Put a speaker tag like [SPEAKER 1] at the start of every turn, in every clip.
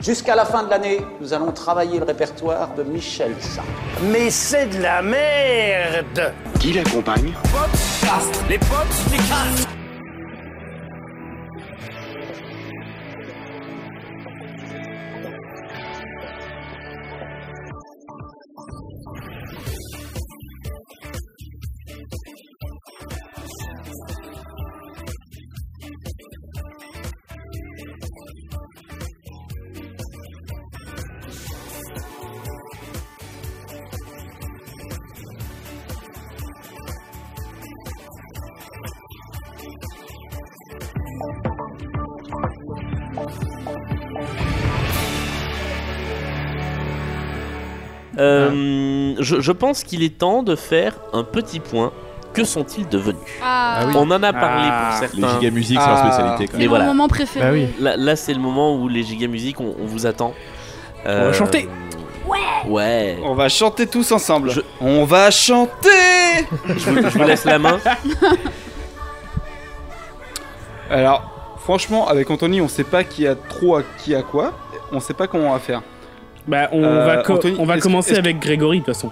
[SPEAKER 1] Jusqu'à la fin de l'année, nous allons travailler le répertoire de Michel Sardou.
[SPEAKER 2] Mais c'est de la merde
[SPEAKER 3] Qui l'accompagne
[SPEAKER 2] Les potes, les
[SPEAKER 4] Euh, je, je pense qu'il est temps de faire un petit point. Que sont-ils devenus
[SPEAKER 5] Ah,
[SPEAKER 6] Ah oui.
[SPEAKER 4] On en a parlé
[SPEAKER 2] Ah,
[SPEAKER 4] pour
[SPEAKER 6] Les
[SPEAKER 4] certains.
[SPEAKER 6] giga musiques, c'est leur
[SPEAKER 2] Ah.
[SPEAKER 6] spécialité quand
[SPEAKER 4] Mais
[SPEAKER 5] c'est
[SPEAKER 6] même.
[SPEAKER 5] mon
[SPEAKER 4] voilà.
[SPEAKER 5] moment préféré.
[SPEAKER 6] Bah oui.
[SPEAKER 4] Là, là, c'est le moment où les gigamusiques, on, on vous attend. Euh,
[SPEAKER 2] va chanter.
[SPEAKER 4] Ouais Ouais
[SPEAKER 7] On va chanter tous ensemble.
[SPEAKER 4] Je-
[SPEAKER 7] On va chanter
[SPEAKER 4] je, vous, je vous laisse la main.
[SPEAKER 7] Alors, franchement, avec Anthony, on sait pas qui a trop à qui a quoi. On sait pas comment on va faire.
[SPEAKER 8] Bah, on
[SPEAKER 7] Euh,
[SPEAKER 8] va, co-
[SPEAKER 7] Anthony,
[SPEAKER 8] on va
[SPEAKER 7] est-ce-
[SPEAKER 8] commencer
[SPEAKER 7] est-ce-
[SPEAKER 8] avec Grégory de toute façon.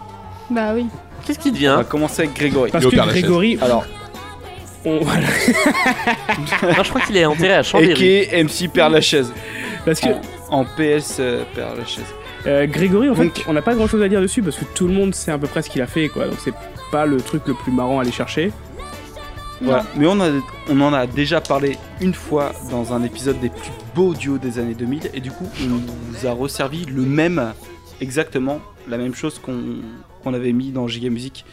[SPEAKER 5] Bah oui.
[SPEAKER 4] Qu'est-ce qu'il
[SPEAKER 7] On
[SPEAKER 4] devient
[SPEAKER 7] va commencer avec Grégory.
[SPEAKER 8] Parce
[SPEAKER 6] au
[SPEAKER 8] que
[SPEAKER 6] Père Lachaise.
[SPEAKER 8] Grégory,
[SPEAKER 7] Alors,
[SPEAKER 8] on- voilà.
[SPEAKER 4] Non, Ah, Je crois qu'il est enterré à Chambéry.
[SPEAKER 7] AK MC Père Lachaise.
[SPEAKER 8] parce que
[SPEAKER 7] En PS euh, Père Lachaise.
[SPEAKER 9] Ah.
[SPEAKER 8] euh, Grégory, en fait,
[SPEAKER 7] Donc-
[SPEAKER 8] on n'a pas grand chose à dire dessus parce que tout le monde sait à peu près ce qu'il a fait, quoi. Donc c'est pas le truc le plus marrant à aller chercher.
[SPEAKER 7] Voilà. Mais on, a, on en a déjà parlé une fois dans un épisode des plus beaux duos des années 2000. Et du coup, on nous a resservi le même, exactement la même chose qu'on qu'on avait mis dans Giga Music.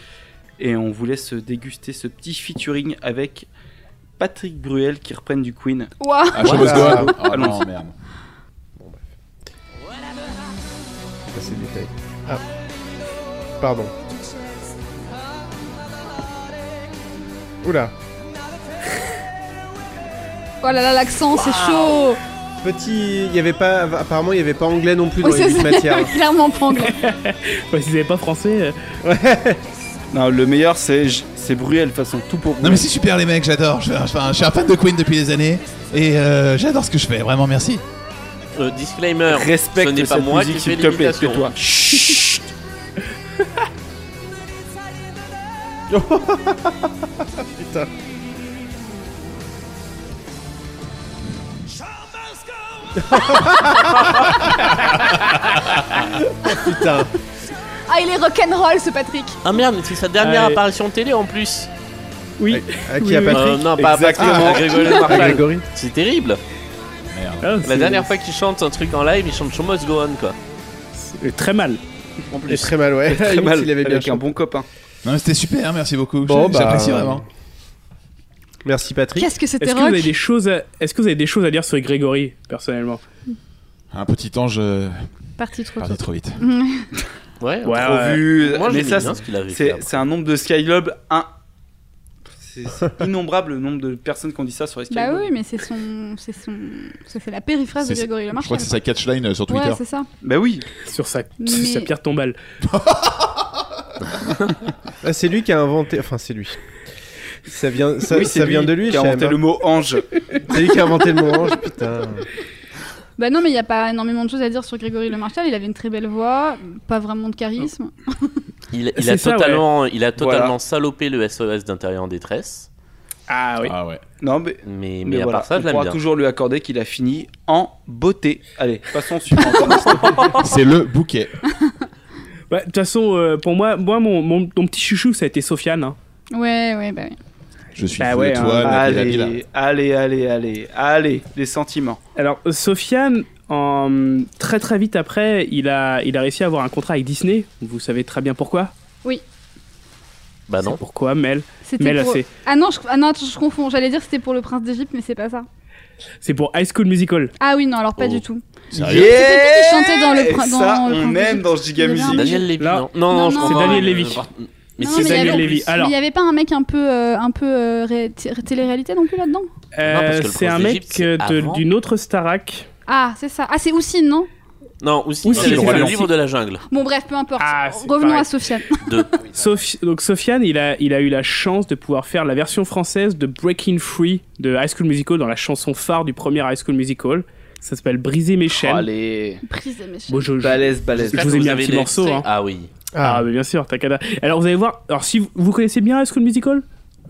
[SPEAKER 7] Et on vous laisse déguster ce petit featuring avec Patrick Bruel qui reprenne du Queen.
[SPEAKER 5] Waouh.
[SPEAKER 6] Ah, Chabos
[SPEAKER 7] Voilà.
[SPEAKER 6] Goa Ah non,
[SPEAKER 7] Allons-y.
[SPEAKER 6] merde.
[SPEAKER 9] Passer le détail. Ah. Pardon. Oula.
[SPEAKER 5] Oh là là, l'accent, c'est chaud.
[SPEAKER 9] Petit. Il y avait pas. Apparemment, il n'y avait pas anglais non plus dans
[SPEAKER 5] Oui,
[SPEAKER 9] les
[SPEAKER 5] c'est
[SPEAKER 9] huit matières.
[SPEAKER 5] clairement pas anglais.
[SPEAKER 8] Parce qu'ils n'avaient pas français. euh,
[SPEAKER 7] Non, le meilleur, c'est c'est Bruel, façon tout pour vous.
[SPEAKER 10] Non mais c'est super les mecs, j'adore. Je, je- je suis un fan de Queen depuis des années et euh, j'adore ce que je fais. Vraiment, merci.
[SPEAKER 4] Euh, disclaimer,
[SPEAKER 7] Respecte
[SPEAKER 4] ce n'est pas
[SPEAKER 7] cette
[SPEAKER 4] moi qui
[SPEAKER 7] musique,
[SPEAKER 4] fais
[SPEAKER 7] s'il te plaît,
[SPEAKER 4] l'imitation.
[SPEAKER 7] tais-toi. Chut
[SPEAKER 9] Putain.
[SPEAKER 5] Ah, il est rock'n'roll ce Patrick.
[SPEAKER 4] Ah merde, mais c'est sa dernière
[SPEAKER 8] Allez.
[SPEAKER 4] apparition télé en plus.
[SPEAKER 8] Oui.
[SPEAKER 9] À
[SPEAKER 8] Oui,
[SPEAKER 9] qui a
[SPEAKER 8] oui.
[SPEAKER 4] Euh,
[SPEAKER 9] Patrick
[SPEAKER 4] non, pas
[SPEAKER 7] Exactement.
[SPEAKER 4] à Grégory
[SPEAKER 9] À
[SPEAKER 4] Marshall.
[SPEAKER 9] Grégory
[SPEAKER 4] C'est terrible.
[SPEAKER 6] Merde.
[SPEAKER 8] Ah,
[SPEAKER 4] La
[SPEAKER 8] c'est-
[SPEAKER 4] dernière fois qu'il chante un truc en live, il chante Show Must Go On quoi.
[SPEAKER 8] c'est Très mal.
[SPEAKER 4] En
[SPEAKER 9] Il est
[SPEAKER 4] plus.
[SPEAKER 9] Très mal, ouais.
[SPEAKER 7] Très
[SPEAKER 9] Limite,
[SPEAKER 7] mal,
[SPEAKER 9] Ah, il avait bien
[SPEAKER 7] avec un
[SPEAKER 9] chanté.
[SPEAKER 7] bon copain.
[SPEAKER 10] Non mais c'était super, hein, merci beaucoup.
[SPEAKER 9] Bon,
[SPEAKER 10] Je-
[SPEAKER 9] bah,
[SPEAKER 10] J'apprécie
[SPEAKER 9] euh,
[SPEAKER 10] vraiment.
[SPEAKER 9] Merci Patrick.
[SPEAKER 5] Qu'est-ce que c'était
[SPEAKER 8] Est-ce que, vous
[SPEAKER 5] rock
[SPEAKER 8] avez des choses à... Est-ce que vous avez des choses à dire sur Grégory, personnellement
[SPEAKER 6] Un petit ange euh,
[SPEAKER 5] Parti trop
[SPEAKER 6] parti
[SPEAKER 5] tôt.
[SPEAKER 6] trop vite.
[SPEAKER 4] Ouais,
[SPEAKER 8] Ouais,
[SPEAKER 7] Trop
[SPEAKER 8] ouais.
[SPEAKER 7] vu.
[SPEAKER 4] Moi,
[SPEAKER 7] mais
[SPEAKER 4] j'ai
[SPEAKER 7] ça,
[SPEAKER 4] mis bien ce qu'il avait fait.
[SPEAKER 7] c'est
[SPEAKER 4] après.
[SPEAKER 7] c'est un nombre de Skylob 1. C'est c'est innombrable le nombre de personnes qui ont dit ça sur les
[SPEAKER 5] Bah
[SPEAKER 7] Skylob.
[SPEAKER 5] oui, mais c'est son. C'est son. ça, C'est la périphrase de
[SPEAKER 6] C'est-
[SPEAKER 5] Grégory Le
[SPEAKER 6] Je crois
[SPEAKER 5] Marchal.
[SPEAKER 6] que c'est sa catchline euh, sur Twitter.
[SPEAKER 5] Ouais, c'est ça.
[SPEAKER 7] Bah oui.
[SPEAKER 8] Sur sa...
[SPEAKER 5] Mais-
[SPEAKER 8] sur sa pierre tombale.
[SPEAKER 9] Ah, c'est lui qui a inventé. Enfin, c'est lui. Ça vient, ça,
[SPEAKER 7] oui, c'est
[SPEAKER 9] ça vient de lui,
[SPEAKER 7] qui a
[SPEAKER 9] je sais
[SPEAKER 7] inventé
[SPEAKER 9] même,
[SPEAKER 7] le mot ange.
[SPEAKER 9] hein. C'est lui qui a inventé le mot ange, putain.
[SPEAKER 5] Bah non, mais il n'y a pas énormément de choses à dire sur Grégory Le Marchal. Il avait une très belle voix, pas vraiment de charisme.
[SPEAKER 4] Il, il
[SPEAKER 8] C'est
[SPEAKER 4] a
[SPEAKER 8] ça,
[SPEAKER 4] totalement, il a totalement
[SPEAKER 7] Voilà.
[SPEAKER 4] salopé le SOS d'intérieur en détresse.
[SPEAKER 8] Ah oui.
[SPEAKER 6] Ah ouais.
[SPEAKER 7] Non, mais,
[SPEAKER 4] Mais, mais,
[SPEAKER 7] mais
[SPEAKER 4] à
[SPEAKER 7] voilà,
[SPEAKER 4] part ça,
[SPEAKER 7] on
[SPEAKER 4] je l'aime
[SPEAKER 7] pourra
[SPEAKER 4] bien.
[SPEAKER 7] toujours lui accorder qu'il a fini en beauté. Allez, passons au suivant.
[SPEAKER 5] Oh.
[SPEAKER 6] C'est le bouquet.
[SPEAKER 8] Bah, De toute façon, euh, pour moi, moi mon, mon, ton petit chouchou, ça a été Sofiane. hein.
[SPEAKER 9] Oh.
[SPEAKER 5] Ouais, ouais, bah oui.
[SPEAKER 6] Je suis
[SPEAKER 8] Bah
[SPEAKER 6] fou
[SPEAKER 8] ouais,
[SPEAKER 6] de toi,
[SPEAKER 8] hein.
[SPEAKER 6] la Nabila, Nabila.
[SPEAKER 7] allez, allez, allez, allez, allez, les sentiments.
[SPEAKER 8] Alors, euh, Sofiane, en... très très vite après, il a, il a réussi à avoir un contrat avec Disney. Vous savez très bien pourquoi.
[SPEAKER 4] Bah
[SPEAKER 8] C'est
[SPEAKER 4] non.
[SPEAKER 8] Pourquoi, Mel
[SPEAKER 5] C'était
[SPEAKER 8] Mel, a
[SPEAKER 5] pour...
[SPEAKER 8] fait-
[SPEAKER 5] Ah non, je... ah non, attends, je confonds. J'allais dire c'était pour le prince d'Égypte, mais c'est pas ça.
[SPEAKER 8] c'est pour High School Musical.
[SPEAKER 5] Ah oui, non, alors pas
[SPEAKER 4] Oh.
[SPEAKER 5] du tout.
[SPEAKER 6] Sérieux
[SPEAKER 5] C'était qui qui chantait dans le
[SPEAKER 7] Et
[SPEAKER 5] prin-
[SPEAKER 7] ça,
[SPEAKER 5] dans le
[SPEAKER 7] on
[SPEAKER 5] prince
[SPEAKER 7] aime
[SPEAKER 5] d'Égypte
[SPEAKER 7] dans Giga
[SPEAKER 5] Il y avait un
[SPEAKER 7] Music.
[SPEAKER 4] Daniel Lévy.
[SPEAKER 8] Là-
[SPEAKER 4] Non, non,
[SPEAKER 5] Non,
[SPEAKER 4] je
[SPEAKER 5] non.
[SPEAKER 4] comprends
[SPEAKER 5] C'est
[SPEAKER 4] pas.
[SPEAKER 8] Daniel
[SPEAKER 4] Euh,
[SPEAKER 8] Lévy.
[SPEAKER 4] par- Mais
[SPEAKER 5] Non,
[SPEAKER 4] c'est
[SPEAKER 5] mais il y
[SPEAKER 4] Daniel
[SPEAKER 5] avait-
[SPEAKER 4] Lévy.
[SPEAKER 8] Alors-
[SPEAKER 5] Mais il n'y avait pas un mec un peu, euh, un peu euh, ré- t- télé-réalité non plus là-dedans
[SPEAKER 8] Euh,
[SPEAKER 4] parce que le
[SPEAKER 8] c'est
[SPEAKER 4] prince
[SPEAKER 8] un
[SPEAKER 4] d'Égypte,
[SPEAKER 8] mec
[SPEAKER 4] c'est
[SPEAKER 8] euh, de-
[SPEAKER 4] avant.
[SPEAKER 8] d'une autre Starac.
[SPEAKER 5] Ah, c'est ça. Ah, c'est Oussine, non
[SPEAKER 4] Non, aussi,
[SPEAKER 8] Aussi,
[SPEAKER 4] c'est
[SPEAKER 8] le
[SPEAKER 4] le,
[SPEAKER 8] roi lion.
[SPEAKER 4] livre de la jungle.
[SPEAKER 5] Bon, bref, peu importe.
[SPEAKER 8] Ah, c'est
[SPEAKER 5] Revenons
[SPEAKER 8] pareil.
[SPEAKER 5] à Sofiane.
[SPEAKER 4] De...
[SPEAKER 8] Sofi- Donc Sofiane, il a, il a eu la chance de pouvoir faire la version française de Breaking Free de High School Musical dans la chanson phare du premier High School Musical, Ça s'appelle Briser mes
[SPEAKER 4] Oh,
[SPEAKER 8] chaînes.
[SPEAKER 7] Allez,
[SPEAKER 5] Prise des méchants.
[SPEAKER 8] Bon, je- je-
[SPEAKER 7] balèze, balèze.
[SPEAKER 8] Je vous ai mis un petit morceau, hein.
[SPEAKER 4] Ah oui,
[SPEAKER 8] Ah, mais bien sûr, Takada. Alors vous allez voir, alors si vous, vous connaissez bien High School Musical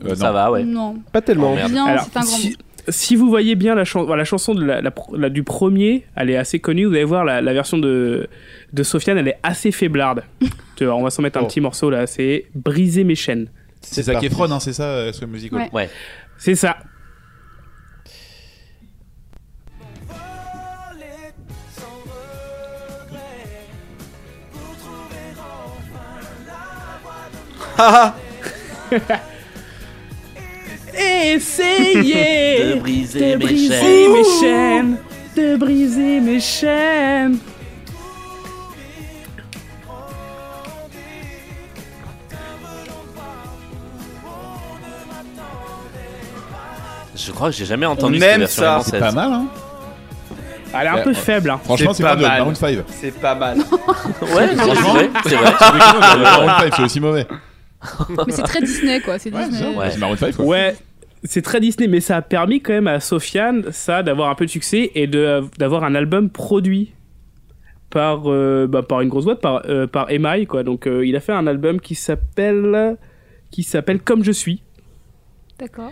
[SPEAKER 6] Euh,
[SPEAKER 4] ça
[SPEAKER 6] non.
[SPEAKER 4] va, ouais.
[SPEAKER 5] Non,
[SPEAKER 9] Pas tellement.
[SPEAKER 4] Oh, merde.
[SPEAKER 5] bien,
[SPEAKER 8] Alors,
[SPEAKER 5] c'est un grand
[SPEAKER 8] si, si vous voyez bien la, chan- voilà, la chanson de la- la pro- la- du premier, elle est assez connue. Vous allez voir la, la version de, de Sofiane, elle est assez faiblarde. Tu vois, on va s'en mettre un
[SPEAKER 9] Oh.
[SPEAKER 8] petit morceau là. C'est Briser mes chaînes.
[SPEAKER 6] C'est Zac Efron, hein, c'est ça, euh, ce musical.
[SPEAKER 5] Ouais.
[SPEAKER 4] Ouais.
[SPEAKER 8] C'est ça.
[SPEAKER 7] Ah,
[SPEAKER 4] De
[SPEAKER 8] Essayez
[SPEAKER 4] briser
[SPEAKER 8] de
[SPEAKER 4] mes
[SPEAKER 8] briser
[SPEAKER 4] chaînes.
[SPEAKER 8] mes chaînes, de briser mes chaînes.
[SPEAKER 4] Je crois que j'ai jamais entendu
[SPEAKER 7] On
[SPEAKER 4] cette
[SPEAKER 7] aime
[SPEAKER 4] version
[SPEAKER 7] ça.
[SPEAKER 4] française.
[SPEAKER 6] C'est pas mal, hein
[SPEAKER 8] Elle est un
[SPEAKER 6] Ouais,
[SPEAKER 8] peu
[SPEAKER 6] ouais.
[SPEAKER 8] faible. Hein.
[SPEAKER 6] Franchement,
[SPEAKER 7] C'est
[SPEAKER 6] c'est
[SPEAKER 7] pas
[SPEAKER 6] pas de
[SPEAKER 7] mal.
[SPEAKER 6] Maroon 5.
[SPEAKER 7] c'est pas mal.
[SPEAKER 4] Ouais, non, c'est vrai. C'est vrai.
[SPEAKER 6] Maroon 5, c'est aussi mauvais.
[SPEAKER 5] Mais c'est très Disney, quoi. C'est
[SPEAKER 6] Ouais, c'est ça,
[SPEAKER 5] Disney.
[SPEAKER 4] Ouais.
[SPEAKER 6] c'est Maroon 5, quoi.
[SPEAKER 8] Ouais, c'est très Disney, mais ça a permis quand même à Sofiane, ça, d'avoir un peu de succès et de- d'avoir un album produit par, euh, bah, par une grosse boîte, par, euh, par EMI, quoi. Donc, euh, il a fait un album qui s'appelle qui s'appelle Comme je suis.
[SPEAKER 5] D'accord.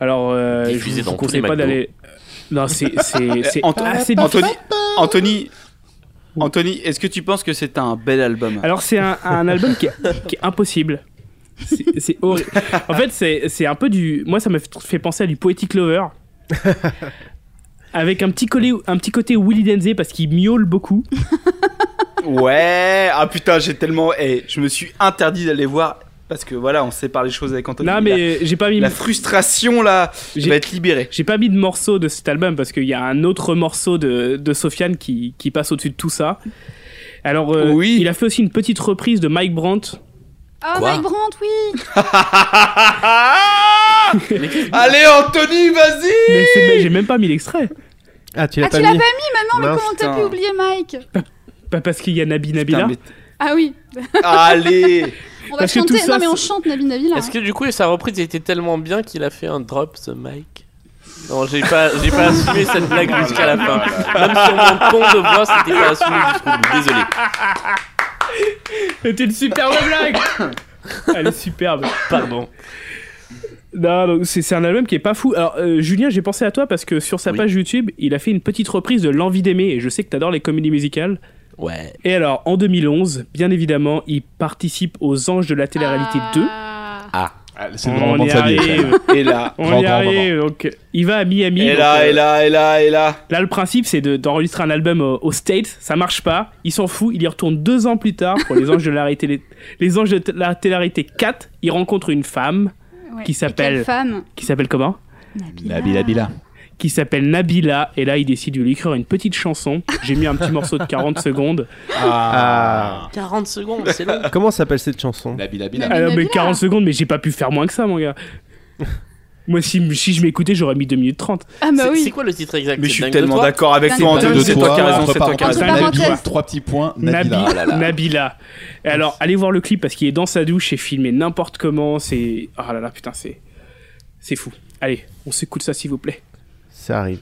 [SPEAKER 8] Alors, euh, je
[SPEAKER 4] Diffusé
[SPEAKER 8] vous
[SPEAKER 4] dans tous
[SPEAKER 8] conseille
[SPEAKER 4] les
[SPEAKER 8] pas
[SPEAKER 4] McDo.
[SPEAKER 8] d'aller. Non, c'est c'est- c'est
[SPEAKER 7] Anto-
[SPEAKER 8] assez
[SPEAKER 7] Anthony, Anthony, Anthony, est-ce que tu penses que c'est un bel album
[SPEAKER 8] Alors c'est un, un album qui est, qui est impossible. C'est c'est horrible. En fait, c'est c'est un peu du. Moi, ça m'a fait- fait penser à du Poetic Lover. Avec un petit, collé, un petit côté Willy Denze parce qu'il miaule beaucoup.
[SPEAKER 7] Ouais, ah putain, j'ai tellement. eh, je me suis interdit d'aller voir parce que voilà, on sépare les choses avec Anthony.
[SPEAKER 8] non,
[SPEAKER 7] La-
[SPEAKER 8] mais j'ai pas mis,
[SPEAKER 7] La frustration là, je
[SPEAKER 8] J'ai-
[SPEAKER 7] vais être libéré.
[SPEAKER 8] j'ai pas mis de morceau de cet album parce qu'il y a un autre morceau de, de Sofiane qui, qui passe au-dessus de tout ça. Alors, euh,
[SPEAKER 7] Oui.
[SPEAKER 8] il a fait aussi une petite reprise de Mike Brandt.
[SPEAKER 5] Ah,
[SPEAKER 4] Quoi
[SPEAKER 5] Mike Brandt, oui
[SPEAKER 7] Allez Anthony, vas-y
[SPEAKER 8] Mais c'est- j'ai même pas mis l'extrait.
[SPEAKER 9] Ah, tu l'as
[SPEAKER 5] Ah, tu
[SPEAKER 9] pas
[SPEAKER 5] l'as pas
[SPEAKER 9] mis
[SPEAKER 5] mis maintenant, mais
[SPEAKER 9] Mince,
[SPEAKER 5] comment t'as
[SPEAKER 7] putain.
[SPEAKER 5] pu oublier Mike
[SPEAKER 8] Pas parce qu'il y a Nabi Nabila.
[SPEAKER 7] Putain, mais-
[SPEAKER 5] Ah oui,
[SPEAKER 7] Allez
[SPEAKER 5] on va
[SPEAKER 8] Parce que
[SPEAKER 5] chanter.
[SPEAKER 8] tout ça,
[SPEAKER 5] non, mais on
[SPEAKER 8] c'est-
[SPEAKER 5] chante Nabi Nabi là. hein.
[SPEAKER 4] Est-ce que du coup sa reprise était tellement bien qu'il a fait un drop the mic Non, j'ai pas, j'ai pas assumé cette blague jusqu'à la fin. Même sur mon ton de voix, c'était pas assumé jusqu'au bout. Désolé.
[SPEAKER 8] C'était une superbe blague Elle est superbe. Pardon. Non, donc, c'est c'est un album qui est pas fou. Alors, euh, Julien, j'ai pensé à toi parce que sur sa
[SPEAKER 4] Oui.
[SPEAKER 8] page YouTube, il a fait une petite reprise de L'envie d'aimer. Et je sais que t'adores les comédies musicales.
[SPEAKER 4] Ouais.
[SPEAKER 8] Et alors, en 2011, bien évidemment, il participe aux Anges de la télé-réalité 2.
[SPEAKER 5] Ah.
[SPEAKER 6] Ah, C'est le moment
[SPEAKER 8] y
[SPEAKER 6] de sa vie. ça.
[SPEAKER 8] arrive.
[SPEAKER 7] Et là,
[SPEAKER 8] On
[SPEAKER 6] Grand,
[SPEAKER 8] y
[SPEAKER 6] grand
[SPEAKER 8] arrive. Donc, il va à Miami.
[SPEAKER 7] et
[SPEAKER 8] donc,
[SPEAKER 7] là,
[SPEAKER 8] euh,
[SPEAKER 7] et là, et là, et là
[SPEAKER 8] Là, le principe, c'est de- d'enregistrer un album au- aux States. Ça marche pas. Il s'en fout. Il y retourne deux ans plus tard pour Les Anges de la Télé. Les Anges de la Télé-réalité 4. Il rencontre une femme
[SPEAKER 5] Ouais.
[SPEAKER 8] Qui
[SPEAKER 5] Et quelle
[SPEAKER 8] s'appelle-
[SPEAKER 5] femme
[SPEAKER 8] qui s'appelle comment
[SPEAKER 6] Nabila Bila.
[SPEAKER 8] Qui s'appelle Nabila. Et là, il décide de lui écrire une petite chanson. J'ai mis un petit morceau de 40 secondes.
[SPEAKER 9] Ah.
[SPEAKER 4] 40 secondes, c'est long.
[SPEAKER 9] Comment s'appelle cette chanson
[SPEAKER 6] Nabila
[SPEAKER 5] Bila.
[SPEAKER 8] Ah non, mais
[SPEAKER 5] Nabila.
[SPEAKER 8] 40 secondes, mais j'ai pas pu faire moins que ça, mon gars. Moi, si, si je m'écoutais, j'aurais mis 2 minutes 30.
[SPEAKER 5] Ah
[SPEAKER 4] c'est,
[SPEAKER 5] bah
[SPEAKER 4] c'est
[SPEAKER 5] oui.
[SPEAKER 4] quoi le titre exact
[SPEAKER 7] Mais je
[SPEAKER 4] C'est
[SPEAKER 7] suis
[SPEAKER 4] Dingue
[SPEAKER 7] tellement
[SPEAKER 4] de toi
[SPEAKER 7] d'accord avec
[SPEAKER 5] Dingue
[SPEAKER 7] toi,
[SPEAKER 5] de
[SPEAKER 7] Anthony,
[SPEAKER 5] toi.
[SPEAKER 7] c'est toi qui as raison, c'est toi qui as raison.
[SPEAKER 5] parenthèses.
[SPEAKER 6] Nabila, trois petits points. Nabila.
[SPEAKER 8] Nabi-
[SPEAKER 6] Ah là là.
[SPEAKER 8] Nabila. Alors, allez voir le clip parce qu'il est dans sa douche et filmé n'importe comment. C'est. Ah là là, putain, c'est. C'est fou. Allez, on s'écoute ça, s'il vous plaît.
[SPEAKER 9] Ça arrive.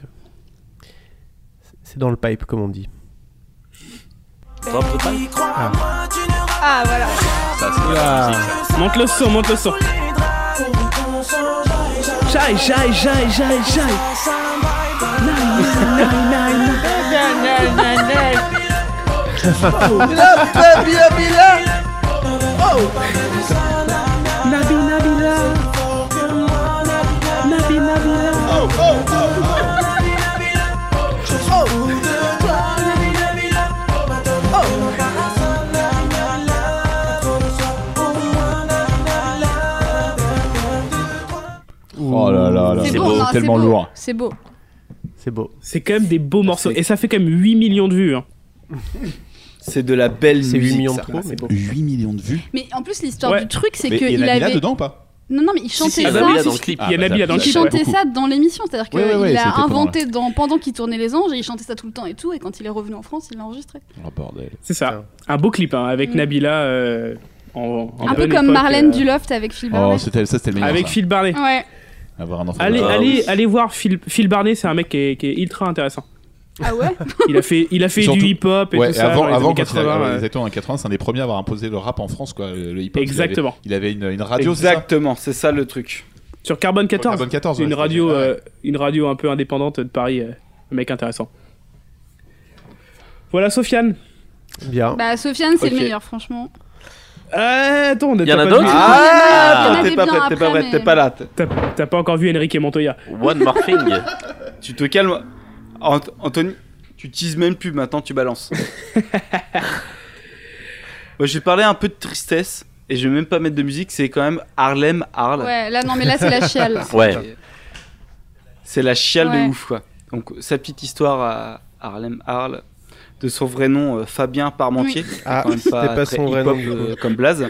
[SPEAKER 9] C'est dans le pipe, comme on dit.
[SPEAKER 4] Drop the mic.
[SPEAKER 5] Ah voilà.
[SPEAKER 8] Monte le son, monte le son. J'aille, j'aille, j'aille, j'aille, j'aille.
[SPEAKER 6] Oh là là là.
[SPEAKER 5] C'est
[SPEAKER 4] C'est
[SPEAKER 5] beau,
[SPEAKER 4] beau,
[SPEAKER 5] non, c'est
[SPEAKER 6] tellement
[SPEAKER 5] beau.
[SPEAKER 6] lourd.
[SPEAKER 5] C'est beau.
[SPEAKER 9] C'est beau.
[SPEAKER 8] C'est quand même des beaux morceaux. Et ça fait quand même 8 millions de vues. hein.
[SPEAKER 7] C'est de la belle
[SPEAKER 9] C'est 8
[SPEAKER 7] musique,
[SPEAKER 9] millions de
[SPEAKER 7] ça.
[SPEAKER 9] trop, mais bon.
[SPEAKER 6] 8 millions de vues.
[SPEAKER 5] Mais en plus, l'histoire
[SPEAKER 8] Ouais.
[SPEAKER 5] du truc, c'est
[SPEAKER 6] Mais il y a
[SPEAKER 5] qu'il
[SPEAKER 6] Nabila
[SPEAKER 5] avait.
[SPEAKER 6] dedans ou pas
[SPEAKER 5] Non, non, mais il chantait
[SPEAKER 4] Si, si,
[SPEAKER 5] ça.
[SPEAKER 4] Nabila bah dans le clip.
[SPEAKER 8] Il y a Nabila dans le
[SPEAKER 5] Il
[SPEAKER 8] clip, ouais.
[SPEAKER 5] chantait ça dans l'émission, c'est-à-dire qu'il
[SPEAKER 6] Ouais, ouais, ouais,
[SPEAKER 5] a
[SPEAKER 6] c'était pendant
[SPEAKER 5] inventé dans, pendant qu'il tournait les anges, et il chantait ça tout le temps et tout, et quand il est revenu en France, il l'a enregistré.
[SPEAKER 6] Oh bordel.
[SPEAKER 8] C'est ça. Un beau clip hein, avec
[SPEAKER 5] Mm.
[SPEAKER 8] Nabila euh, en, en
[SPEAKER 5] un peu
[SPEAKER 8] bonne
[SPEAKER 5] comme
[SPEAKER 8] époque,
[SPEAKER 5] Marlène
[SPEAKER 8] euh,
[SPEAKER 5] du Loft avec Phil
[SPEAKER 6] Oh,
[SPEAKER 5] Barnett.
[SPEAKER 6] c'était- ça c'était le meilleur.
[SPEAKER 8] Avec
[SPEAKER 6] ça.
[SPEAKER 8] Phil Barnet.
[SPEAKER 5] ouais.
[SPEAKER 6] Avoir un enfant.
[SPEAKER 8] Allez,
[SPEAKER 6] Ah,
[SPEAKER 8] allez,
[SPEAKER 4] oui.
[SPEAKER 8] allez voir Phil, Phil Barnet, c'est un mec qui est, qui est ultra intéressant.
[SPEAKER 5] Ah ouais
[SPEAKER 8] Il a fait, il a fait
[SPEAKER 6] Surtout-
[SPEAKER 8] du hip-hop et
[SPEAKER 6] Ouais,
[SPEAKER 8] tout
[SPEAKER 6] et
[SPEAKER 8] ça.
[SPEAKER 6] avant,
[SPEAKER 8] dans les
[SPEAKER 6] avant
[SPEAKER 8] années
[SPEAKER 6] quand il a-
[SPEAKER 8] 80,
[SPEAKER 6] ouais,
[SPEAKER 8] euh,
[SPEAKER 6] exactement, en 80, c'est un des premiers à avoir imposé le rap en France, quoi. Le le hip-hop. il avait-
[SPEAKER 8] Exactement.
[SPEAKER 6] Il avait, une, une
[SPEAKER 9] Ah,
[SPEAKER 6] radio, c'est ça
[SPEAKER 7] Exactement, c'est ça le truc.
[SPEAKER 8] Sur Carbone 14,
[SPEAKER 6] Carbone 14, ouais,
[SPEAKER 8] une
[SPEAKER 6] c'était-
[SPEAKER 8] radio,
[SPEAKER 6] ah ouais.
[SPEAKER 8] euh, une radio un peu indépendante de Paris, euh, un mec intéressant. Voilà Sofiane.
[SPEAKER 9] Bien.
[SPEAKER 5] Bah, Sofiane, c'est
[SPEAKER 7] Ok.
[SPEAKER 5] le meilleur, franchement.
[SPEAKER 8] Euh, attends, on a-
[SPEAKER 4] Y en
[SPEAKER 8] t'as
[SPEAKER 4] a
[SPEAKER 8] pas
[SPEAKER 4] d'autres
[SPEAKER 8] vu-
[SPEAKER 7] Attends,
[SPEAKER 5] Ah, il y en
[SPEAKER 7] t'es
[SPEAKER 5] avait
[SPEAKER 7] pas
[SPEAKER 5] Oh, bien
[SPEAKER 7] prête, t'es
[SPEAKER 5] après,
[SPEAKER 7] pas prête,
[SPEAKER 5] mais-
[SPEAKER 7] t'es pas là. t'es-
[SPEAKER 8] T'as t'as pas encore vu Enrique Montoya.
[SPEAKER 4] One Morphing.
[SPEAKER 7] Tu te calmes. Ant- Anthony, tu teases même plus, maintenant tu balances. Moi, j'ai parlé un peu de tristesse et je vais même pas mettre de musique, c'est quand même Harlem Harle.
[SPEAKER 5] Ouais, là, non, mais là, c'est la chiale.
[SPEAKER 4] Ouais.
[SPEAKER 7] C'est la chiale
[SPEAKER 5] Ouais.
[SPEAKER 7] de ouf, quoi. Donc, sa petite histoire à Harlem Harle, de son vrai nom euh, Fabien Parmentier. qui est
[SPEAKER 9] Ah,
[SPEAKER 7] quand même
[SPEAKER 9] c'était pas
[SPEAKER 7] très
[SPEAKER 9] son vrai
[SPEAKER 7] hip-hop,
[SPEAKER 9] nom, du
[SPEAKER 7] euh, comme
[SPEAKER 9] coup.
[SPEAKER 7] Blaze.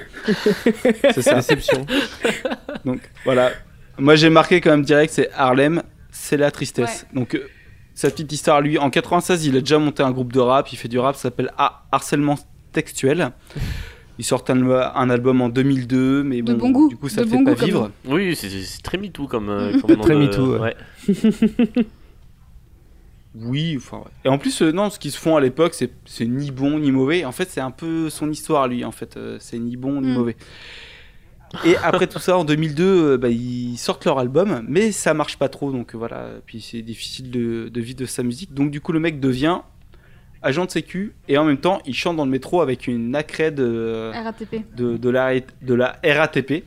[SPEAKER 7] c'est ça.
[SPEAKER 9] Déception.
[SPEAKER 7] Donc voilà. Moi j'ai marqué quand même direct, c'est Harlem, c'est la tristesse. Donc euh, sa petite histoire, lui, en 96, il a déjà monté un groupe de rap, il fait du rap, ça s'appelle Ha- Harcèlement Textuel. Il sort un, un album en 2002, mais
[SPEAKER 5] De
[SPEAKER 7] bon,
[SPEAKER 5] bon goût,
[SPEAKER 7] du coup ça
[SPEAKER 5] de
[SPEAKER 7] le
[SPEAKER 5] bon
[SPEAKER 7] fait
[SPEAKER 5] goût,
[SPEAKER 7] pas
[SPEAKER 5] comme
[SPEAKER 7] vivre.
[SPEAKER 4] Oui, c'est- c'est c'est très MeToo comme. euh,
[SPEAKER 5] Mhm.
[SPEAKER 4] comme nom
[SPEAKER 9] Très
[SPEAKER 4] de-
[SPEAKER 9] MeToo, ouais.
[SPEAKER 7] Oui, enfin, ouais. Et en plus, euh, non, ce qu'ils se font à l'époque, c'est c'est ni bon ni mauvais. En fait, c'est un peu son histoire à lui. En fait, euh, c'est ni bon ni
[SPEAKER 5] Mm.
[SPEAKER 7] mauvais. Et après tout ça, en 2002, euh, bah, ils sortent leur album, mais ça marche pas trop. Donc euh, voilà, puis c'est difficile de, de vivre de sa musique. Donc du coup, le mec devient agent de sécu et en même temps, il chante dans le métro avec une euh, accrède de
[SPEAKER 5] RATP.
[SPEAKER 7] de, de la, de la RATP.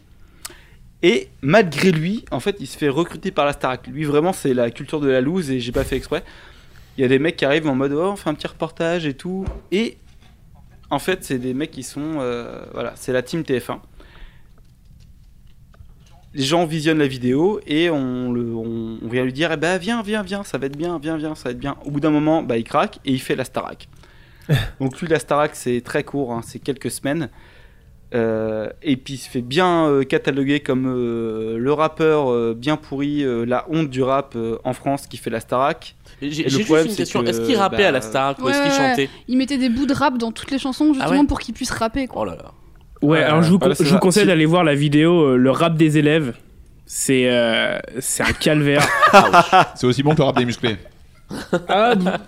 [SPEAKER 7] Et malgré lui, en fait, il se fait recruter par la Starac. Lui, vraiment, c'est la culture de la loose et j'ai pas fait exprès. Il y a des mecs qui arrivent en mode oh, on fait un petit reportage et tout. Et en fait, c'est des mecs qui sont. euh, voilà, c'est la team TF1. Les gens visionnent la vidéo et on, le, on, on vient lui dire eh ben, viens, viens, viens, ça va être bien, viens, viens, ça va être bien. Au bout d'un moment, bah, il craque et il fait la Starac. Donc, lui, la Starac, c'est très court, hein, c'est quelques semaines. Euh, et puis il se fait bien euh, cataloguer comme euh, le rappeur euh, bien pourri, euh, la honte du rap euh, en France qui fait la Starac.
[SPEAKER 4] J'ai
[SPEAKER 7] le
[SPEAKER 4] j'ai juste
[SPEAKER 7] problème,
[SPEAKER 4] une
[SPEAKER 7] c'est
[SPEAKER 4] question.
[SPEAKER 7] que,
[SPEAKER 4] Est-ce qu'il rappait
[SPEAKER 7] bah,
[SPEAKER 4] à la Starac ou est-ce qu'il
[SPEAKER 5] Ouais, ouais.
[SPEAKER 4] chantait
[SPEAKER 5] Il mettait des bouts de rap dans toutes les chansons, justement,
[SPEAKER 4] ouais
[SPEAKER 5] pour qu'il puisse rapper, quoi.
[SPEAKER 4] Oh là là.
[SPEAKER 8] Ouais,
[SPEAKER 7] Ouais,
[SPEAKER 6] Ah,
[SPEAKER 8] alors je vous,
[SPEAKER 7] voilà,
[SPEAKER 8] con-
[SPEAKER 7] c'est
[SPEAKER 8] je vous
[SPEAKER 7] ça.
[SPEAKER 8] conseille
[SPEAKER 7] Si-
[SPEAKER 8] d'aller voir la vidéo euh, Le rap des élèves. C'est euh, c'est un calvaire.
[SPEAKER 6] C'est aussi bon que le rap des musclés.
[SPEAKER 8] ah, b-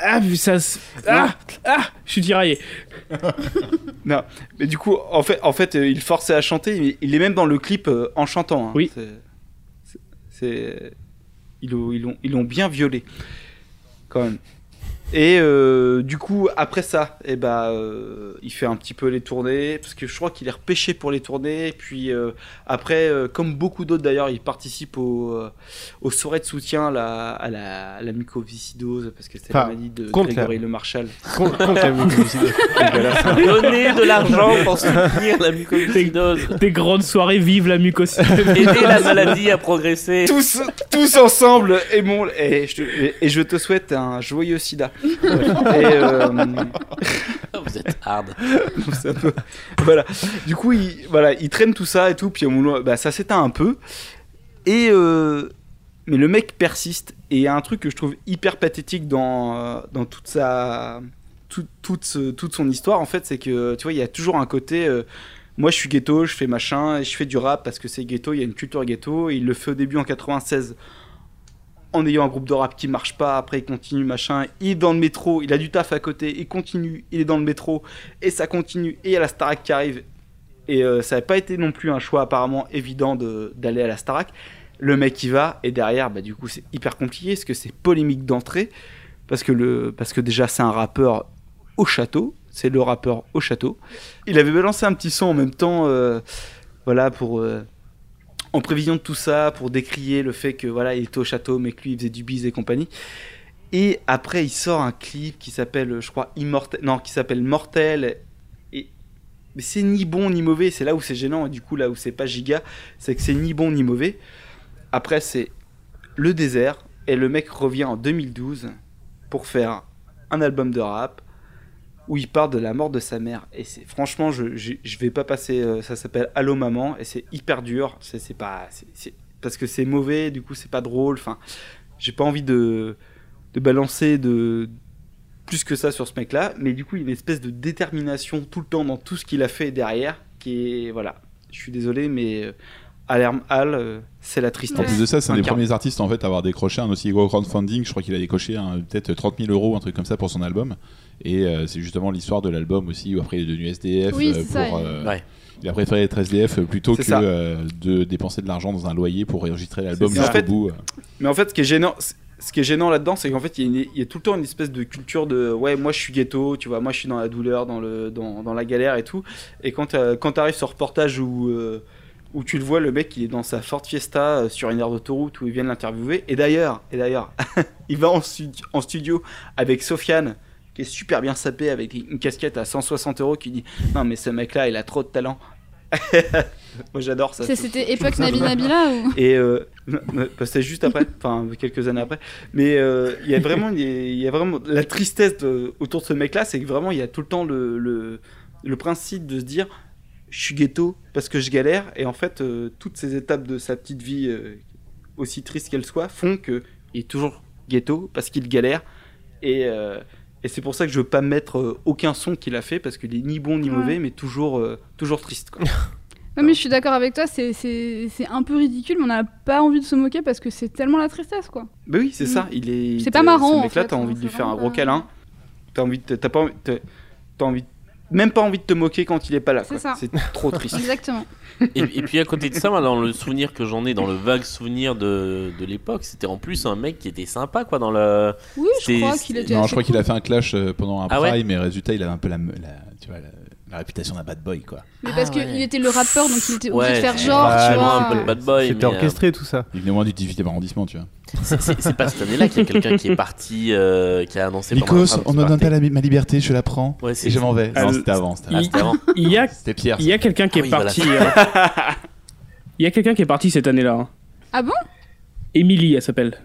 [SPEAKER 8] ah, puis ça se- Ah, ah, je suis tiraillé.
[SPEAKER 7] Mais du coup, en fait, en fait euh, il forçait à chanter. mais Il est même dans le clip euh, en chantant. hein.
[SPEAKER 8] Oui.
[SPEAKER 7] C'est, c'est- ils l'ont- ils l'ont- ils l'ont bien violé, quand même. Et euh, du coup, après ça, eh ben, euh, il fait un petit peu les tournées, parce que je crois qu'il est repêché pour les tournées. Puis euh, après, euh, comme beaucoup d'autres d'ailleurs, il participe au, euh, aux soirées de soutien là, à, la, à la mucoviscidose, parce que c'est
[SPEAKER 9] Enfin,
[SPEAKER 7] la maladie de
[SPEAKER 9] contre la-
[SPEAKER 7] Grégory Le Marchal.
[SPEAKER 9] Con- contre la mucoviscidose.
[SPEAKER 4] Donnez de l'argent pour soutenir la mucoviscidose.
[SPEAKER 8] Des grandes soirées, vive la mucose.
[SPEAKER 4] Aider la maladie à progresser.
[SPEAKER 7] tous, tous ensemble, et, mon, et, je te, et- et je te souhaite un joyeux sida. Et, euh,
[SPEAKER 4] Ah, Vous êtes hard.
[SPEAKER 7] c'est un peu- voilà. Du coup, il, voilà, il traîne tout ça et tout, puis au moment- bah, ça s'éteint un peu. Et euh, mais le mec persiste, et il y a un truc que je trouve hyper pathétique dans, euh, dans toute sa tout- toute, ce- toute son histoire, en fait, c'est que tu vois, il y a toujours un côté. euh, moi, je suis ghetto, je fais machin, et je fais du rap parce que c'est ghetto, il y a une culture ghetto. Et il le fait au début en 96 en ayant un groupe de rap qui marche pas. Après, il continue machin. Il est dans le métro, il a du taf à côté, il continue, il est dans le métro, et ça continue. Et il y a la Starac qui arrive. Et euh, ça n'a pas été non plus un choix apparemment évident de- d'aller à la Starac. Le mec y va, et derrière, bah, du coup, c'est hyper compliqué parce que c'est polémique d'entrée. Parce que, le, parce que déjà, c'est un rappeur au château. C'est le rappeur au château. Il avait balancé un petit son en même temps, euh, voilà, pour. euh, en prévision de tout ça, pour décrier le fait que voilà, il était au château, mais que lui, il faisait du bise et compagnie. Et après, il sort un clip qui s'appelle, je crois, Immortel. Non, qui s'appelle Mortel. Et... Mais c'est ni bon ni mauvais. C'est là où c'est gênant. Et du coup, là où c'est pas giga, c'est que c'est ni bon ni mauvais. Après, c'est le désert. Et le mec revient en 2012 pour faire un album de rap où il parle de la mort de sa mère. Et c'est franchement, je, je, je vais pas passer. euh, ça s'appelle Allô maman. Et c'est hyper dur. C'est c'est pas. c'est- c'est- parce que c'est mauvais. Du coup, c'est pas drôle. Enfin, j'ai pas envie de, de balancer de plus que ça sur ce mec-là. Mais du coup, il y a une espèce de détermination tout le temps dans tout ce qu'il a fait derrière. Qui est. Voilà. Je suis désolé, mais euh, Alarm Hall, euh, c'est la
[SPEAKER 6] En
[SPEAKER 7] tristesse.
[SPEAKER 6] plus de ça, c'est un des
[SPEAKER 7] Incarne.
[SPEAKER 6] premiers artistes en fait à avoir décroché un aussi gros crowdfunding. Je crois qu'il a décroché un- peut-être 30 000 euros, un truc comme ça pour son album. Et euh, c'est justement l'histoire de l'album aussi où après il est devenu SDF.
[SPEAKER 5] Oui,
[SPEAKER 6] euh,
[SPEAKER 5] c'est
[SPEAKER 6] pour,
[SPEAKER 5] ça, il-
[SPEAKER 6] euh,
[SPEAKER 4] Ouais.
[SPEAKER 6] Il a préféré être SDF plutôt
[SPEAKER 7] C'est
[SPEAKER 6] que
[SPEAKER 7] ça.
[SPEAKER 6] euh, de dépenser de l'argent dans un loyer pour enregistrer l'album
[SPEAKER 7] ça.
[SPEAKER 6] jusqu'au
[SPEAKER 7] En fait,
[SPEAKER 6] bout. euh.
[SPEAKER 7] Mais en fait, ce qui est gênant, c- ce qui est gênant là-dedans, c'est qu'en fait, il y, a une- il y a tout le temps une espèce de culture de ouais, moi je suis ghetto, tu vois, moi je suis dans la douleur, dans le, dans, dans la galère et tout. Et quand t'as- quand t'arrives sur reportage où euh, où tu le vois, le mec, il est dans sa Ford Fiesta euh, sur une aire d'autoroute où ils viennent l'interviewer. Et d'ailleurs, et d'ailleurs, il va en, stu- en studio avec Sofiane qui est super bien sapé avec une casquette à 160 euros qui dit non mais ce mec là il a trop de talent moi j'adore ça
[SPEAKER 5] C'est- C'était époque Nabi Nabila ou
[SPEAKER 7] et euh, non, non, parce que c'est juste après, enfin quelques années après. Mais euh, il y a vraiment, il y a- il y a vraiment la tristesse de- autour de ce mec-là, c'est que vraiment il y a tout le temps le, le, le principe de se dire, je suis ghetto parce que je galère, et en fait euh, toutes ces étapes de sa petite vie, euh, aussi triste qu'elle soit, font que il est toujours ghetto parce qu'il galère. Et, euh, et c'est pour ça que je veux pas mettre euh, aucun son qu'il a fait parce qu'il est ni bon ni
[SPEAKER 5] Ouais.
[SPEAKER 7] mauvais, mais toujours, euh, toujours triste. Quoi.
[SPEAKER 5] Non mais je suis d'accord avec toi, c'est- c'est c'est un peu ridicule, mais on n'a pas envie de se moquer parce que c'est tellement la tristesse quoi.
[SPEAKER 7] Bah oui, c'est
[SPEAKER 5] Mm.
[SPEAKER 7] ça. Il est.
[SPEAKER 5] C'est pas marrant,
[SPEAKER 7] Ce
[SPEAKER 5] en
[SPEAKER 7] mec-là,
[SPEAKER 5] fait,
[SPEAKER 7] t'as envie de
[SPEAKER 5] c'est
[SPEAKER 7] lui faire un
[SPEAKER 5] vraiment
[SPEAKER 7] gros
[SPEAKER 5] pas-
[SPEAKER 7] câlin. T'as envie, de- t'as pas envie, t'as- t'as envie, même pas envie de te moquer quand il est pas là.
[SPEAKER 5] C'est
[SPEAKER 7] quoi.
[SPEAKER 5] ça.
[SPEAKER 7] C'est trop triste.
[SPEAKER 5] Exactement.
[SPEAKER 4] Et, et puis à côté de ça, moi, dans le souvenir que j'en ai, dans le vague souvenir de, de l'époque, c'était en plus un mec qui était sympa, quoi, dans le.
[SPEAKER 5] Oui, je
[SPEAKER 4] C'est-
[SPEAKER 5] crois
[SPEAKER 4] c'est-
[SPEAKER 5] qu'il était.
[SPEAKER 6] Non,
[SPEAKER 5] assez
[SPEAKER 6] je crois qu'il
[SPEAKER 5] cool.
[SPEAKER 6] a fait un clash euh, pendant un
[SPEAKER 4] Ah ouais
[SPEAKER 6] prime, mais résultat, il avait un peu la, la- tu vois, la- la réputation d'un bad boy quoi.
[SPEAKER 5] Mais
[SPEAKER 4] Ah
[SPEAKER 5] parce
[SPEAKER 4] ouais.
[SPEAKER 5] qu'il était le rappeur, donc il était obligé
[SPEAKER 4] Ouais,
[SPEAKER 5] de faire
[SPEAKER 4] c'est-
[SPEAKER 5] genre,
[SPEAKER 9] Ah,
[SPEAKER 5] tu
[SPEAKER 9] non,
[SPEAKER 5] vois.
[SPEAKER 4] un peu le bad boy. mais,
[SPEAKER 9] C'était
[SPEAKER 4] euh,
[SPEAKER 9] orchestré tout ça.
[SPEAKER 6] Il venait au moins du 18e arrondissement, tu vois.
[SPEAKER 4] c'est- c'est c'est pas cette année-là qu'il y a quelqu'un qui est parti, euh, qui a annoncé. pendant la
[SPEAKER 10] Nikos,
[SPEAKER 4] fin de
[SPEAKER 10] on
[SPEAKER 4] ce
[SPEAKER 10] me donne
[SPEAKER 4] party.
[SPEAKER 10] pas la- ma liberté, je la prends.
[SPEAKER 4] Ouais, c'est-
[SPEAKER 10] Et je m'en vais.
[SPEAKER 8] Ah,
[SPEAKER 6] Non,
[SPEAKER 8] le-
[SPEAKER 6] c'était avant. c'était
[SPEAKER 4] Ah,
[SPEAKER 6] avant.
[SPEAKER 4] c'était avant.
[SPEAKER 8] Il y a,
[SPEAKER 6] C'était Pierre.
[SPEAKER 8] il y a quelqu'un qui
[SPEAKER 4] Ah
[SPEAKER 8] est
[SPEAKER 4] oui,
[SPEAKER 8] parti. hein. Il y a quelqu'un qui est parti cette année-là. hein.
[SPEAKER 5] Ah bon
[SPEAKER 8] Émilie, elle s'appelle.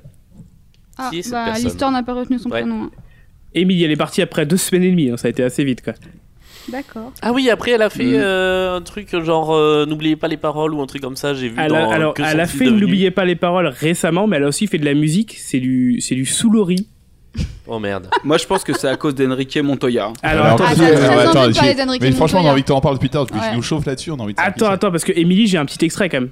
[SPEAKER 5] Ah,
[SPEAKER 4] Qui est cette
[SPEAKER 5] bah,
[SPEAKER 4] personne
[SPEAKER 5] l'histoire n'a pas retenu son
[SPEAKER 4] Ouais.
[SPEAKER 5] prénom. hein.
[SPEAKER 8] Émilie, elle est partie après deux semaines et demie. hein, Ça a été assez vite, quoi.
[SPEAKER 5] D'accord.
[SPEAKER 4] Ah oui, après elle a fait
[SPEAKER 7] Mm.
[SPEAKER 4] euh, un truc genre euh, n'oubliez pas les paroles ou un truc comme ça. J'ai vu.
[SPEAKER 8] Elle a,
[SPEAKER 4] dans,
[SPEAKER 8] alors,
[SPEAKER 4] que
[SPEAKER 8] elle a
[SPEAKER 4] sont-ils
[SPEAKER 8] fait
[SPEAKER 4] devenus
[SPEAKER 8] N'oubliez pas les paroles récemment, mais elle a aussi fait de la musique. C'est du, c'est du soulori.
[SPEAKER 4] Oh merde.
[SPEAKER 7] Moi, je pense que c'est à cause d'Enrique Montoya.
[SPEAKER 6] Alors,
[SPEAKER 8] Alors, attends,
[SPEAKER 5] Ah,
[SPEAKER 6] parce
[SPEAKER 5] t'as
[SPEAKER 6] que-
[SPEAKER 5] très
[SPEAKER 6] ouais,
[SPEAKER 5] envie
[SPEAKER 6] attends,
[SPEAKER 5] de parler
[SPEAKER 6] j'ai-
[SPEAKER 5] d'Enrique
[SPEAKER 6] Mais franchement, on a
[SPEAKER 5] Montoya.
[SPEAKER 6] envie que tu en parles plus tard, parce que
[SPEAKER 5] Ouais.
[SPEAKER 6] tu nous chauffes là-dessus, on a envie de
[SPEAKER 8] attends, attends, parce que Émilie, j'ai un petit extrait quand même.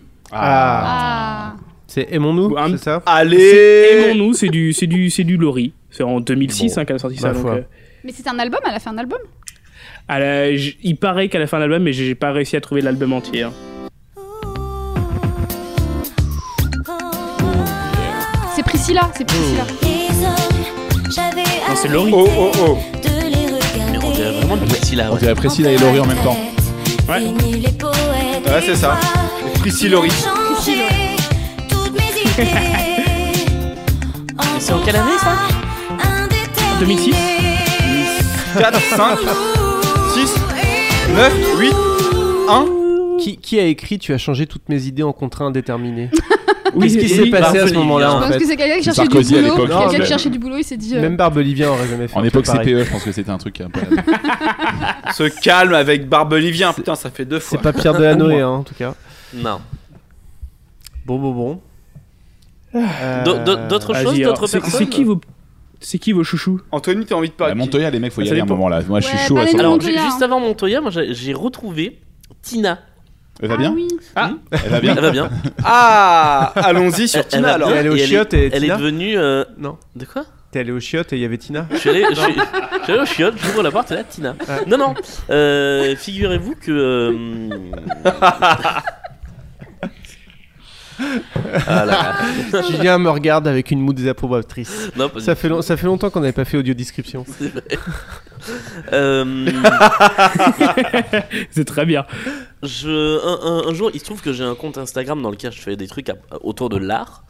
[SPEAKER 5] Ah.
[SPEAKER 9] C'est aimons-nous,
[SPEAKER 8] Ou un-
[SPEAKER 9] c'est ça
[SPEAKER 8] C'est
[SPEAKER 7] Allez.
[SPEAKER 8] Aimons-nous, c'est du, c'est du, c'est du Lori. C'est en 2006
[SPEAKER 4] Bon,
[SPEAKER 8] hein, qu'elle a sorti
[SPEAKER 9] ma
[SPEAKER 8] ça. donc,
[SPEAKER 9] foi.
[SPEAKER 8] euh,
[SPEAKER 5] Mais c'est un album, elle a fait un album
[SPEAKER 8] elle a- j- il paraît qu'elle a fait un album, mais j'ai j'ai pas réussi à trouver l'album entier. hein.
[SPEAKER 5] C'est Priscilla, c'est Priscilla.
[SPEAKER 8] Non, c'est Lori.
[SPEAKER 7] Oh oh oh.
[SPEAKER 4] Mais on dirait vraiment du petit là.
[SPEAKER 6] On dirait Priscilla et Laurie en même temps.
[SPEAKER 8] Ouais.
[SPEAKER 7] Ouais, c'est ça. Priscilla Laurie.
[SPEAKER 4] C'est en quelle année ça
[SPEAKER 8] 2006
[SPEAKER 7] 4, 5, 6, 9, 8, 1.
[SPEAKER 5] Ah.
[SPEAKER 9] qui, qui a écrit Tu as changé toutes mes idées en contrat indéterminé
[SPEAKER 8] Oui,
[SPEAKER 9] Qu'est-ce qui s'est passé à ce
[SPEAKER 4] Bartoli,
[SPEAKER 9] moment-là
[SPEAKER 5] Je
[SPEAKER 9] en
[SPEAKER 5] pense
[SPEAKER 9] fait
[SPEAKER 5] que c'est quelqu'un qui
[SPEAKER 6] C'est
[SPEAKER 5] cherchait du
[SPEAKER 6] Sarkozy à
[SPEAKER 5] boulot.
[SPEAKER 6] l'époque,
[SPEAKER 9] non,
[SPEAKER 5] Quelqu'un
[SPEAKER 9] mais-
[SPEAKER 5] qui cherchait du boulot, il s'est dit. euh,
[SPEAKER 9] Même Barbe Olivia aurait jamais fait
[SPEAKER 6] En
[SPEAKER 9] un
[SPEAKER 6] époque
[SPEAKER 9] truc pareil.
[SPEAKER 6] CPE, je pense que c'était un truc un peu.
[SPEAKER 7] Se calme avec Barbelivien. Putain, ça fait deux fois.
[SPEAKER 9] C'est pas Pierre Delanoé, hein, en tout cas.
[SPEAKER 4] Non.
[SPEAKER 9] Bon, bon, bon. Euh,
[SPEAKER 4] Do- do- D'autres
[SPEAKER 8] Vas-y,
[SPEAKER 4] choses,
[SPEAKER 8] alors,
[SPEAKER 4] d'autres
[SPEAKER 8] c'est-
[SPEAKER 4] personnes.
[SPEAKER 8] C'est
[SPEAKER 5] hein
[SPEAKER 8] qui vos, c'est qui vos chouchous
[SPEAKER 7] Anthony, t'as envie de
[SPEAKER 6] La
[SPEAKER 7] parler de qui
[SPEAKER 6] Bah, Montoya, les mecs, faut y
[SPEAKER 8] Ça
[SPEAKER 6] aller à un
[SPEAKER 8] dépend.
[SPEAKER 6] moment là. Moi, je suis
[SPEAKER 5] Ouais,
[SPEAKER 6] chaud à
[SPEAKER 5] parlez
[SPEAKER 6] ce
[SPEAKER 5] de
[SPEAKER 4] Alors,
[SPEAKER 6] moment.
[SPEAKER 5] Montoya,
[SPEAKER 4] ju- juste
[SPEAKER 5] hein.
[SPEAKER 4] avant Montoya, moi j'ai j'ai retrouvé Tina.
[SPEAKER 6] Elle va bien
[SPEAKER 5] Ah oui.
[SPEAKER 6] Elle va bien
[SPEAKER 4] Elle va bien.
[SPEAKER 7] Ah, allons-y sur
[SPEAKER 4] Elle- elle va
[SPEAKER 7] Tina alors.
[SPEAKER 9] Elle est allée aux
[SPEAKER 4] elle est-
[SPEAKER 9] chiottes et
[SPEAKER 4] Elle est
[SPEAKER 9] Tina
[SPEAKER 4] devenue. euh,
[SPEAKER 9] Non.
[SPEAKER 4] De quoi
[SPEAKER 9] T'es allé au chiottes et il y avait Tina
[SPEAKER 4] Je suis allé, je suis- je suis allé au chiottes, j'ouvre la porte et là, Tina.
[SPEAKER 9] Ouais.
[SPEAKER 4] Non, non, euh, figurez-vous que. euh, ah là là.
[SPEAKER 9] Julien me regarde avec une moue désapprobatrice.
[SPEAKER 4] Non, pas du
[SPEAKER 9] Ça fait, long- ça fait longtemps qu'on n'avait pas fait audio description.
[SPEAKER 4] tout, c'est vrai. Euh,
[SPEAKER 8] C'est très bien.
[SPEAKER 4] je, un, un- un jour, il se trouve que j'ai un compte Instagram dans lequel je fais des trucs à- autour de l'art.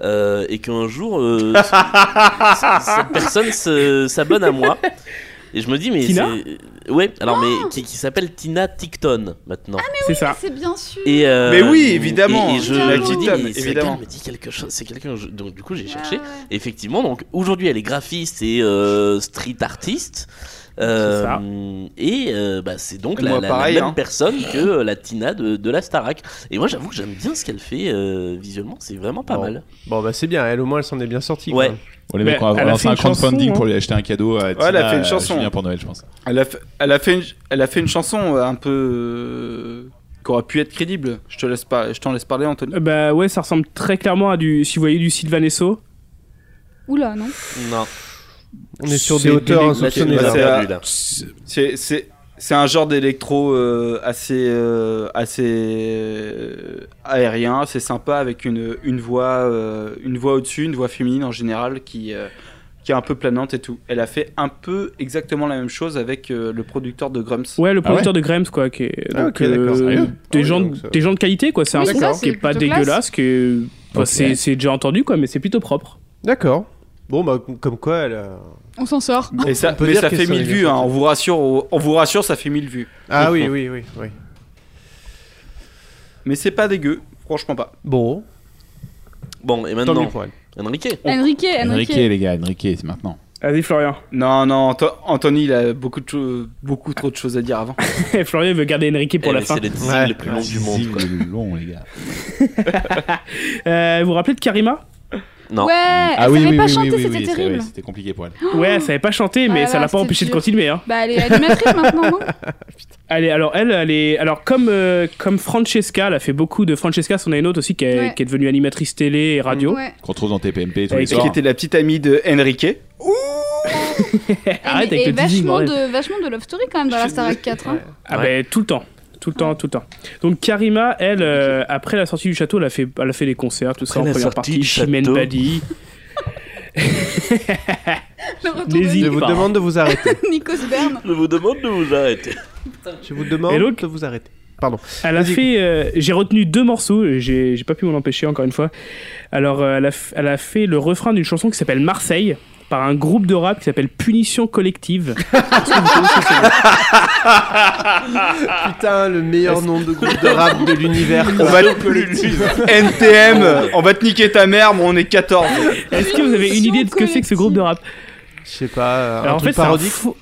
[SPEAKER 4] euh, et qu'un jour, euh, ce- ce- cette personne se- s'abonne à moi. Et je me dis, mais.
[SPEAKER 8] Tina
[SPEAKER 4] c'est- Ouais, alors, mais qui, qui s'appelle Tina Ticton maintenant.
[SPEAKER 8] c'est ça.
[SPEAKER 5] C'est bien sûr.
[SPEAKER 4] Et euh,
[SPEAKER 7] Mais oui, évidemment,
[SPEAKER 4] Et, et je
[SPEAKER 5] la
[SPEAKER 4] me
[SPEAKER 5] petite
[SPEAKER 4] dis,
[SPEAKER 7] dame,
[SPEAKER 4] mais ce
[SPEAKER 7] évidemment.
[SPEAKER 4] gars me dit quelque chose. C'est quelqu'un. que je- Donc du coup, j'ai
[SPEAKER 5] Ouais,
[SPEAKER 4] cherché.
[SPEAKER 5] ouais.
[SPEAKER 4] Effectivement, donc aujourd'hui, elle est graphiste et euh, street artiste. Euh,
[SPEAKER 8] C'est ça.
[SPEAKER 4] Et euh, bah, c'est donc
[SPEAKER 7] Et
[SPEAKER 4] la,
[SPEAKER 7] moi,
[SPEAKER 4] la- la
[SPEAKER 7] pareil,
[SPEAKER 4] même
[SPEAKER 7] hein.
[SPEAKER 4] personne que euh, la Tina de, de la Starac. Et moi, j'avoue que j'aime bien ce qu'elle fait euh, visuellement. C'est vraiment pas
[SPEAKER 9] Bon.
[SPEAKER 4] mal.
[SPEAKER 9] Bon, bah c'est bien, elle au moins elle s'en est bien sortie.
[SPEAKER 4] Ouais.
[SPEAKER 9] quoi.
[SPEAKER 6] Bon, les
[SPEAKER 8] Mais
[SPEAKER 6] mecs, on va
[SPEAKER 8] elle a
[SPEAKER 6] lancer
[SPEAKER 8] fait
[SPEAKER 6] un
[SPEAKER 8] une chanson,
[SPEAKER 6] crowdfunding
[SPEAKER 8] hein.
[SPEAKER 6] pour lui acheter un cadeau à Tina,
[SPEAKER 7] elle a fait une
[SPEAKER 6] à
[SPEAKER 7] chanson.
[SPEAKER 6] Julien pour Noël, je pense.
[SPEAKER 7] Elle a, fait, elle, a fait une, elle a fait une chanson euh, un peu euh, qui aurait pu être crédible. Je te laisse pas, je t'en laisse parler, Anthony.
[SPEAKER 8] Euh, Bah ouais, ça ressemble très clairement à du. Si vous voyez du Sylvanesso.
[SPEAKER 5] Oula, non
[SPEAKER 4] Non.
[SPEAKER 9] On est sur
[SPEAKER 7] C'est
[SPEAKER 9] des
[SPEAKER 7] hauteur
[SPEAKER 9] des-
[SPEAKER 7] insoupçonnée, là.
[SPEAKER 9] des- des-
[SPEAKER 7] Bah, c'est
[SPEAKER 4] perdu,
[SPEAKER 7] à-
[SPEAKER 4] là.
[SPEAKER 7] C'est, c'est, c'est un genre d'électro euh, assez, euh, assez euh, aérien, assez sympa avec une, une voix, euh, une voix au-dessus, une voix féminine en général qui, euh, qui est un peu planante et tout. Elle a fait un peu exactement la même chose avec euh, le producteur de Grumps.
[SPEAKER 8] Ouais, le producteur de Grams, quoi. Qui est,
[SPEAKER 9] Ah,
[SPEAKER 8] donc, euh,
[SPEAKER 9] ok, d'accord, sérieux
[SPEAKER 8] des,
[SPEAKER 9] Ah oui,
[SPEAKER 8] gens,
[SPEAKER 9] donc ça-
[SPEAKER 8] des gens de qualité, quoi. C'est
[SPEAKER 5] Oui,
[SPEAKER 8] un
[SPEAKER 5] d'accord.
[SPEAKER 8] son qui est
[SPEAKER 5] c'est
[SPEAKER 8] pas
[SPEAKER 5] plutôt classe.
[SPEAKER 8] dégueulasse, qui est- enfin,
[SPEAKER 6] Ok.
[SPEAKER 8] c'est c'est déjà entendu, quoi, mais c'est plutôt propre.
[SPEAKER 9] D'accord. Bon, bah, com- comme quoi, elle a...
[SPEAKER 5] On s'en sort.
[SPEAKER 7] Et ça,
[SPEAKER 9] on peut
[SPEAKER 7] mais
[SPEAKER 9] dire
[SPEAKER 7] ça
[SPEAKER 9] que
[SPEAKER 7] fait
[SPEAKER 9] ça
[SPEAKER 7] 1000
[SPEAKER 9] les a
[SPEAKER 7] vues, hein,
[SPEAKER 9] fait.
[SPEAKER 7] on, vous rassure, on, on vous rassure, ça fait 1000 vues.
[SPEAKER 9] Ah oui, oui, oui, oui.
[SPEAKER 7] Mais c'est pas dégueu, franchement pas.
[SPEAKER 9] Bon,
[SPEAKER 4] Bon, et
[SPEAKER 9] tant mieux
[SPEAKER 4] maintenant,
[SPEAKER 9] pour elle.
[SPEAKER 4] Enrique.
[SPEAKER 5] Enrique,
[SPEAKER 6] Enrique,
[SPEAKER 5] Enrique.
[SPEAKER 6] les gars, Enrique, c'est maintenant.
[SPEAKER 8] Vas-y, Florian.
[SPEAKER 7] Non, non, Anto- Anthony, il a beaucoup, de cho- beaucoup trop de choses à dire avant.
[SPEAKER 8] Florian, il veut garder Enrique pour
[SPEAKER 4] Eh,
[SPEAKER 8] la
[SPEAKER 4] mais
[SPEAKER 8] fin.
[SPEAKER 4] C'est les designs
[SPEAKER 9] Ouais.
[SPEAKER 4] les plus longs du monde. quoi.
[SPEAKER 6] le long, les gars.
[SPEAKER 8] Euh, vous vous rappelez de Karima
[SPEAKER 4] Non.
[SPEAKER 5] Ouais,
[SPEAKER 6] Ah
[SPEAKER 5] elle savait pas chanter, c'était
[SPEAKER 6] c'est-
[SPEAKER 5] terrible.
[SPEAKER 6] ouais, C'était compliqué pour elle.
[SPEAKER 8] Ouais, elle savait pas chanter, mais
[SPEAKER 5] Ah
[SPEAKER 8] ça
[SPEAKER 5] là,
[SPEAKER 8] l'a pas
[SPEAKER 5] c'était
[SPEAKER 8] empêché de
[SPEAKER 5] dur.
[SPEAKER 8] continuer. Hein.
[SPEAKER 5] Bah, elle est animatrice maintenant, non
[SPEAKER 8] Allez, alors elle, elle est. Alors comme, euh, comme Francesca, elle a fait beaucoup de Francesca, c'en a une autre aussi qui est,
[SPEAKER 5] Ouais.
[SPEAKER 8] qui est devenue animatrice télé et radio.
[SPEAKER 5] Ouais.
[SPEAKER 6] Qu'on retrouve dans TPMP tous
[SPEAKER 8] Et
[SPEAKER 6] les
[SPEAKER 8] qui
[SPEAKER 7] Qui
[SPEAKER 6] soirs.
[SPEAKER 7] était la petite amie de Enrique.
[SPEAKER 8] Arrête
[SPEAKER 5] et
[SPEAKER 8] avec
[SPEAKER 5] et
[SPEAKER 8] le teasing,
[SPEAKER 5] vachement
[SPEAKER 8] bordel.
[SPEAKER 5] de, vachement de love story quand même dans la Star 4. Hein.
[SPEAKER 8] Ah
[SPEAKER 4] Ouais.
[SPEAKER 8] ben tout le temps. Tout le temps, tout le temps. Donc Karima, elle, euh, après la sortie du château, elle a fait, elle a fait des concerts, tout ça,
[SPEAKER 4] Après la
[SPEAKER 8] en première
[SPEAKER 4] sortie
[SPEAKER 8] partie,
[SPEAKER 4] du
[SPEAKER 8] Chimène
[SPEAKER 4] château.
[SPEAKER 8] Badi.
[SPEAKER 5] Le retour
[SPEAKER 8] N'hésite
[SPEAKER 9] Je
[SPEAKER 5] de
[SPEAKER 9] vous
[SPEAKER 8] pas.
[SPEAKER 9] demande de vous arrêter.
[SPEAKER 5] Nikos Bern.
[SPEAKER 4] Je vous demande de vous arrêter.
[SPEAKER 9] Je vous demande
[SPEAKER 8] Et donc-
[SPEAKER 9] de vous arrêter.
[SPEAKER 8] Elle a
[SPEAKER 9] Vas-y.
[SPEAKER 8] fait. euh, j'ai retenu deux morceaux, j'ai j'ai pas pu m'en empêcher encore une fois. Alors, euh, elle, a, f- elle a fait le refrain d'une chanson qui s'appelle Marseille par un groupe de rap qui s'appelle Punition Collective.
[SPEAKER 9] Putain, le meilleur nom de groupe de rap de l'univers.
[SPEAKER 7] On va NTM, on va te niquer ta mère, mais on est 14.
[SPEAKER 8] Est-ce que vous avez une idée de ce que c'est que ce groupe de rap
[SPEAKER 9] Je sais pas, euh,
[SPEAKER 8] Alors,
[SPEAKER 9] un
[SPEAKER 8] en
[SPEAKER 9] truc
[SPEAKER 8] fait, c'est un
[SPEAKER 9] parodique.
[SPEAKER 8] faux-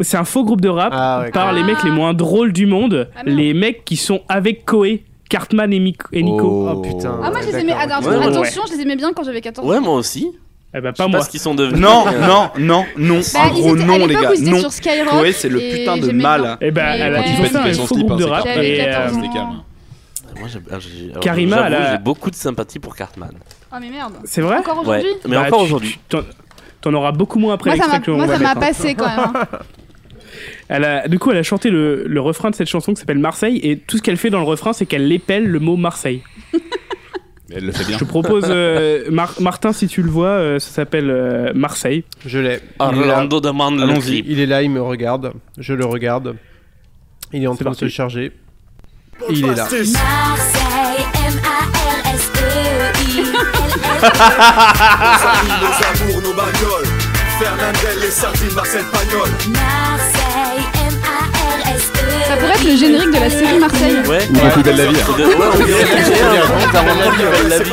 [SPEAKER 8] c'est un faux groupe de rap
[SPEAKER 9] Ah, ouais,
[SPEAKER 8] par
[SPEAKER 9] cool.
[SPEAKER 8] les mecs les moins drôles du monde,
[SPEAKER 5] Ah, merde.
[SPEAKER 8] les mecs qui sont avec Koé, Cartman et, Mico- et Nico.
[SPEAKER 9] Oh, putain.
[SPEAKER 5] Ah, moi je les aimais.
[SPEAKER 9] D'accord,
[SPEAKER 5] Attention,
[SPEAKER 4] ouais. Ouais, ouais.
[SPEAKER 5] attention, je les aimais bien quand j'avais 14 ans.
[SPEAKER 4] Ouais, moi aussi.
[SPEAKER 8] Eh ben,
[SPEAKER 4] Je
[SPEAKER 8] pas
[SPEAKER 4] sais
[SPEAKER 8] moi.
[SPEAKER 4] pas ce qu'ils sont devenus.
[SPEAKER 7] Non, non, non, non.
[SPEAKER 5] Bah,
[SPEAKER 7] en
[SPEAKER 5] ils
[SPEAKER 7] gros,
[SPEAKER 5] étaient- à
[SPEAKER 7] non, les
[SPEAKER 5] l'époque
[SPEAKER 7] gars,
[SPEAKER 5] où ils étaient
[SPEAKER 7] non.
[SPEAKER 5] sur Skyrock.
[SPEAKER 7] Koé, c'est le
[SPEAKER 5] et
[SPEAKER 7] putain de
[SPEAKER 5] j'aimais
[SPEAKER 7] mal.
[SPEAKER 5] bien.
[SPEAKER 8] Eh ben, elle a
[SPEAKER 5] Ouais.
[SPEAKER 8] ils
[SPEAKER 6] Quand il
[SPEAKER 8] ont fait un
[SPEAKER 6] fait son
[SPEAKER 8] faux
[SPEAKER 6] slip,
[SPEAKER 8] groupe
[SPEAKER 6] hein,
[SPEAKER 8] de
[SPEAKER 6] c'est
[SPEAKER 8] rap.
[SPEAKER 5] Cartman.
[SPEAKER 8] et,
[SPEAKER 5] J'avais
[SPEAKER 8] euh,
[SPEAKER 5] 14 ans.
[SPEAKER 6] C'était calme. hein.
[SPEAKER 4] Ah, Moi, j'ai alors, j'ai- alors,
[SPEAKER 8] Karima,
[SPEAKER 4] j'avoue,
[SPEAKER 8] elle a-
[SPEAKER 4] j'ai beaucoup de sympathie pour Cartman.
[SPEAKER 5] Ah, mais merde.
[SPEAKER 8] C'est vrai
[SPEAKER 5] Encore
[SPEAKER 4] Ouais,
[SPEAKER 5] aujourd'hui
[SPEAKER 4] mais
[SPEAKER 8] Bah,
[SPEAKER 4] encore
[SPEAKER 8] tu-
[SPEAKER 4] aujourd'hui.
[SPEAKER 8] tu- T'en t'en auras beaucoup moins après
[SPEAKER 5] Moi, ça
[SPEAKER 8] l'extrait
[SPEAKER 5] m'a-
[SPEAKER 8] que l'on
[SPEAKER 5] moi,
[SPEAKER 8] va
[SPEAKER 5] ça m'a
[SPEAKER 8] mettre, hein.
[SPEAKER 5] passé quand même. hein.
[SPEAKER 8] Elle a- du coup, elle a chanté le, le refrain de cette chanson qui s'appelle Marseille, et tout ce qu'elle fait dans le refrain, c'est qu'elle épelle le mot Marseille.
[SPEAKER 6] Elle le fait bien.
[SPEAKER 8] Je te propose, euh, Mar- Martin, si tu le vois, euh, ça s'appelle euh, Marseille.
[SPEAKER 9] Je l'ai. Il est là.
[SPEAKER 4] Orlando demande le
[SPEAKER 7] Allons-y.
[SPEAKER 4] clip.
[SPEAKER 9] Il est là, il me regarde. Je le regarde. Il est en train de
[SPEAKER 8] parti.
[SPEAKER 9] se charger. Il est là.
[SPEAKER 3] Marseille, M-A-R-S-E-I. Marseille, M-A-R-S-E-I.
[SPEAKER 5] Ça pourrait être le générique de la série Marseille.
[SPEAKER 4] Ouais.
[SPEAKER 6] Ou beaucoup de la vie. hein.
[SPEAKER 4] De- ouais, on dirait que j'ai un compte à rendre de la vie.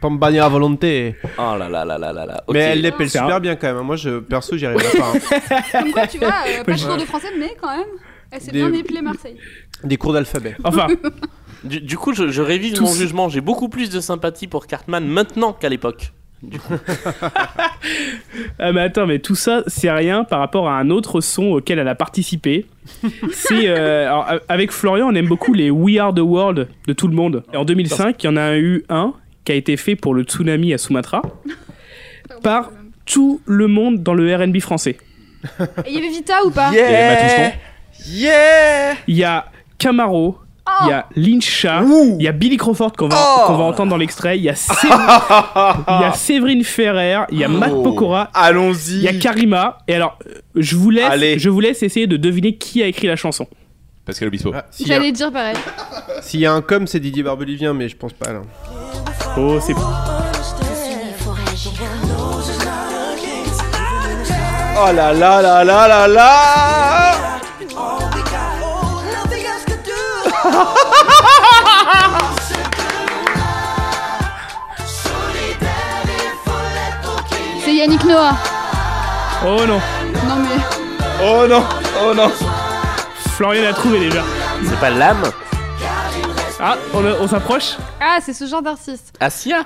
[SPEAKER 9] Pambania à volonté.
[SPEAKER 4] Oh là là là là là là. ok.
[SPEAKER 9] Mais elle l'épelle
[SPEAKER 8] C'est un-
[SPEAKER 9] super bien quand même. Moi, je perso, j'y arriverai pas. hein.
[SPEAKER 5] Comme quoi, tu vois, euh, pas toujours de français, mais quand même. Elle s'est
[SPEAKER 9] Des-
[SPEAKER 5] bien épilée Marseille.
[SPEAKER 9] Des cours d'alphabet.
[SPEAKER 8] Enfin,
[SPEAKER 4] Du, du coup, je, je révise mon jugement. J'ai beaucoup plus de sympathie pour Cartman maintenant qu'à l'époque.
[SPEAKER 8] ah, mais attends, mais tout ça, c'est rien par rapport à un autre son auquel elle a participé. C'est, euh, alors, a- avec Florian, on aime beaucoup les We Are the World de tout le monde. Et en 2005, il y en a eu un qui a été fait pour le tsunami à Sumatra. Par tout le monde dans le RB français.
[SPEAKER 5] Et il y avait Vita ou pas
[SPEAKER 6] Et Emma Touston,
[SPEAKER 7] Yeah
[SPEAKER 8] Il y a Camaro,
[SPEAKER 5] Oh,
[SPEAKER 8] il y a Lyncha, il y a Billy Crawford qu'on va,
[SPEAKER 7] Oh
[SPEAKER 8] qu'on va entendre dans l'extrait, il y a Séverine, il y a Séverine Ferrer, il y a Matt
[SPEAKER 7] Oh.
[SPEAKER 8] Pokora,
[SPEAKER 7] Allons-y.
[SPEAKER 8] il y a Karima. Et alors, euh, je vous laisse,
[SPEAKER 7] Allez.
[SPEAKER 8] je vous laisse essayer de deviner qui a écrit la chanson.
[SPEAKER 6] Pascal Obispo.
[SPEAKER 9] Ah, S'il y, a-
[SPEAKER 5] J'allais dire pareil.
[SPEAKER 9] s'il y a un com, c'est Didier Barbelivien, mais je pense pas là.
[SPEAKER 8] Oh, c'est
[SPEAKER 7] Oh là là là là là là
[SPEAKER 5] C'est Yannick Noah.
[SPEAKER 8] Oh non,
[SPEAKER 5] Non, mais.
[SPEAKER 7] Oh non, oh non.
[SPEAKER 8] Florian l'a trouvé déjà.
[SPEAKER 4] C'est pas l'âme
[SPEAKER 8] Ah, on, on s'approche
[SPEAKER 5] Ah, c'est ce genre d'artiste.
[SPEAKER 4] Asia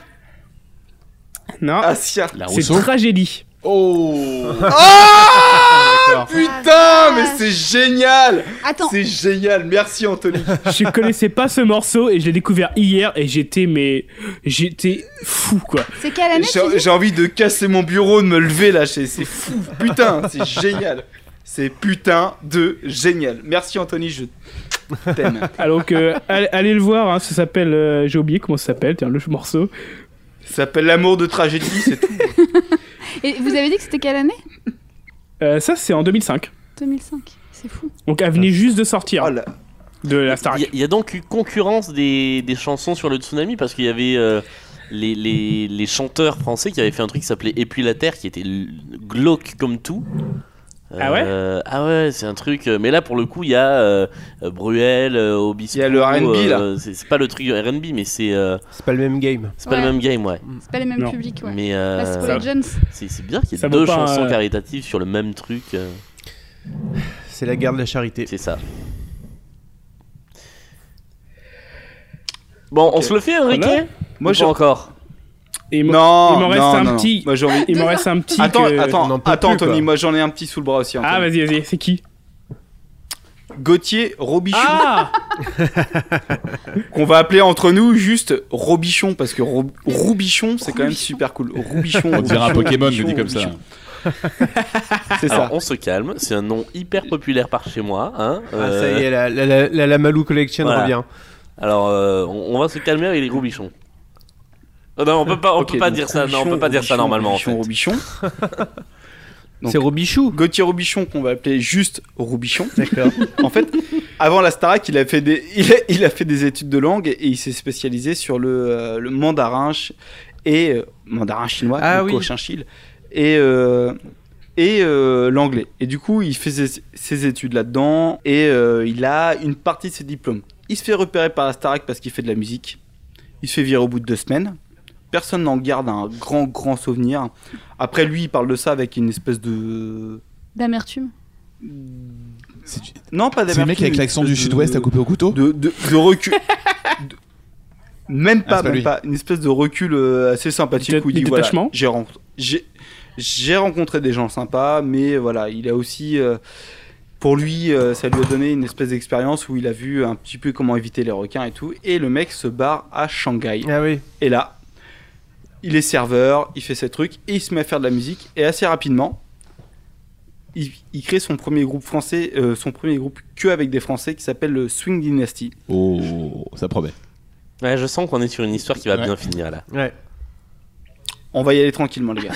[SPEAKER 8] Non,
[SPEAKER 7] Asia.
[SPEAKER 6] La
[SPEAKER 8] c'est
[SPEAKER 6] Rousseau.
[SPEAKER 7] Oh.
[SPEAKER 8] Tragédie.
[SPEAKER 6] Oh
[SPEAKER 7] Ah putain, mais c'est génial
[SPEAKER 5] Attends.
[SPEAKER 7] C'est génial, merci Anthony.
[SPEAKER 8] Je connaissais pas ce morceau et je l'ai découvert hier et j'étais mais j'étais fou quoi.
[SPEAKER 5] C'est quelle année tu
[SPEAKER 7] J'ai
[SPEAKER 5] dis
[SPEAKER 7] j'ai envie de casser mon bureau, de me lever là, c'est c'est fou, putain, c'est génial. C'est putain de génial. Merci Anthony, je t'aime.
[SPEAKER 8] Alors que allez, allez le voir, hein, ça s'appelle euh, j'ai oublié comment ça s'appelle tiens le morceau.
[SPEAKER 7] Ça s'appelle l'amour de tragédie, c'est tout.
[SPEAKER 5] Et vous avez dit que c'était quelle année
[SPEAKER 8] Euh, ça c'est en 2005.
[SPEAKER 5] 2005. C'est fou.
[SPEAKER 8] Donc elle venait juste de sortir
[SPEAKER 7] Oh là.
[SPEAKER 8] de la Star.
[SPEAKER 4] Il y a- il y, a donc eu concurrence des, des chansons sur le tsunami parce qu'il y avait euh, les, les- les chanteurs français qui avaient fait un truc qui s'appelait Et puis la Terre qui était l- glauque comme tout.
[SPEAKER 8] Ah ouais
[SPEAKER 4] Euh, Ah ouais, c'est un truc. euh, Mais là, pour le coup, il y a euh, euh, Bruel, euh, Obispo.
[SPEAKER 7] Il y a le R&B,
[SPEAKER 4] euh, c'est c'est pas le truc RB, mais c'est euh,
[SPEAKER 9] C'est pas le même game.
[SPEAKER 4] c'est pas le
[SPEAKER 5] Ouais.
[SPEAKER 4] même game, ouais.
[SPEAKER 5] C'est pas les mêmes
[SPEAKER 8] Non.
[SPEAKER 5] publics, ouais.
[SPEAKER 4] Mais euh,
[SPEAKER 5] Là, c'est pour les jeunes.
[SPEAKER 4] c'est c'est bizarre qu'il y
[SPEAKER 8] Ça
[SPEAKER 4] ait
[SPEAKER 8] vaut
[SPEAKER 4] deux
[SPEAKER 8] pas,
[SPEAKER 4] chansons
[SPEAKER 8] euh,
[SPEAKER 4] caritatives sur le même truc. euh,
[SPEAKER 9] C'est la guerre de la charité.
[SPEAKER 4] c'est ça. Bon, on se le fait, hein, Enrique
[SPEAKER 8] Voilà.
[SPEAKER 7] Moi,
[SPEAKER 4] Ou
[SPEAKER 7] j'ai-
[SPEAKER 4] pas encore.
[SPEAKER 8] Et moi-
[SPEAKER 7] Non,
[SPEAKER 8] il m'en reste
[SPEAKER 7] non,
[SPEAKER 8] un
[SPEAKER 7] non, non.
[SPEAKER 8] petit.
[SPEAKER 7] Moi, j'ai envie-
[SPEAKER 8] il m'en reste un petit.
[SPEAKER 7] Attends,
[SPEAKER 8] que-
[SPEAKER 9] on en
[SPEAKER 7] attends,
[SPEAKER 9] peut
[SPEAKER 7] attends,
[SPEAKER 9] plus,
[SPEAKER 7] Anthony,
[SPEAKER 9] quoi.
[SPEAKER 7] moi j'en ai un petit sous le bras aussi.
[SPEAKER 8] Ah
[SPEAKER 7] Anthony.
[SPEAKER 8] vas-y vas-y c'est qui
[SPEAKER 7] Gauthier Robichon,
[SPEAKER 8] Ah
[SPEAKER 7] qu'on va appeler entre nous juste Robichon, parce que Rob- Robichon, c'est quand même super cool. Robichon.
[SPEAKER 6] On dirait un
[SPEAKER 7] Robichon,
[SPEAKER 6] Pokémon, je
[SPEAKER 7] Robichon,
[SPEAKER 6] dis comme ça.
[SPEAKER 7] Robichon. C'est
[SPEAKER 4] Alors,
[SPEAKER 7] ça.
[SPEAKER 4] on se calme, c'est un nom hyper populaire par chez moi. Hein
[SPEAKER 9] Ah, ça
[SPEAKER 4] euh,
[SPEAKER 9] y est, la, la, la, la- la Malou Collection
[SPEAKER 4] Voilà.
[SPEAKER 9] revient.
[SPEAKER 4] Alors, euh, on, on va se calmer avec les Roubichons. Oh non, on peut pas, on
[SPEAKER 7] Ok,
[SPEAKER 4] peut pas
[SPEAKER 7] donc
[SPEAKER 4] dire ça. Non, on
[SPEAKER 7] Robichon,
[SPEAKER 4] peut pas dire ça
[SPEAKER 7] Robichon,
[SPEAKER 4] normalement. en
[SPEAKER 7] Robichon,
[SPEAKER 4] fait.
[SPEAKER 7] Robichon. Donc-
[SPEAKER 9] C'est Robichou.
[SPEAKER 7] Gauthier Robichon, qu'on va appeler juste Robichon.
[SPEAKER 9] D'accord.
[SPEAKER 7] En fait, avant la Starac, il a fait des, il a, il a fait des études de langue et il s'est spécialisé sur le, euh, le mandarin ch- et euh, mandarin chinois,
[SPEAKER 9] Ah
[SPEAKER 7] le
[SPEAKER 9] oui.
[SPEAKER 7] cochinchile, et euh, et euh, l'anglais. Et du coup, il fait ses, ses études là-dedans et euh, il a une partie de ses diplômes. Il se fait repérer par la Starac parce qu'il fait de la musique. Il se fait virer au bout de deux semaines. Personne n'en garde un grand grand souvenir. Après lui, il parle de ça avec une espèce de
[SPEAKER 5] D'amertume.
[SPEAKER 6] C'est
[SPEAKER 7] non pas
[SPEAKER 6] c'est le mec
[SPEAKER 7] d'amertume,
[SPEAKER 6] avec
[SPEAKER 7] une
[SPEAKER 6] l'accent du
[SPEAKER 7] espèce de-
[SPEAKER 6] sud-ouest à couper au couteau
[SPEAKER 7] de, de, de recul. de- Même
[SPEAKER 6] Ah,
[SPEAKER 7] pas,
[SPEAKER 6] c'est pas
[SPEAKER 7] même
[SPEAKER 6] lui.
[SPEAKER 7] pas. Une espèce de recul euh, assez sympathique
[SPEAKER 8] Déta-
[SPEAKER 7] où il dit
[SPEAKER 8] du
[SPEAKER 7] voilà,
[SPEAKER 8] détachement
[SPEAKER 7] j'ai ren- j'ai- j'ai rencontré des gens sympas, mais voilà, il a aussi. euh, pour lui, euh, ça lui a donné une espèce d'expérience où il a vu un petit peu comment éviter les requins et tout. Et le mec se barre à Shanghai.
[SPEAKER 9] Ah oui.
[SPEAKER 7] Et là, il est serveur, il fait ses trucs, et il se met à faire de la musique. Et assez rapidement, il, il crée son premier groupe français, euh, son premier groupe que avec des Français qui s'appelle le Swing Dynasty.
[SPEAKER 6] Oh, ça promet.
[SPEAKER 4] Ouais, je sens qu'on est sur une histoire qui va
[SPEAKER 6] Ouais.
[SPEAKER 4] bien finir là.
[SPEAKER 9] Ouais.
[SPEAKER 7] On va y aller tranquillement, les gars.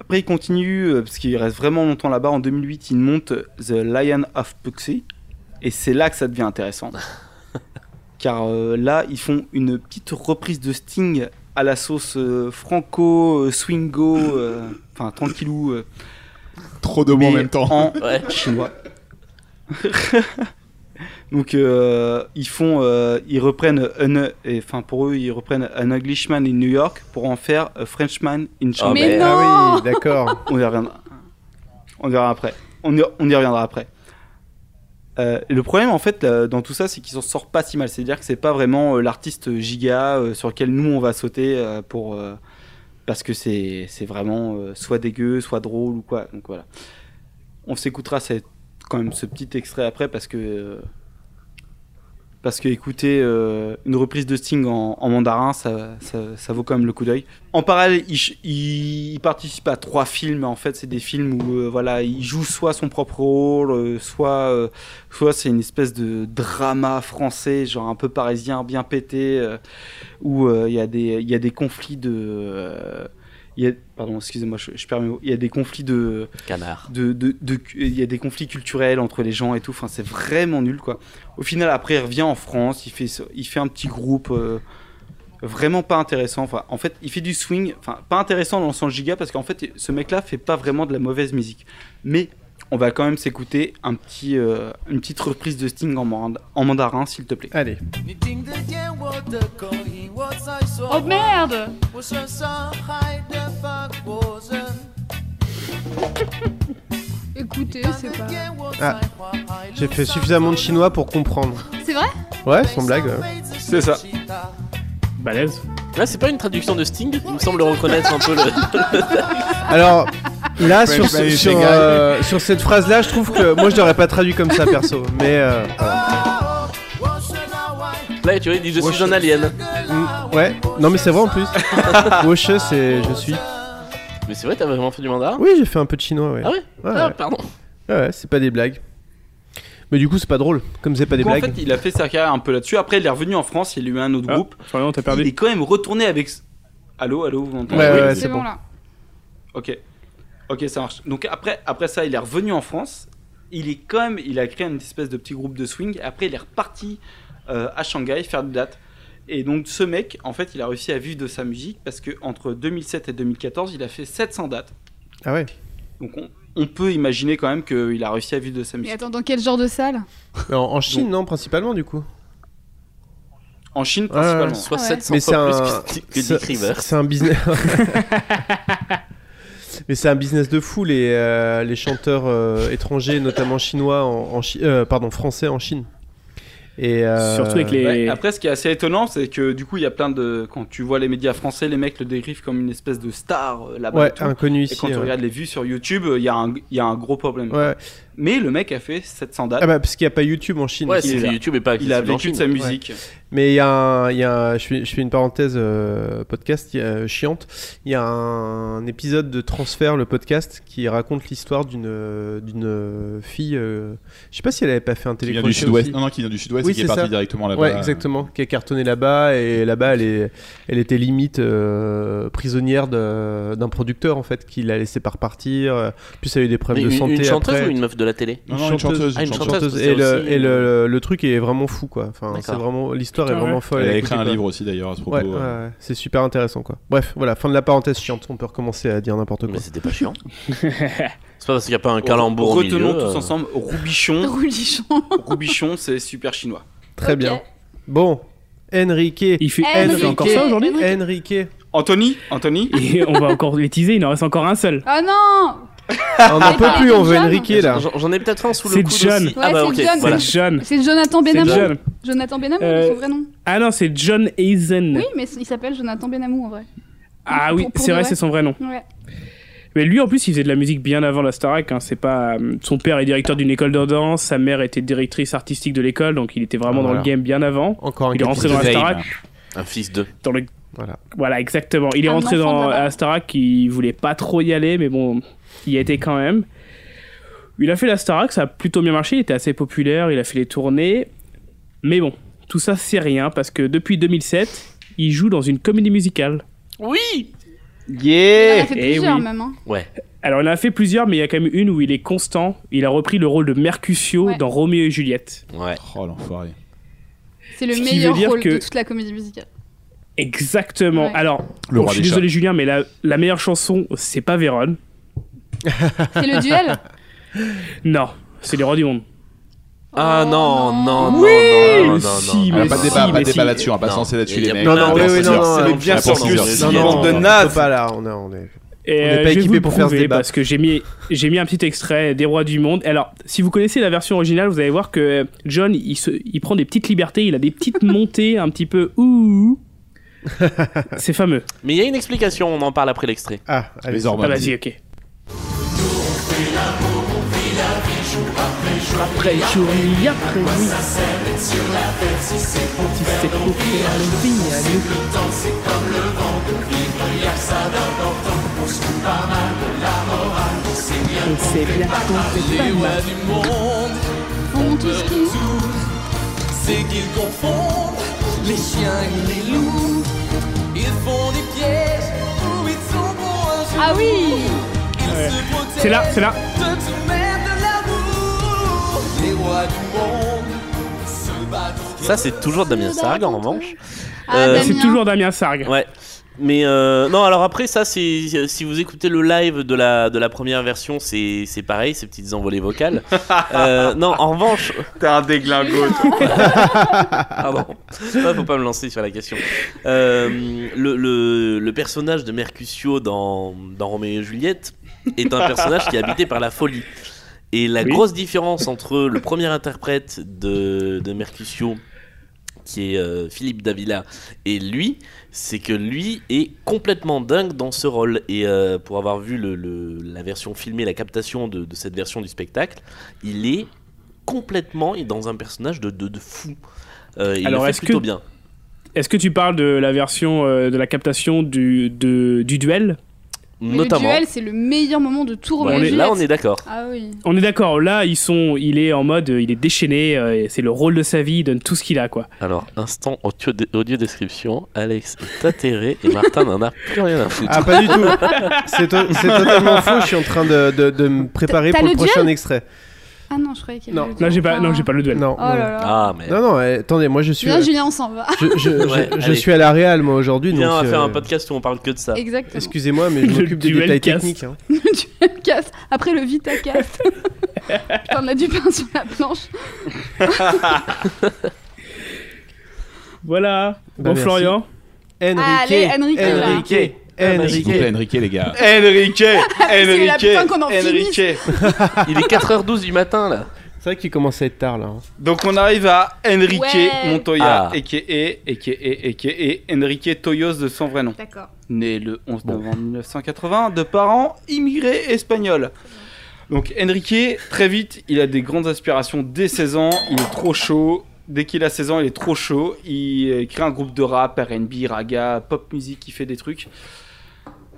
[SPEAKER 7] Après, il continue, euh, parce qu'il reste vraiment longtemps là-bas. En 2008, il monte The Lion of Puxy. Et c'est là que ça devient intéressant. Car euh, là, ils font une petite reprise de Sting à la sauce euh, franco, euh, swingo, euh, enfin tranquillou. euh,
[SPEAKER 6] Trop de mots en
[SPEAKER 7] mais
[SPEAKER 6] même temps.
[SPEAKER 7] en
[SPEAKER 4] Ouais.
[SPEAKER 7] chinois. Donc euh, ils font, euh, ils reprennent un, et, enfin pour eux ils reprennent un Englishman in New York pour en faire a Frenchman in China.
[SPEAKER 5] mais
[SPEAKER 4] bah,
[SPEAKER 9] Ah
[SPEAKER 5] non
[SPEAKER 9] oui, d'accord.
[SPEAKER 7] On y reviendra. On y reviendra après. On y, on y reviendra après. Euh, le problème en fait euh, dans tout ça c'est qu'ils s'en sortent pas si mal. C'est-à-dire que c'est pas vraiment euh, l'artiste giga euh, sur lequel nous on va sauter euh, pour euh, parce que c'est c'est vraiment euh, soit dégueu, soit drôle ou quoi. Donc voilà. On s'écoutera cette- quand même ce petit extrait après parce que euh, parce que écouter euh, une reprise de Sting en, en mandarin, ça, ça- ça vaut quand même le coup d'œil. En parallèle, il, ch- il- il participe à trois films. mais En fait, c'est des films où euh, voilà, il joue soit son propre rôle, euh, soit euh, soit c'est une espèce de drama français, genre un peu parisien, bien pété, euh, où euh, il y a des il y a des conflits de euh, il y a- pardon, excusez-moi, je, je perds mes mots. Il y a des conflits de
[SPEAKER 4] Canard.
[SPEAKER 7] de, de- de- il y a des conflits culturels entre les gens et tout. Enfin, c'est vraiment nul, quoi. Au final, après, il revient en France, il fait, ce- il fait un petit groupe euh, vraiment pas intéressant. Enfin, en fait, il fait du swing, enfin, pas intéressant dans le sens giga, parce qu'en fait, ce mec-là fait pas vraiment de la mauvaise musique. Mais on va quand même s'écouter un petit, euh, une petite reprise de Sting en, mand- en mandarin, s'il te plaît.
[SPEAKER 9] Allez.
[SPEAKER 5] Oh merde Écoutez, c'est pas.
[SPEAKER 9] Ah. J'ai fait suffisamment de chinois pour comprendre.
[SPEAKER 5] C'est vrai
[SPEAKER 9] Ouais, sans blague. ouais.
[SPEAKER 7] C'est ça.
[SPEAKER 8] Balèze.
[SPEAKER 4] Là, c'est pas une traduction de Sting, il me semble reconnaître un peu le.
[SPEAKER 9] Alors, Là, sur,
[SPEAKER 10] French
[SPEAKER 9] ce-
[SPEAKER 10] Bay,
[SPEAKER 9] sur,
[SPEAKER 10] Shanghai.
[SPEAKER 9] euh, sur cette phrase-là, je trouve que moi je l'aurais pas traduit comme ça perso, mais euh, voilà.
[SPEAKER 4] Là, tu vois, il dit Je suis un alien.
[SPEAKER 9] Mm, ouais. Non mais c'est vrai en plus. Woche, c'est je suis.
[SPEAKER 4] Mais c'est vrai, t'as vraiment fait du mandarin
[SPEAKER 9] Oui, j'ai fait un peu de chinois. Ouais.
[SPEAKER 4] Ah oui
[SPEAKER 9] Ouais,
[SPEAKER 4] Ah,
[SPEAKER 9] ouais.
[SPEAKER 4] pardon.
[SPEAKER 9] Ouais, ouais, c'est pas des blagues. Mais du coup, c'est pas drôle, comme c'est pas des
[SPEAKER 7] Du coup, en
[SPEAKER 9] blagues.
[SPEAKER 7] fait, il a fait sa carrière un peu là-dessus. Après, il est revenu en France, il a eu un autre
[SPEAKER 8] Ah,
[SPEAKER 7] groupe.
[SPEAKER 8] Florian, t'as
[SPEAKER 7] Il
[SPEAKER 8] perdu.
[SPEAKER 7] est quand même retourné avec. Allô, allô, vous m'entendez
[SPEAKER 9] Ouais, ouais,
[SPEAKER 5] c'est
[SPEAKER 9] c'est
[SPEAKER 5] bon,
[SPEAKER 9] bon.
[SPEAKER 5] là.
[SPEAKER 7] Ok. Ok, ça marche. Donc après, après ça, il est revenu en France. Il est quand même, il a créé une espèce de petit groupe de swing. Après, il est reparti euh, à Shanghai faire des dates. Et donc ce mec, en fait, il a réussi à vivre de sa musique parce que entre 2007 et 2014, il a fait 700 dates.
[SPEAKER 9] Ah ouais.
[SPEAKER 7] Donc on, on peut imaginer quand même qu'il a réussi à vivre de sa
[SPEAKER 5] Mais
[SPEAKER 7] musique.
[SPEAKER 5] attends, dans quel genre de salle
[SPEAKER 9] Mais en, en Chine, non, principalement du coup.
[SPEAKER 7] En Chine
[SPEAKER 9] Ouais, ouais.
[SPEAKER 7] principalement.
[SPEAKER 4] Soit
[SPEAKER 5] Ouais.
[SPEAKER 4] 700
[SPEAKER 9] Mais c'est
[SPEAKER 4] fois
[SPEAKER 9] un,
[SPEAKER 4] plus que- que
[SPEAKER 9] c'est-
[SPEAKER 4] Dick Rivers.
[SPEAKER 9] c'est un business. Mais c'est un business de fou les euh, les chanteurs euh, étrangers, notamment chinois en, en Chi- euh, pardon français en Chine. Et euh,
[SPEAKER 8] Surtout avec les.
[SPEAKER 7] Ouais, après, ce qui est assez étonnant, c'est que du coup, il y a plein de. Quand tu vois les médias français, les mecs le décrivent comme une espèce de star euh, là-bas. et
[SPEAKER 9] ouais
[SPEAKER 7] tout.
[SPEAKER 9] inconnus
[SPEAKER 7] Et
[SPEAKER 9] ici.
[SPEAKER 7] quand tu
[SPEAKER 9] ouais.
[SPEAKER 7] regardes les vues sur YouTube, euh, il y, a un- il y a un gros problème.
[SPEAKER 9] Ouais.
[SPEAKER 7] Mais le mec a fait 700 dates.
[SPEAKER 9] Ah bah parce qu'il n'y a pas YouTube en Chine.
[SPEAKER 4] Ouais,
[SPEAKER 9] ici.
[SPEAKER 4] bah, c'est
[SPEAKER 7] il a-
[SPEAKER 4] YouTube et pas
[SPEAKER 7] il a
[SPEAKER 4] accessible en
[SPEAKER 7] vécu de
[SPEAKER 4] Chine.
[SPEAKER 7] sa musique.
[SPEAKER 9] Mais il y a, un, il y a un- je, fais, je fais une parenthèse euh, podcast euh, chiante. Il y a un épisode de Transfert, le podcast, qui raconte l'histoire d'une euh, d'une euh, fille. euh, je sais pas si elle avait pas fait un
[SPEAKER 6] Qui vient du
[SPEAKER 9] télécrochet
[SPEAKER 6] sud-ouest.
[SPEAKER 9] aussi.
[SPEAKER 6] Non, non, qui vient du sud-ouest
[SPEAKER 9] Oui,
[SPEAKER 6] et qui est
[SPEAKER 9] c'est
[SPEAKER 6] parti
[SPEAKER 9] ça.
[SPEAKER 6] directement là-bas.
[SPEAKER 9] Ouais, exactement. Qui est cartonnée là-bas et là-bas, elle est, elle était limite euh, prisonnière de- d'un producteur en fait qui l'a laissé par partir. Euh, Plus elle a eu des
[SPEAKER 4] Mais
[SPEAKER 9] problèmes
[SPEAKER 4] une,
[SPEAKER 9] de santé
[SPEAKER 4] une chanteuse
[SPEAKER 9] après.
[SPEAKER 4] ou une meuf de la télé
[SPEAKER 6] Non, non, une chanteuse.
[SPEAKER 4] Ah, une chanteuse. c'est
[SPEAKER 9] Et, le,
[SPEAKER 4] aussi- euh,
[SPEAKER 9] et le, le truc est vraiment fou quoi. Enfin,
[SPEAKER 4] D'accord.
[SPEAKER 9] c'est vraiment l'histoire est
[SPEAKER 8] Putain,
[SPEAKER 9] vraiment
[SPEAKER 8] ouais.
[SPEAKER 9] folle.
[SPEAKER 6] Elle a
[SPEAKER 9] Écoutez,
[SPEAKER 6] écrit un
[SPEAKER 9] quoi.
[SPEAKER 6] livre aussi d'ailleurs à ce propos.
[SPEAKER 9] Ouais, ouais,
[SPEAKER 6] euh.
[SPEAKER 9] ouais, c'est super intéressant quoi. Bref, voilà, fin de la parenthèse chiante, on peut recommencer à dire n'importe quoi.
[SPEAKER 4] Mais c'était pas chiant. c'est pas parce qu'il n'y a pas un calembour au milieu.
[SPEAKER 7] Retenons tous
[SPEAKER 4] euh,
[SPEAKER 7] ensemble Roubichon.
[SPEAKER 5] Roulichon.
[SPEAKER 7] Roubichon, c'est super chinois.
[SPEAKER 9] Très bien. Bon, Enrique.
[SPEAKER 8] Il fait
[SPEAKER 5] Eh,
[SPEAKER 8] il fait
[SPEAKER 5] Enrique.
[SPEAKER 8] encore ça aujourd'hui
[SPEAKER 9] Enrique.
[SPEAKER 7] Anthony Anthony
[SPEAKER 8] Et on va encore les teaser, il en reste encore un seul.
[SPEAKER 5] Ah non
[SPEAKER 9] Ah, on n'en
[SPEAKER 5] Et
[SPEAKER 9] peut
[SPEAKER 5] bah,
[SPEAKER 9] plus, on veut
[SPEAKER 5] John.
[SPEAKER 9] Enrique là.
[SPEAKER 4] J'en j'en ai peut-être un sous le
[SPEAKER 8] C'est
[SPEAKER 4] coude
[SPEAKER 8] John.
[SPEAKER 4] aussi. Ah bah,
[SPEAKER 5] Ouais, c'est John.
[SPEAKER 4] voilà.
[SPEAKER 8] C'est John.
[SPEAKER 5] C'est Jonathan
[SPEAKER 8] C'est
[SPEAKER 5] Benamou.
[SPEAKER 8] John.
[SPEAKER 5] Jonathan Benamou,
[SPEAKER 8] Euh,
[SPEAKER 5] son vrai nom.
[SPEAKER 8] Ah non, c'est John Eisen.
[SPEAKER 5] Oui, mais il s'appelle Jonathan Benamou en vrai.
[SPEAKER 8] ah oui,
[SPEAKER 5] Pour- pour
[SPEAKER 8] c'est
[SPEAKER 5] de
[SPEAKER 8] vrai,
[SPEAKER 5] vrai.
[SPEAKER 8] c'est son vrai nom.
[SPEAKER 5] Ouais.
[SPEAKER 8] Mais lui, en plus, il faisait de la musique bien avant la Starac. Hein. C'est pas euh, son père est directeur d'une école de danse, sa mère était directrice artistique de l'école, donc il était vraiment
[SPEAKER 9] Ah,
[SPEAKER 8] dans le
[SPEAKER 9] voilà.
[SPEAKER 8] game bien avant.
[SPEAKER 9] Encore un
[SPEAKER 8] Il est rentré
[SPEAKER 9] capitaine.
[SPEAKER 8] dans la
[SPEAKER 6] Zayn.
[SPEAKER 8] Starac,
[SPEAKER 4] Un fils de.
[SPEAKER 8] dans le
[SPEAKER 9] Voilà.
[SPEAKER 8] Voilà, exactement. Il est
[SPEAKER 5] Un
[SPEAKER 8] rentré
[SPEAKER 5] enfant
[SPEAKER 8] dans
[SPEAKER 5] de là-bas.
[SPEAKER 8] à Starac, il voulait pas trop y aller, mais bon, il y a été quand même. Il a fait la Starac, ça a plutôt bien marché, il était assez populaire, il a fait les tournées. Mais bon, tout ça c'est rien, parce que depuis 2007, il joue dans une comédie musicale.
[SPEAKER 4] Oui
[SPEAKER 5] Il en a
[SPEAKER 7] Yeah
[SPEAKER 5] fait
[SPEAKER 8] eh
[SPEAKER 5] plusieurs
[SPEAKER 8] oui.
[SPEAKER 5] même. hein.
[SPEAKER 4] Ouais.
[SPEAKER 8] Alors il en a fait plusieurs, mais il y a quand même une où il est constant. Il a repris le rôle de Mercutio
[SPEAKER 5] Ouais.
[SPEAKER 8] dans Roméo et Juliette.
[SPEAKER 4] Ouais.
[SPEAKER 6] Oh l'enfoiré.
[SPEAKER 5] C'est le
[SPEAKER 8] Ce qui
[SPEAKER 5] meilleur
[SPEAKER 8] veut dire
[SPEAKER 5] rôle
[SPEAKER 8] que-
[SPEAKER 5] de toute la comédie musicale.
[SPEAKER 8] Exactement.
[SPEAKER 5] Ouais.
[SPEAKER 8] Alors,
[SPEAKER 6] Le
[SPEAKER 8] bon,
[SPEAKER 6] roi
[SPEAKER 8] je suis
[SPEAKER 6] des
[SPEAKER 8] désolé Julien, mais la, la meilleure chanson, c'est pas Vérone.
[SPEAKER 5] C'est le duel
[SPEAKER 8] Non, c'est les rois du monde.
[SPEAKER 5] Oh,
[SPEAKER 4] Ah non, non, non,
[SPEAKER 8] Oui
[SPEAKER 4] non, non,
[SPEAKER 8] Mais
[SPEAKER 4] non,
[SPEAKER 8] si,
[SPEAKER 4] non,
[SPEAKER 8] mais
[SPEAKER 6] Ah,
[SPEAKER 4] non,
[SPEAKER 6] pas de
[SPEAKER 8] si,
[SPEAKER 6] débat,
[SPEAKER 8] mais
[SPEAKER 6] pas de
[SPEAKER 8] si.
[SPEAKER 6] débat là-dessus, on va pas
[SPEAKER 4] Non.
[SPEAKER 6] se lancer là-dessus
[SPEAKER 4] Il y a
[SPEAKER 6] les mecs.
[SPEAKER 4] plein
[SPEAKER 9] Non, non,
[SPEAKER 4] de
[SPEAKER 9] oui, oui,
[SPEAKER 4] personnes.
[SPEAKER 9] non, non,
[SPEAKER 4] C'est
[SPEAKER 9] alors,
[SPEAKER 4] bon,
[SPEAKER 9] bien
[SPEAKER 4] c'est
[SPEAKER 9] sûr
[SPEAKER 4] bon,
[SPEAKER 9] que
[SPEAKER 4] c'est
[SPEAKER 9] si.
[SPEAKER 4] bon,
[SPEAKER 9] Non,
[SPEAKER 4] c'est
[SPEAKER 9] non,
[SPEAKER 4] bon,
[SPEAKER 9] de
[SPEAKER 4] c'est bon.
[SPEAKER 9] naze. Pas là, on est- on est-
[SPEAKER 8] Et
[SPEAKER 9] On n'est
[SPEAKER 8] euh,
[SPEAKER 9] pas
[SPEAKER 8] je vais
[SPEAKER 9] équipé
[SPEAKER 8] vous
[SPEAKER 9] pour
[SPEAKER 8] le
[SPEAKER 9] faire ce
[SPEAKER 8] prouver
[SPEAKER 9] débat.
[SPEAKER 8] Parce que j'ai mis, j'ai mis un petit extrait des Rois du Monde. Alors, si vous connaissez la version originale, vous allez voir que euh, John, il, se, il prend des petites libertés, il a des petites montées un petit peu ouh. ouh. C'est fameux.
[SPEAKER 4] Mais il y a une explication, on en parle après l'extrait.
[SPEAKER 9] Ah, allez.
[SPEAKER 6] Les hormones.
[SPEAKER 8] Ah, vas-y, ok. Après jour, il y a après nuit. Si c'est pour faire le bien à nous. On sait bien qu'on fait pas mal.
[SPEAKER 5] On tout ce qui... Ah oui
[SPEAKER 8] C'est là, c'est là.
[SPEAKER 4] Ça, c'est toujours Damien Sargue, en revanche.
[SPEAKER 5] Ah,
[SPEAKER 4] Euh,
[SPEAKER 5] Damien.
[SPEAKER 8] C'est toujours Damien Sargue.
[SPEAKER 4] Ouais. Mais euh, non, alors après, ça, c'est si vous écoutez le live de la, de la première version, c'est c'est pareil, ces petites envolées vocales. Euh, non, en revanche,
[SPEAKER 7] T'es un déglingo.
[SPEAKER 4] Pardon. Ouais, faut pas me lancer sur la question. Euh, le, le- le personnage de Mercutio dans, dans Roméo et Juliette est un personnage qui est habité par la folie. Et la
[SPEAKER 8] Oui.
[SPEAKER 4] grosse différence entre le premier interprète de, de Mercutio, qui est euh, Philippe Davila et lui, c'est que lui est complètement dingue dans ce rôle. Et euh, pour avoir vu le- le- la version filmée, la captation de, de cette version du spectacle, il est complètement et dans un personnage de, de- de fou. Euh, il
[SPEAKER 8] Alors,
[SPEAKER 4] le fait
[SPEAKER 8] est-ce que-
[SPEAKER 4] plutôt bien.
[SPEAKER 8] Est-ce que tu parles de la version euh, de la captation du, de- du duel
[SPEAKER 5] Mais
[SPEAKER 4] Notamment.
[SPEAKER 5] Le duel, c'est le meilleur moment de tout
[SPEAKER 4] Ouais,
[SPEAKER 5] Romain Gillette.
[SPEAKER 4] là, on est d'accord.
[SPEAKER 5] Ah oui.
[SPEAKER 8] On est d'accord, là ils sont, il est en mode, euh, il est déchaîné, euh, et c'est le rôle de sa vie, il donne tout ce qu'il a quoi.
[SPEAKER 4] Alors, instant audio, audio description. Alex est atterré et Martin n'en a plus rien à foutre.
[SPEAKER 9] Ah, pas du tout. C'est to- c'est totalement faux. Je suis en train de, de- de me préparer
[SPEAKER 5] T'as
[SPEAKER 9] pour le
[SPEAKER 5] le
[SPEAKER 9] prochain
[SPEAKER 5] duel
[SPEAKER 9] extrait.
[SPEAKER 5] Ah non, je croyais qu'il y
[SPEAKER 9] Non.
[SPEAKER 5] avait le
[SPEAKER 8] Là j'ai pas,
[SPEAKER 5] duel.
[SPEAKER 8] non j'ai pas le duel.
[SPEAKER 9] Non,
[SPEAKER 5] Oh
[SPEAKER 9] non,
[SPEAKER 5] là là.
[SPEAKER 4] Ah, mais.
[SPEAKER 9] non. Non, non, eh, attendez, moi je suis,
[SPEAKER 5] Viens, Julien, on s'en va.
[SPEAKER 9] je, je- je-
[SPEAKER 4] Ouais,
[SPEAKER 9] je
[SPEAKER 4] allez.
[SPEAKER 9] suis à la réal moi aujourd'hui.
[SPEAKER 4] Viens, on
[SPEAKER 9] donc,
[SPEAKER 4] va faire
[SPEAKER 9] euh,
[SPEAKER 4] un podcast où on parle que de ça.
[SPEAKER 5] Exactement.
[SPEAKER 9] Excusez-moi, mais je
[SPEAKER 8] Le
[SPEAKER 9] m'occupe des
[SPEAKER 8] duel
[SPEAKER 9] détails
[SPEAKER 8] casse.
[SPEAKER 9] techniques. hein.
[SPEAKER 5] Le duel casse. Après le Vita casse. Putain, on a du pain sur la planche.
[SPEAKER 8] Voilà,
[SPEAKER 9] Bah,
[SPEAKER 8] bon
[SPEAKER 9] merci.
[SPEAKER 8] Florian.
[SPEAKER 5] Ah, Allez, Enrique, là.
[SPEAKER 9] Enrique,
[SPEAKER 6] S'il vous plaît,
[SPEAKER 9] Enrique.
[SPEAKER 6] Enrique, les gars.
[SPEAKER 7] Enrique
[SPEAKER 5] C'est la putain qu'on en finisse.
[SPEAKER 7] Enrique
[SPEAKER 4] Il est 4h12 du matin, là.
[SPEAKER 9] C'est vrai qu'il commence à être tard là. hein.
[SPEAKER 7] Donc on arrive à Enrique
[SPEAKER 5] Ouais.
[SPEAKER 7] Montoya,
[SPEAKER 4] Ah.
[SPEAKER 7] a.k.a. a.k.a. a.k.a. Enrique Toyos de son vrai nom.
[SPEAKER 5] D'accord.
[SPEAKER 7] Né le 11 novembre 1980 de parents immigrés espagnols. Donc Enrique, très vite, il a des grandes aspirations dès 16 ans, il est trop chaud. Dès qu'il a 16 ans, il est trop chaud. Il euh, crée un groupe de rap, RB, raga, pop musique, qui fait des trucs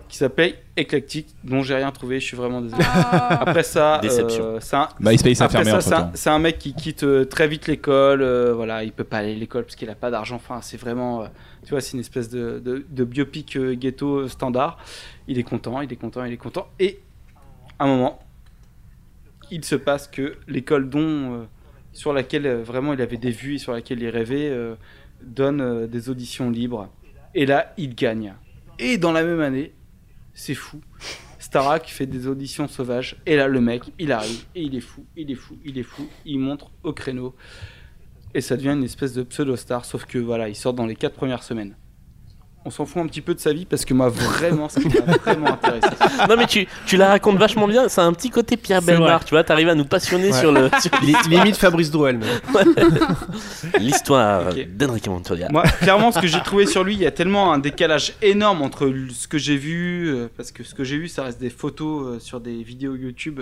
[SPEAKER 7] qui s'appelle Eclectic, dont j'ai rien trouvé, je suis vraiment désolé.
[SPEAKER 5] Ah.
[SPEAKER 7] Après ça,
[SPEAKER 4] Déception.
[SPEAKER 7] euh, c'est un-
[SPEAKER 6] MySpace a
[SPEAKER 7] après
[SPEAKER 6] fermé
[SPEAKER 7] ça,
[SPEAKER 6] entre
[SPEAKER 7] c'est un,
[SPEAKER 6] temps.
[SPEAKER 7] c'est un mec qui quitte euh, très vite l'école. euh, voilà, il peut pas aller à l'école parce qu'il a pas d'argent. Enfin, c'est vraiment, euh, tu vois, c'est une espèce de, de- de biopic euh, ghetto euh, standard. Il est content, il est content, il est content. Et à un moment, il se passe que l'école dont euh, sur laquelle euh, vraiment il avait des vues et sur laquelle il rêvait euh, donne euh, des auditions libres. Et là, il gagne. Et dans la même année, c'est fou. Starak fait des auditions sauvages. Et là, le mec, il arrive. Et il est fou, il est fou, il est fou. Il monte au créneau. Et ça devient une espèce de pseudo-star. Sauf que voilà, il sort dans les quatre premières semaines. On s'en fout un petit peu de sa vie parce que moi, vraiment, ça m'a vraiment intéressé.
[SPEAKER 4] Non, mais tu, tu la racontes vachement bien. C'est un petit côté Pierre
[SPEAKER 8] C'est
[SPEAKER 4] Belmar, tu vois. T'arrives à nous passionner
[SPEAKER 9] Ouais.
[SPEAKER 4] sur le- sur
[SPEAKER 9] Li- Limite Fabrice Drouel. même.
[SPEAKER 4] l'histoire
[SPEAKER 7] Ok.
[SPEAKER 4] d'Enrique Montoya.
[SPEAKER 7] Moi, clairement, ce que j'ai trouvé sur lui, il y a tellement un décalage énorme entre l- ce que j'ai vu, euh, parce que ce que j'ai vu, ça reste des photos euh, sur des vidéos YouTube,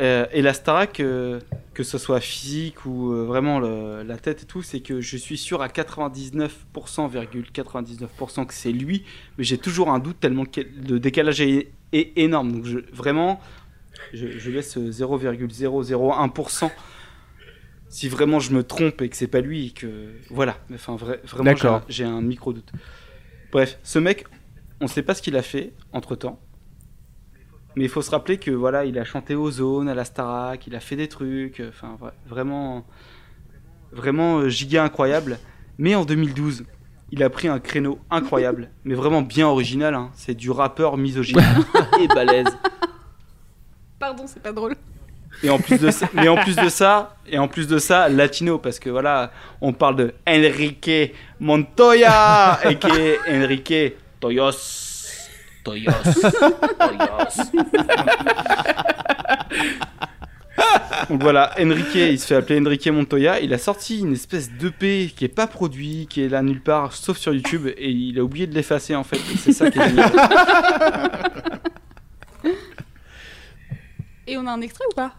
[SPEAKER 7] euh, et la Starac, euh, que ce soit physique ou euh, vraiment le- la tête et tout, c'est que je suis sûr à 99%,99% que c'est lui, mais j'ai toujours un doute tellement que le décalage est, est énorme. Donc je- vraiment, je, je laisse 0,001% si vraiment je me trompe et que c'est pas lui et que voilà Mais enfin vra- vraiment j'ai un-
[SPEAKER 9] D'accord.
[SPEAKER 7] j'ai un micro doute bref ce mec on sait pas ce qu'il a fait entre temps mais il faut se rappeler que voilà il a chanté aux zones à la Starac il a fait des trucs euh, enfin vra- vraiment vraiment euh, giga incroyable mais en 2012 il a pris un créneau incroyable mais vraiment bien original hein. c'est du rappeur misogyne et balèze
[SPEAKER 5] Pardon, c'est pas drôle.
[SPEAKER 7] et en plus de ça, mais en plus de ça, et en plus de ça, latino parce que voilà, on parle de Enrique Montoya et qui est Enrique Toyos. Toyos. Toyos. Donc voilà, Enrique, il se fait appeler Enrique Montoya. Il a sorti une espèce d'EP qui est pas produit, qui est là nulle part, sauf sur YouTube, et il a oublié de l'effacer en fait. C'est ça qui est génial.
[SPEAKER 5] Et on a un extrait ou pas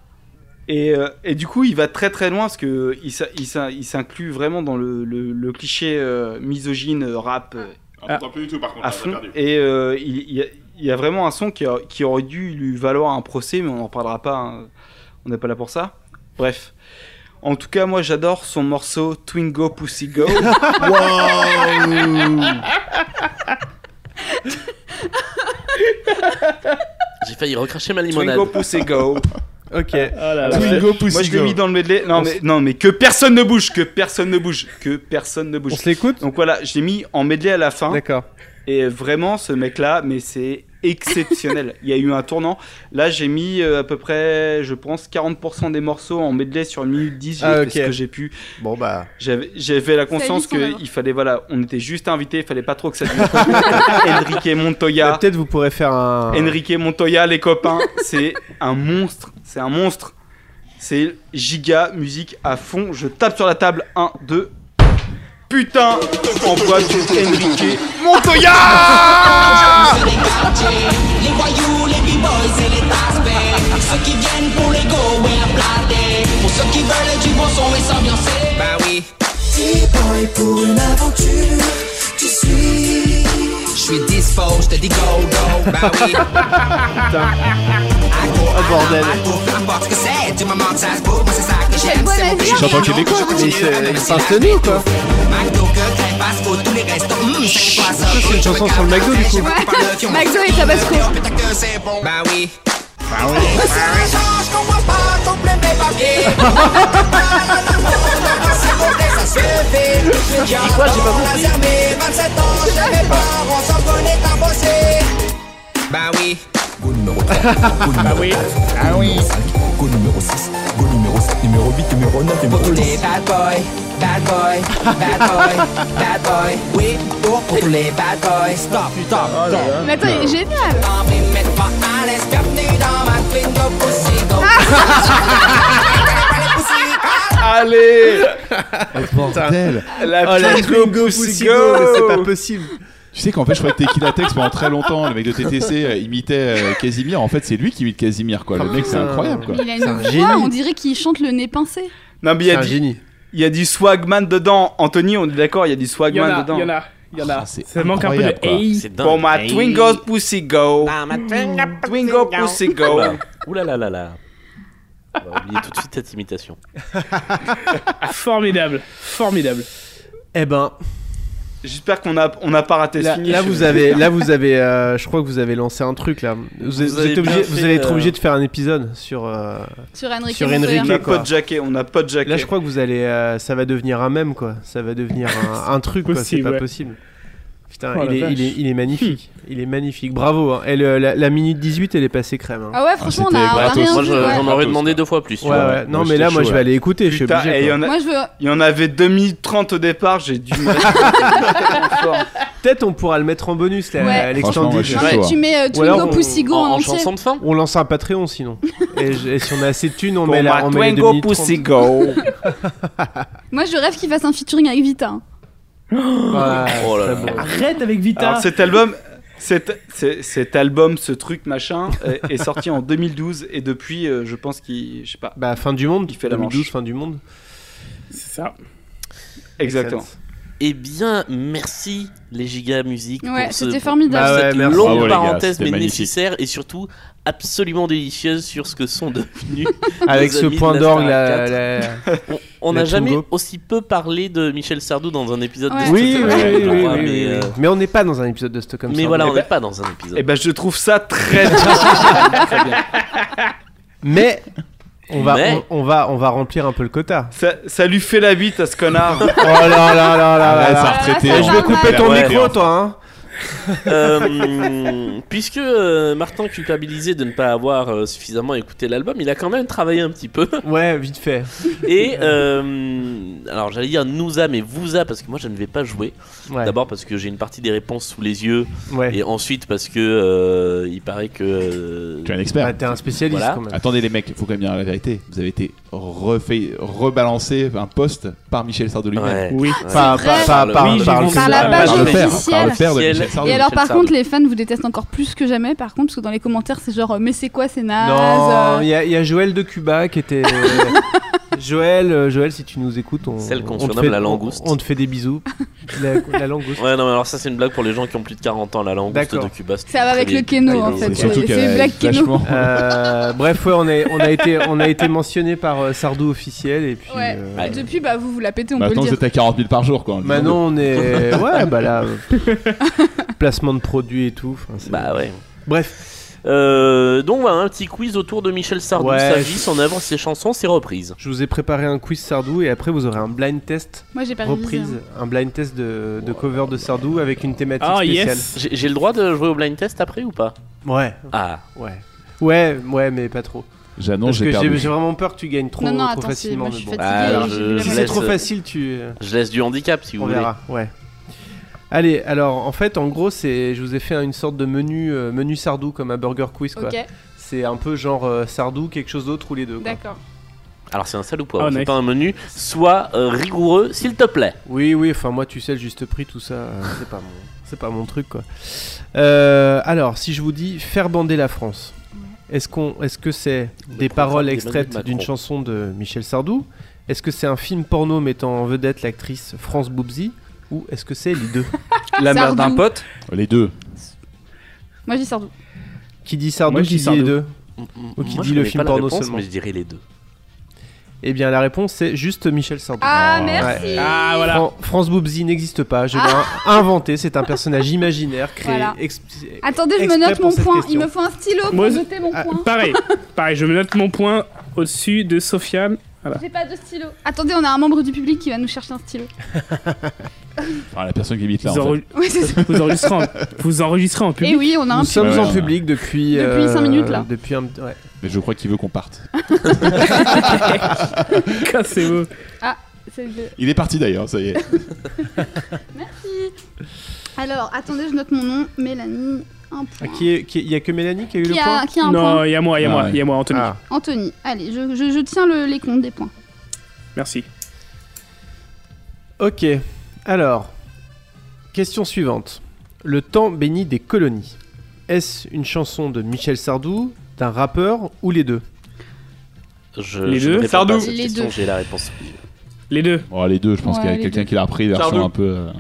[SPEAKER 7] Et, euh, et du coup, il va très très loin parce que euh, il s'in- il s'in- il s'inclut vraiment dans le, le- le cliché euh, misogyne euh, rap euh,
[SPEAKER 6] On
[SPEAKER 8] t'entend
[SPEAKER 6] Ah, plus du tout, par
[SPEAKER 7] à fond. Et euh, il, il y a, il y a vraiment un son qui, a- qui aurait dû lui valoir un procès, mais on n'en parlera pas. hein. On n'est pas là pour ça. Bref. En tout cas, moi j'adore son morceau Twingo Pussy Go.
[SPEAKER 4] J'ai failli recracher ma limonade.
[SPEAKER 7] Twingo Pussy Go.
[SPEAKER 9] Ok.
[SPEAKER 5] Ah
[SPEAKER 9] Ah,
[SPEAKER 6] Twingo
[SPEAKER 7] Moi je l'ai mis
[SPEAKER 6] Pussy
[SPEAKER 7] dans le medley. Non mais, non mais que personne ne bouge, que personne ne bouge, que personne ne
[SPEAKER 9] On
[SPEAKER 7] bouge.
[SPEAKER 9] se l'écoute
[SPEAKER 7] Donc voilà, je l'ai mis en medley à la fin.
[SPEAKER 9] D'accord.
[SPEAKER 7] Et vraiment, ce mec-là, mais c'est exceptionnel. Il y a eu un tournant. Là, j'ai mis euh, à peu près, je pense, 40% des morceaux en medley sur une minute 10. J'ai
[SPEAKER 9] Ah,
[SPEAKER 7] fait
[SPEAKER 9] ok.
[SPEAKER 7] ce que j'ai pu.
[SPEAKER 9] Bon bah.
[SPEAKER 7] J'avais- J'avais la conscience
[SPEAKER 5] son œuvre.
[SPEAKER 7] qu'il fallait, voilà, on était juste invités, il fallait pas trop que ça dure. Enrique Montoya.
[SPEAKER 9] Bah, Peut-être vous pourrez faire un.
[SPEAKER 7] Enrique Montoya, les copains, c'est un monstre. C'est un monstre. C'est giga musique à fond. Je tape sur la table. 1, 2. Putain, en boîte de Enrique Montoya
[SPEAKER 11] Les voyous, les b-boys et les tasses Ceux qui viennent pour les go et la plater Pour ceux qui veulent du bon son et s'ambiancer Bah oui T-boy pour une aventure Tu suis Je suis dispo, je te dis go go Bah oui Putain Oh bordel Importe ce que c'est, tu me manques, ça se bouge Moi c'est ça que j'aime,
[SPEAKER 5] bonne
[SPEAKER 11] c'est mon
[SPEAKER 5] avenir.
[SPEAKER 11] péché
[SPEAKER 5] Chanteur
[SPEAKER 9] québécois,
[SPEAKER 11] Je
[SPEAKER 9] mais
[SPEAKER 11] continue
[SPEAKER 9] c'est-
[SPEAKER 11] à
[SPEAKER 9] il
[SPEAKER 11] me
[SPEAKER 9] parle de nous, quoi.
[SPEAKER 11] McDo, que crème, fast food, tous les restos Hum, c'est quoi ça
[SPEAKER 9] Ça, c'est une chanson sur le McDo, du coup.
[SPEAKER 5] Maxo et Tabasco.
[SPEAKER 11] Bah oui. Bah oui. Ça change, comprends pas, ton plein mes papiers. C'est bon, ça se fait. Je dis quoi, j'ai pas compris. 27 ans, j'ai mes parents, s'en connaît à bosser. Bah oui. Go numéro 3, go numéro 4, go numéro 5, go numéro 6, go numéro 7, numéro 8, numéro 9, numéro 10. bad boys, bad boys, bad boys, bad boys. Oui, pour pour tous les bad boys. Stop, stop, stop.
[SPEAKER 5] Mais attends, il est génial.
[SPEAKER 7] Allez
[SPEAKER 9] Bordel.
[SPEAKER 7] La
[SPEAKER 9] Oh, la
[SPEAKER 7] petite
[SPEAKER 9] Twingo
[SPEAKER 7] go,
[SPEAKER 9] Pussy
[SPEAKER 7] pussy
[SPEAKER 9] Go, c'est pas
[SPEAKER 7] go
[SPEAKER 9] possible.
[SPEAKER 6] Tu sais qu'en fait, je croyais que Tequila Tex pendant très longtemps, le mec de TTC euh, imitait euh, Casimir. En fait, c'est lui qui imite Casimir, quoi. Le
[SPEAKER 9] Ah,
[SPEAKER 6] mec, c'est
[SPEAKER 9] putain.
[SPEAKER 6] incroyable, quoi.
[SPEAKER 5] Il a
[SPEAKER 9] C'est un
[SPEAKER 5] une voix,
[SPEAKER 9] génie.
[SPEAKER 5] on dirait qu'il chante le nez pincé.
[SPEAKER 7] Non mais il y
[SPEAKER 9] C'est
[SPEAKER 7] a
[SPEAKER 9] un
[SPEAKER 7] du-
[SPEAKER 9] génie.
[SPEAKER 7] il y a du swagman dedans. Anthony, on est d'accord, il y a du
[SPEAKER 8] Il y en
[SPEAKER 7] swagman
[SPEAKER 8] a, il y en
[SPEAKER 7] dedans.
[SPEAKER 8] a, il y en a.
[SPEAKER 6] Ah, c'est
[SPEAKER 8] Ça manque un peu de
[SPEAKER 6] incroyable, quoi.
[SPEAKER 8] hey.
[SPEAKER 4] C'est dingue.
[SPEAKER 7] Pour ma
[SPEAKER 4] Hey.
[SPEAKER 7] Twingo Pussy Go. Hmm. Twingo Pussy Go.
[SPEAKER 4] Oula. Oula là là là. On va oublier tout de suite cette imitation.
[SPEAKER 8] Ah, Formidable, formidable.
[SPEAKER 9] Eh ben,
[SPEAKER 7] J'espère qu'on a on n'a pas raté ce
[SPEAKER 9] là,
[SPEAKER 7] finish.
[SPEAKER 9] là, vous avez, là vous avez, euh, je crois que vous avez lancé un truc là. Vous, êtes- vous
[SPEAKER 4] avez
[SPEAKER 9] êtes obligé,
[SPEAKER 4] bien
[SPEAKER 9] vous
[SPEAKER 4] fait,
[SPEAKER 9] allez être
[SPEAKER 4] euh,
[SPEAKER 9] obligé de faire un épisode sur. euh,
[SPEAKER 5] Sur Enrique.
[SPEAKER 9] Sur
[SPEAKER 5] Montoya.
[SPEAKER 7] on n'a
[SPEAKER 9] Enrique. quoi.
[SPEAKER 7] pas de jacket, on n'a pas de jacket.
[SPEAKER 9] Là, je crois que vous allez, euh, ça va devenir un mème quoi. Ça va devenir un, un truc, quoi. C'est
[SPEAKER 8] Possible,
[SPEAKER 9] pas
[SPEAKER 8] ouais.
[SPEAKER 9] possible. Putain,
[SPEAKER 8] Oh,
[SPEAKER 9] il,
[SPEAKER 8] la
[SPEAKER 9] est, il, est,
[SPEAKER 8] vache.
[SPEAKER 9] il est magnifique. Il est magnifique. Bravo. hein. Et le- la, la minute 18, elle est passée crème. hein.
[SPEAKER 5] Ah ouais, franchement, on a,
[SPEAKER 6] c'était
[SPEAKER 5] on a
[SPEAKER 6] gratos.
[SPEAKER 5] rien
[SPEAKER 4] Moi,
[SPEAKER 5] vu,
[SPEAKER 4] je-
[SPEAKER 5] ouais.
[SPEAKER 4] j'en aurais
[SPEAKER 6] Gratos,
[SPEAKER 4] demandé
[SPEAKER 6] quoi.
[SPEAKER 4] deux fois plus. tu
[SPEAKER 9] Ouais,
[SPEAKER 4] vois.
[SPEAKER 9] ouais. Non,
[SPEAKER 6] Moi,
[SPEAKER 9] mais
[SPEAKER 6] j'étais
[SPEAKER 9] là, moi,
[SPEAKER 6] chaud,
[SPEAKER 9] je vais
[SPEAKER 6] ouais.
[SPEAKER 9] aller écouter. Je suis
[SPEAKER 7] Putain,
[SPEAKER 9] obligé.
[SPEAKER 7] et il y,
[SPEAKER 9] quoi.
[SPEAKER 7] en a-
[SPEAKER 5] Moi, je veux.
[SPEAKER 7] il y en avait 2030 au départ, j'ai dû me-
[SPEAKER 9] Peut-être on pourra le mettre en bonus, la-
[SPEAKER 5] Ouais.
[SPEAKER 9] l'extended.
[SPEAKER 6] Franchement, moi, je suis
[SPEAKER 5] Non, mais
[SPEAKER 6] chaud,
[SPEAKER 5] tu mets euh,
[SPEAKER 9] Ou alors,
[SPEAKER 5] Twingo
[SPEAKER 9] on-
[SPEAKER 5] Pussigo
[SPEAKER 4] en,
[SPEAKER 5] en
[SPEAKER 4] en
[SPEAKER 5] entier.
[SPEAKER 4] chanson de fin
[SPEAKER 9] On lance un Patreon sinon. et, je- et si on a assez de thunes, on
[SPEAKER 7] Pour
[SPEAKER 9] met
[SPEAKER 7] ma
[SPEAKER 9] la on met les
[SPEAKER 7] Twingo
[SPEAKER 9] 2030.
[SPEAKER 7] Pussy Go.
[SPEAKER 5] Moi, je rêve qu'il fasse un featuring avec Vita. hein.
[SPEAKER 9] Ouais,
[SPEAKER 4] Oh là
[SPEAKER 9] très
[SPEAKER 4] là.
[SPEAKER 9] bon.
[SPEAKER 8] Arrête avec Vita.
[SPEAKER 7] Alors cet album, cet, c'est- cet album, ce truc machin, est, est sorti en 2012 et depuis, euh, je pense qu'il, je sais pas,
[SPEAKER 9] Bah fin du monde,
[SPEAKER 7] Il fait la
[SPEAKER 9] 2012
[SPEAKER 7] manche.
[SPEAKER 9] fin du monde.
[SPEAKER 8] C'est ça.
[SPEAKER 7] exactement.
[SPEAKER 4] Eh bien, merci les gigas musique
[SPEAKER 5] Ouais,
[SPEAKER 4] pour ce-
[SPEAKER 5] c'était
[SPEAKER 4] pour
[SPEAKER 5] formidable.
[SPEAKER 9] Bah ouais,
[SPEAKER 4] cette
[SPEAKER 9] merci.
[SPEAKER 4] longue
[SPEAKER 6] Bravo, les gars,
[SPEAKER 4] parenthèse
[SPEAKER 6] c'était
[SPEAKER 4] mais
[SPEAKER 6] magnifique.
[SPEAKER 4] nécessaire et surtout absolument délicieuse sur ce que sont devenus.
[SPEAKER 9] Avec
[SPEAKER 4] nos
[SPEAKER 9] ce
[SPEAKER 4] amis de
[SPEAKER 9] point
[SPEAKER 4] la
[SPEAKER 9] d'orgue
[SPEAKER 4] Star
[SPEAKER 9] là,
[SPEAKER 4] 4.
[SPEAKER 9] la-
[SPEAKER 4] On- On
[SPEAKER 9] La
[SPEAKER 4] n'a jamais
[SPEAKER 9] Twingo.
[SPEAKER 4] aussi peu parlé de Michel Sardou dans un épisode
[SPEAKER 5] Ouais.
[SPEAKER 4] de
[SPEAKER 5] Oui,
[SPEAKER 4] Stockholm,
[SPEAKER 8] oui,
[SPEAKER 4] je
[SPEAKER 8] oui,
[SPEAKER 4] crois,
[SPEAKER 8] oui,
[SPEAKER 4] mais,
[SPEAKER 8] oui,
[SPEAKER 4] euh,
[SPEAKER 9] mais on n'est pas dans un épisode de Stockholm.
[SPEAKER 4] mais
[SPEAKER 9] Syndrome.
[SPEAKER 4] voilà, on
[SPEAKER 7] ben-
[SPEAKER 4] n'est pas dans un
[SPEAKER 7] Et
[SPEAKER 4] épisode.
[SPEAKER 7] ben je trouve ça très bien.
[SPEAKER 9] Mais on va
[SPEAKER 4] Mais-
[SPEAKER 9] on, on va on va remplir un peu le quota.
[SPEAKER 7] ça, ça lui fait la bite à ce connard.
[SPEAKER 9] Oh là là là là là là.
[SPEAKER 6] Ah, ça
[SPEAKER 9] là.
[SPEAKER 6] a retraité.
[SPEAKER 5] Ah, ça
[SPEAKER 9] Je vais
[SPEAKER 5] va
[SPEAKER 9] couper
[SPEAKER 5] mal.
[SPEAKER 9] ton
[SPEAKER 6] Ouais.
[SPEAKER 9] micro toi hein.
[SPEAKER 4] Euh, puisque euh, Martin culpabilisait de ne pas avoir euh, suffisamment écouté l'album, il a quand même travaillé un petit peu.
[SPEAKER 9] Ouais, vite fait.
[SPEAKER 4] Et euh, alors j'allais dire nous a mais vous a parce que moi je ne vais pas jouer.
[SPEAKER 9] Ouais.
[SPEAKER 4] D'abord parce que j'ai une partie des réponses sous les yeux
[SPEAKER 9] Ouais.
[SPEAKER 4] et ensuite parce que euh, il paraît que euh,
[SPEAKER 6] Tu es un
[SPEAKER 9] Bah,
[SPEAKER 6] expert.
[SPEAKER 9] t'es un spécialiste
[SPEAKER 4] Voilà.
[SPEAKER 9] quand même.
[SPEAKER 6] Attendez les mecs, faut quand même dire la vérité. Vous avez été refait, rebalancé un poste par Michel Sardou lui-même.
[SPEAKER 4] ouais.
[SPEAKER 8] Oui.
[SPEAKER 9] Pas-
[SPEAKER 5] vrai.
[SPEAKER 9] pas- pas-
[SPEAKER 4] Oui,
[SPEAKER 9] par-
[SPEAKER 8] j'ai
[SPEAKER 9] par le-
[SPEAKER 8] vu ça.
[SPEAKER 5] Par la
[SPEAKER 9] par
[SPEAKER 5] page
[SPEAKER 9] le
[SPEAKER 5] officielle.
[SPEAKER 9] père.
[SPEAKER 6] Par le
[SPEAKER 4] Officiel.
[SPEAKER 6] père de
[SPEAKER 9] Ah
[SPEAKER 6] Michel Sardou.
[SPEAKER 4] Pardon,
[SPEAKER 5] Et alors, par
[SPEAKER 4] Michel Sardou.
[SPEAKER 5] contre, les fans vous détestent encore plus que jamais, par contre, parce que dans les commentaires, c'est genre, euh, mais c'est quoi, c'est naze
[SPEAKER 9] Non,
[SPEAKER 5] euh,
[SPEAKER 9] il y, a- il y a Joël de Cuba qui était. Joël, euh, Joël, si tu nous écoutes, on,
[SPEAKER 4] Celle qu'on
[SPEAKER 9] on te
[SPEAKER 4] surnomme
[SPEAKER 9] fait-
[SPEAKER 4] la langouste.
[SPEAKER 9] On, on te fait des bisous. La, la langouste.
[SPEAKER 4] Ouais, non, mais alors ça, c'est une blague pour les gens qui ont plus de 40 ans, la langue
[SPEAKER 9] D'accord.
[SPEAKER 4] de Cuba. c'est
[SPEAKER 5] Ça va
[SPEAKER 4] très
[SPEAKER 5] avec
[SPEAKER 4] vieille.
[SPEAKER 5] le keno, en
[SPEAKER 4] C'est
[SPEAKER 5] fait.
[SPEAKER 6] Surtout
[SPEAKER 5] C'est
[SPEAKER 6] qu'elle
[SPEAKER 5] une
[SPEAKER 6] a
[SPEAKER 5] blague keno.
[SPEAKER 6] vachement-
[SPEAKER 9] Euh, bref, ouais, on, est, on a été, on a été mentionné par euh, Sardou officiel et puis.
[SPEAKER 5] Ouais.
[SPEAKER 9] euh,
[SPEAKER 5] Et Depuis, bah, vous vous la pétez, on peut
[SPEAKER 6] Maintenant,
[SPEAKER 5] le
[SPEAKER 6] vous
[SPEAKER 5] dire.
[SPEAKER 6] êtes à 40 000 par jour, quoi.
[SPEAKER 9] Maintenant, on est. Ouais, bah là. euh, placement de produits et tout. enfin, c'est-
[SPEAKER 4] Bah ouais.
[SPEAKER 9] Bref,
[SPEAKER 4] Euh, donc voilà, un petit quiz autour de Michel Sardou,
[SPEAKER 9] Ouais.
[SPEAKER 4] sa vie, son œuvre, ses chansons, ses reprises.
[SPEAKER 9] je vous ai préparé un quiz Sardou et après, vous aurez un blind test
[SPEAKER 5] Moi, j'ai pas révisé.
[SPEAKER 9] reprise, un blind test de, de cover de Sardou avec une thématique
[SPEAKER 8] Ah
[SPEAKER 9] spéciale.
[SPEAKER 8] yes.
[SPEAKER 4] J'ai j'ai le droit de jouer au blind test après ou pas
[SPEAKER 9] Ouais,
[SPEAKER 4] Ah,
[SPEAKER 9] ouais. Ouais, ouais, mais pas trop.
[SPEAKER 6] J'annonce,
[SPEAKER 9] Parce
[SPEAKER 6] j'ai
[SPEAKER 9] que j'ai
[SPEAKER 6] perdu.
[SPEAKER 9] j'ai vraiment peur que tu gagnes trop,
[SPEAKER 5] Non, non,
[SPEAKER 9] trop
[SPEAKER 5] attends, c'est-
[SPEAKER 9] facilement.
[SPEAKER 5] moi, je
[SPEAKER 9] mais
[SPEAKER 5] suis
[SPEAKER 9] bon.
[SPEAKER 5] fatiguée.
[SPEAKER 4] Ah,
[SPEAKER 5] j'ai
[SPEAKER 4] je-
[SPEAKER 5] vu la
[SPEAKER 4] je
[SPEAKER 9] si
[SPEAKER 5] maladie.
[SPEAKER 9] c'est
[SPEAKER 4] laisse-
[SPEAKER 9] trop facile, tu. euh,
[SPEAKER 4] je laisse du handicap si vous
[SPEAKER 9] On
[SPEAKER 4] voulez.
[SPEAKER 9] verra, ouais. Allez, alors en fait, en gros, c'est, je vous ai fait une sorte de menu, euh, menu Sardou comme un burger quiz, quoi.
[SPEAKER 5] Ok,
[SPEAKER 9] C'est un peu genre euh, Sardou, quelque chose d'autre ou les deux. quoi.
[SPEAKER 5] d'accord.
[SPEAKER 4] Alors c'est un sale ou poivre,
[SPEAKER 9] Ah,
[SPEAKER 4] c'est
[SPEAKER 9] nice.
[SPEAKER 4] pas un menu. Sois euh, rigoureux, s'il te plaît.
[SPEAKER 9] Oui, oui, enfin moi tu sais le juste prix, tout ça, euh, c'est pas mon, c'est pas mon truc quoi. Euh, alors si je vous dis faire bander la France, est-ce qu'on, est-ce que c'est des paroles
[SPEAKER 4] d'Emmanuel
[SPEAKER 9] extraites
[SPEAKER 4] Macron.
[SPEAKER 9] d'une chanson de Michel Sardou Est-ce que c'est un film porno mettant en vedette l'actrice France Boubzi ou est-ce que c'est les deux
[SPEAKER 7] La mère d'un Sardou. pote
[SPEAKER 6] Les deux.
[SPEAKER 5] Moi, j'y sors d'où
[SPEAKER 9] Qui dit Sardou,
[SPEAKER 4] Moi, je
[SPEAKER 9] qui
[SPEAKER 4] dis
[SPEAKER 9] dit
[SPEAKER 4] Sardou.
[SPEAKER 9] les deux
[SPEAKER 4] Mm, mm,
[SPEAKER 9] Ou qui
[SPEAKER 4] moi, je
[SPEAKER 9] dit le
[SPEAKER 4] connais
[SPEAKER 9] film
[SPEAKER 4] pas la
[SPEAKER 9] porno
[SPEAKER 4] réponse,
[SPEAKER 9] seulement
[SPEAKER 4] mais je dirais les deux.
[SPEAKER 9] Eh bien, la réponse, c'est juste Michel Sardou.
[SPEAKER 5] Ah, merci. Ah, voilà.
[SPEAKER 9] Fran- France Boubzi n'existe pas. Je l'ai in- inventé. C'est un personnage imaginaire créé.
[SPEAKER 5] Ah. Voilà.
[SPEAKER 9] ex-
[SPEAKER 5] Attendez, je me
[SPEAKER 9] exprès
[SPEAKER 5] note
[SPEAKER 9] pour
[SPEAKER 5] mon
[SPEAKER 9] cette
[SPEAKER 5] point. Il
[SPEAKER 9] question.
[SPEAKER 5] me faut un stylo pour
[SPEAKER 8] Moi, je-
[SPEAKER 5] noter mon
[SPEAKER 8] Ah,
[SPEAKER 5] point.
[SPEAKER 8] pareil, pareil, je me note mon point au-dessus de Sofiane. Voilà.
[SPEAKER 5] J'ai pas de stylo. Attendez, on a un membre du public qui va nous chercher un stylo.
[SPEAKER 6] Enfin, la personne qui habite
[SPEAKER 5] Bah,
[SPEAKER 6] là.
[SPEAKER 8] Vous,
[SPEAKER 6] en fait.
[SPEAKER 8] enre- vous enregistrez en... vous enregistrez en public.
[SPEAKER 5] Eh oui, on a un
[SPEAKER 9] Nous
[SPEAKER 5] public.
[SPEAKER 9] sommes
[SPEAKER 6] Ouais,
[SPEAKER 9] en
[SPEAKER 6] ouais.
[SPEAKER 9] public depuis. euh,
[SPEAKER 5] Depuis cinq minutes, là.
[SPEAKER 9] Depuis un. Ouais.
[SPEAKER 6] Mais je crois qu'il veut qu'on parte.
[SPEAKER 8] Cassez-vous.
[SPEAKER 5] Ah, c'est le.
[SPEAKER 6] Il est parti d'ailleurs, ça y est.
[SPEAKER 5] Merci. Alors, attendez, je note mon nom. Mélanie, un point.
[SPEAKER 9] Ah, qui est- qui est- Il y a que Mélanie qui a eu
[SPEAKER 5] Qui
[SPEAKER 9] le
[SPEAKER 5] a-
[SPEAKER 9] point.
[SPEAKER 5] qui a un
[SPEAKER 8] non,
[SPEAKER 5] point
[SPEAKER 8] il y a moi, il y a
[SPEAKER 6] Ah
[SPEAKER 8] moi,
[SPEAKER 6] ouais.
[SPEAKER 8] il y a moi, Anthony.
[SPEAKER 9] Ah.
[SPEAKER 5] Anthony, allez, je, je- je tiens le- les comptes des points.
[SPEAKER 8] Merci.
[SPEAKER 9] Ok. Alors, question suivante. Le temps béni des colonies. Est-ce une chanson de Michel Sardou, d'un rappeur ou les deux
[SPEAKER 4] Je,
[SPEAKER 8] Les
[SPEAKER 4] je
[SPEAKER 8] deux
[SPEAKER 4] ne réponds
[SPEAKER 8] Sardou.
[SPEAKER 4] pas à cette
[SPEAKER 5] Les
[SPEAKER 4] question,
[SPEAKER 5] deux.
[SPEAKER 4] J'ai la réponse.
[SPEAKER 8] Les deux.
[SPEAKER 6] Bon, les deux, je pense
[SPEAKER 5] Ouais,
[SPEAKER 6] qu'il y a
[SPEAKER 5] les
[SPEAKER 6] quelqu'un
[SPEAKER 5] deux.
[SPEAKER 6] qui l'a repris, version
[SPEAKER 7] Sardou.
[SPEAKER 6] un peu. euh,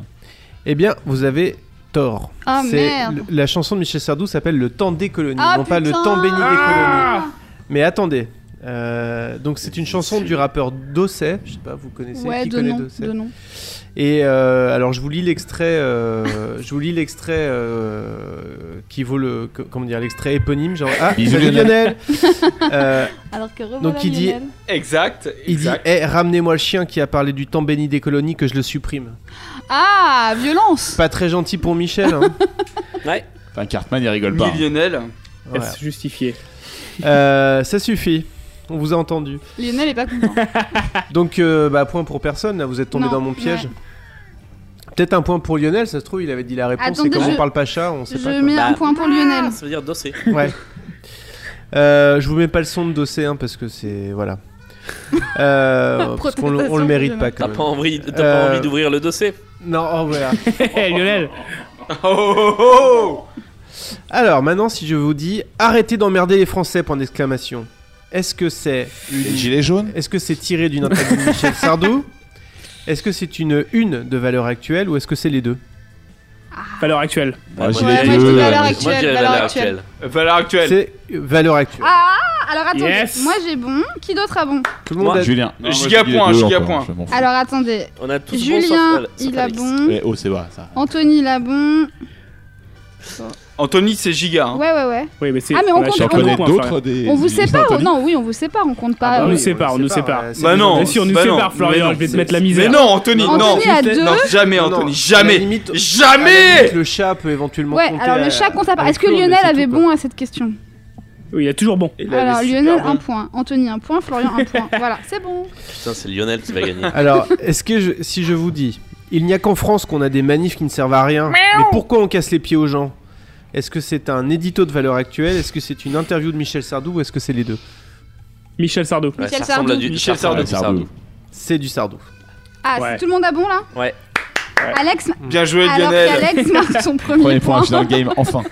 [SPEAKER 9] Eh bien, vous avez tort.
[SPEAKER 5] Ah,
[SPEAKER 9] C'est
[SPEAKER 5] merde.
[SPEAKER 9] le- La chanson de Michel Sardou s'appelle Le temps des colonies,
[SPEAKER 5] Ah,
[SPEAKER 9] non pas Le
[SPEAKER 5] putain.
[SPEAKER 9] temps béni des colonies.
[SPEAKER 8] Ah
[SPEAKER 9] Mais attendez, euh, donc c'est une chanson du rappeur Dosset, je sais pas, vous connaissez
[SPEAKER 5] Ouais,
[SPEAKER 9] qui
[SPEAKER 5] de
[SPEAKER 9] connaît
[SPEAKER 5] nom,
[SPEAKER 9] Dosset
[SPEAKER 5] de nom.
[SPEAKER 9] Et euh, alors je vous lis l'extrait, euh, je vous lis l'extrait euh, qui vaut le, que- comment dire, l'extrait éponyme, genre ah
[SPEAKER 6] Bisous,
[SPEAKER 9] salut Lionel. Euh,
[SPEAKER 5] Alors que revoilà
[SPEAKER 9] Donc, il dit-
[SPEAKER 5] Lionel.
[SPEAKER 7] Exact,
[SPEAKER 9] il dit,
[SPEAKER 7] exact.
[SPEAKER 9] Eh, ramenez-moi le chien qui a parlé du temps béni des colonies que je le supprime.
[SPEAKER 5] Ah, violence
[SPEAKER 9] Pas très gentil pour Michel. hein.
[SPEAKER 6] Enfin, Cartman, il rigole pas. hein.
[SPEAKER 7] Ni Lionel.
[SPEAKER 9] Voilà.
[SPEAKER 8] Est-ce justifié
[SPEAKER 9] Euh, ça suffit. On vous a entendu.
[SPEAKER 5] Lionel est pas content.
[SPEAKER 9] Donc, euh, bah, point pour personne. Là, vous êtes tombé
[SPEAKER 5] Non,
[SPEAKER 9] dans mon piège. Peut-être un point pour Lionel, ça se trouve, il avait dit la réponse.
[SPEAKER 5] Attendez,
[SPEAKER 9] et comme
[SPEAKER 5] Ah, je-
[SPEAKER 9] on parle pas chat, on sait
[SPEAKER 5] Je
[SPEAKER 9] pas. quoi.
[SPEAKER 5] mets un
[SPEAKER 4] Bah,
[SPEAKER 5] point pour Lionel.
[SPEAKER 4] Ça veut dire dossé.
[SPEAKER 9] Ouais. Euh, je vous mets pas le son de dossier hein, parce que c'est. Voilà. Euh, parce qu'on le- on le mérite pas quand
[SPEAKER 4] T'as
[SPEAKER 9] même.
[SPEAKER 4] pas envie, t'as
[SPEAKER 9] Euh,
[SPEAKER 4] pas envie d'ouvrir le dossier.
[SPEAKER 9] Non, oh, voilà.
[SPEAKER 8] Eh, Lionel
[SPEAKER 7] Oh, oh, oh
[SPEAKER 9] Alors maintenant, si je vous dis arrêtez d'emmerder les Français, point d'exclamation. Est-ce que c'est.
[SPEAKER 6] Les gilets jaunes
[SPEAKER 9] Est-ce que c'est tiré d'une interview de Michel Sardou Est-ce que c'est une une de valeur actuelle ou est-ce que c'est les deux
[SPEAKER 8] Valeur actuelle.
[SPEAKER 4] Bah,
[SPEAKER 6] Moi, j'ai
[SPEAKER 5] Ouais,
[SPEAKER 6] les
[SPEAKER 5] moi, je
[SPEAKER 6] deux,
[SPEAKER 5] dis
[SPEAKER 6] euh,
[SPEAKER 5] valeur
[SPEAKER 6] mais-
[SPEAKER 5] actuelle,
[SPEAKER 4] Moi, je dirais
[SPEAKER 5] valeur
[SPEAKER 4] valeur
[SPEAKER 5] actuelle.
[SPEAKER 4] actuelle.
[SPEAKER 7] oh. Valeur actuelle.
[SPEAKER 9] C'est euh, valeur actuelle.
[SPEAKER 5] Ah, alors attendez.
[SPEAKER 8] Yes.
[SPEAKER 5] Moi j'ai bon. Qui d'autre a bon
[SPEAKER 9] Tout le monde
[SPEAKER 4] moi,
[SPEAKER 9] a-
[SPEAKER 6] Julien. Non, moi, je
[SPEAKER 7] Giga
[SPEAKER 6] dis les
[SPEAKER 7] point,
[SPEAKER 6] deux,
[SPEAKER 7] giga
[SPEAKER 6] encore,
[SPEAKER 7] point.
[SPEAKER 6] je m'en fous.
[SPEAKER 5] Alors attendez.
[SPEAKER 4] On a tous bon
[SPEAKER 5] Julien,
[SPEAKER 4] sauf- sauf
[SPEAKER 5] il a
[SPEAKER 4] Alex.
[SPEAKER 5] bon.
[SPEAKER 6] Ouais, Oh, c'est vrai, ça.
[SPEAKER 5] Anthony, il a bon.
[SPEAKER 7] Anthony, c'est giga. hein.
[SPEAKER 5] Ouais, ouais, ouais.
[SPEAKER 8] Oui, mais c'est.
[SPEAKER 5] Ah, mais on
[SPEAKER 8] a
[SPEAKER 5] compte-
[SPEAKER 6] J'en
[SPEAKER 8] chacun
[SPEAKER 5] on-
[SPEAKER 8] nos
[SPEAKER 6] connais
[SPEAKER 8] points,
[SPEAKER 6] d'autres des.
[SPEAKER 5] On vous
[SPEAKER 6] des listes
[SPEAKER 5] sépare
[SPEAKER 6] d'Anthony.
[SPEAKER 5] Non, oui, on vous sépare, on compte pas.
[SPEAKER 8] Ah
[SPEAKER 9] bah oui,
[SPEAKER 8] nous
[SPEAKER 9] on
[SPEAKER 5] euh,
[SPEAKER 9] les
[SPEAKER 8] sépare, on nous sépare.
[SPEAKER 9] euh, c'est
[SPEAKER 7] Bah
[SPEAKER 9] les
[SPEAKER 7] non.
[SPEAKER 8] Florian. Mais
[SPEAKER 9] deux.
[SPEAKER 8] si on nous
[SPEAKER 7] Bah non.
[SPEAKER 8] sépare, Florian,
[SPEAKER 9] Mais
[SPEAKER 8] je vais
[SPEAKER 9] non,
[SPEAKER 8] te mettre la
[SPEAKER 9] c'est-
[SPEAKER 8] misère.
[SPEAKER 7] Mais non, Anthony, non.
[SPEAKER 5] Anthony a deux.
[SPEAKER 7] Non, jamais,
[SPEAKER 9] Non, non,
[SPEAKER 7] Anthony,
[SPEAKER 9] à la
[SPEAKER 7] jamais.
[SPEAKER 9] limite- à la
[SPEAKER 7] Jamais
[SPEAKER 9] limite, le chat peut éventuellement
[SPEAKER 5] Ouais,
[SPEAKER 9] compter
[SPEAKER 5] alors
[SPEAKER 9] à-
[SPEAKER 5] le chat compte à part.
[SPEAKER 9] avec
[SPEAKER 5] Est-ce que
[SPEAKER 9] Claude, mais
[SPEAKER 5] Lionel
[SPEAKER 9] c'est
[SPEAKER 5] avait
[SPEAKER 9] tout,
[SPEAKER 5] bon à cette question
[SPEAKER 8] Oui, il a toujours bon.
[SPEAKER 7] Il
[SPEAKER 5] Alors
[SPEAKER 7] avait
[SPEAKER 5] Lionel,
[SPEAKER 7] super
[SPEAKER 5] un
[SPEAKER 7] bon.
[SPEAKER 5] point. Anthony, un point. Florian, un point. Voilà, c'est bon.
[SPEAKER 4] Putain, c'est Lionel qui va gagner.
[SPEAKER 9] quoi. Alors, est-ce que je- si je vous dis, il n'y a qu'en France qu'on a des manifs qui ne servent à rien, mais pourquoi on casse les pieds aux gens Est-ce que c'est un édito de valeur actuelle Est-ce que c'est une interview de Michel Sardou ou est-ce que c'est les deux
[SPEAKER 8] Michel Sardou.
[SPEAKER 4] Ouais,
[SPEAKER 5] Michel
[SPEAKER 4] ça ressemble à du-
[SPEAKER 7] Michel
[SPEAKER 4] ça ressemble à du
[SPEAKER 6] Sardou.
[SPEAKER 4] Sardou.
[SPEAKER 9] C'est du Sardou.
[SPEAKER 5] Ah,
[SPEAKER 8] Ouais.
[SPEAKER 5] c'est- tout le monde a bon là
[SPEAKER 4] Ouais.
[SPEAKER 5] Alex,
[SPEAKER 7] Bien joué,
[SPEAKER 5] alors
[SPEAKER 7] Lionel.
[SPEAKER 5] qu'Alex marque son premier,
[SPEAKER 6] Premier point,
[SPEAKER 5] point.
[SPEAKER 6] je suis dans le game, enfin.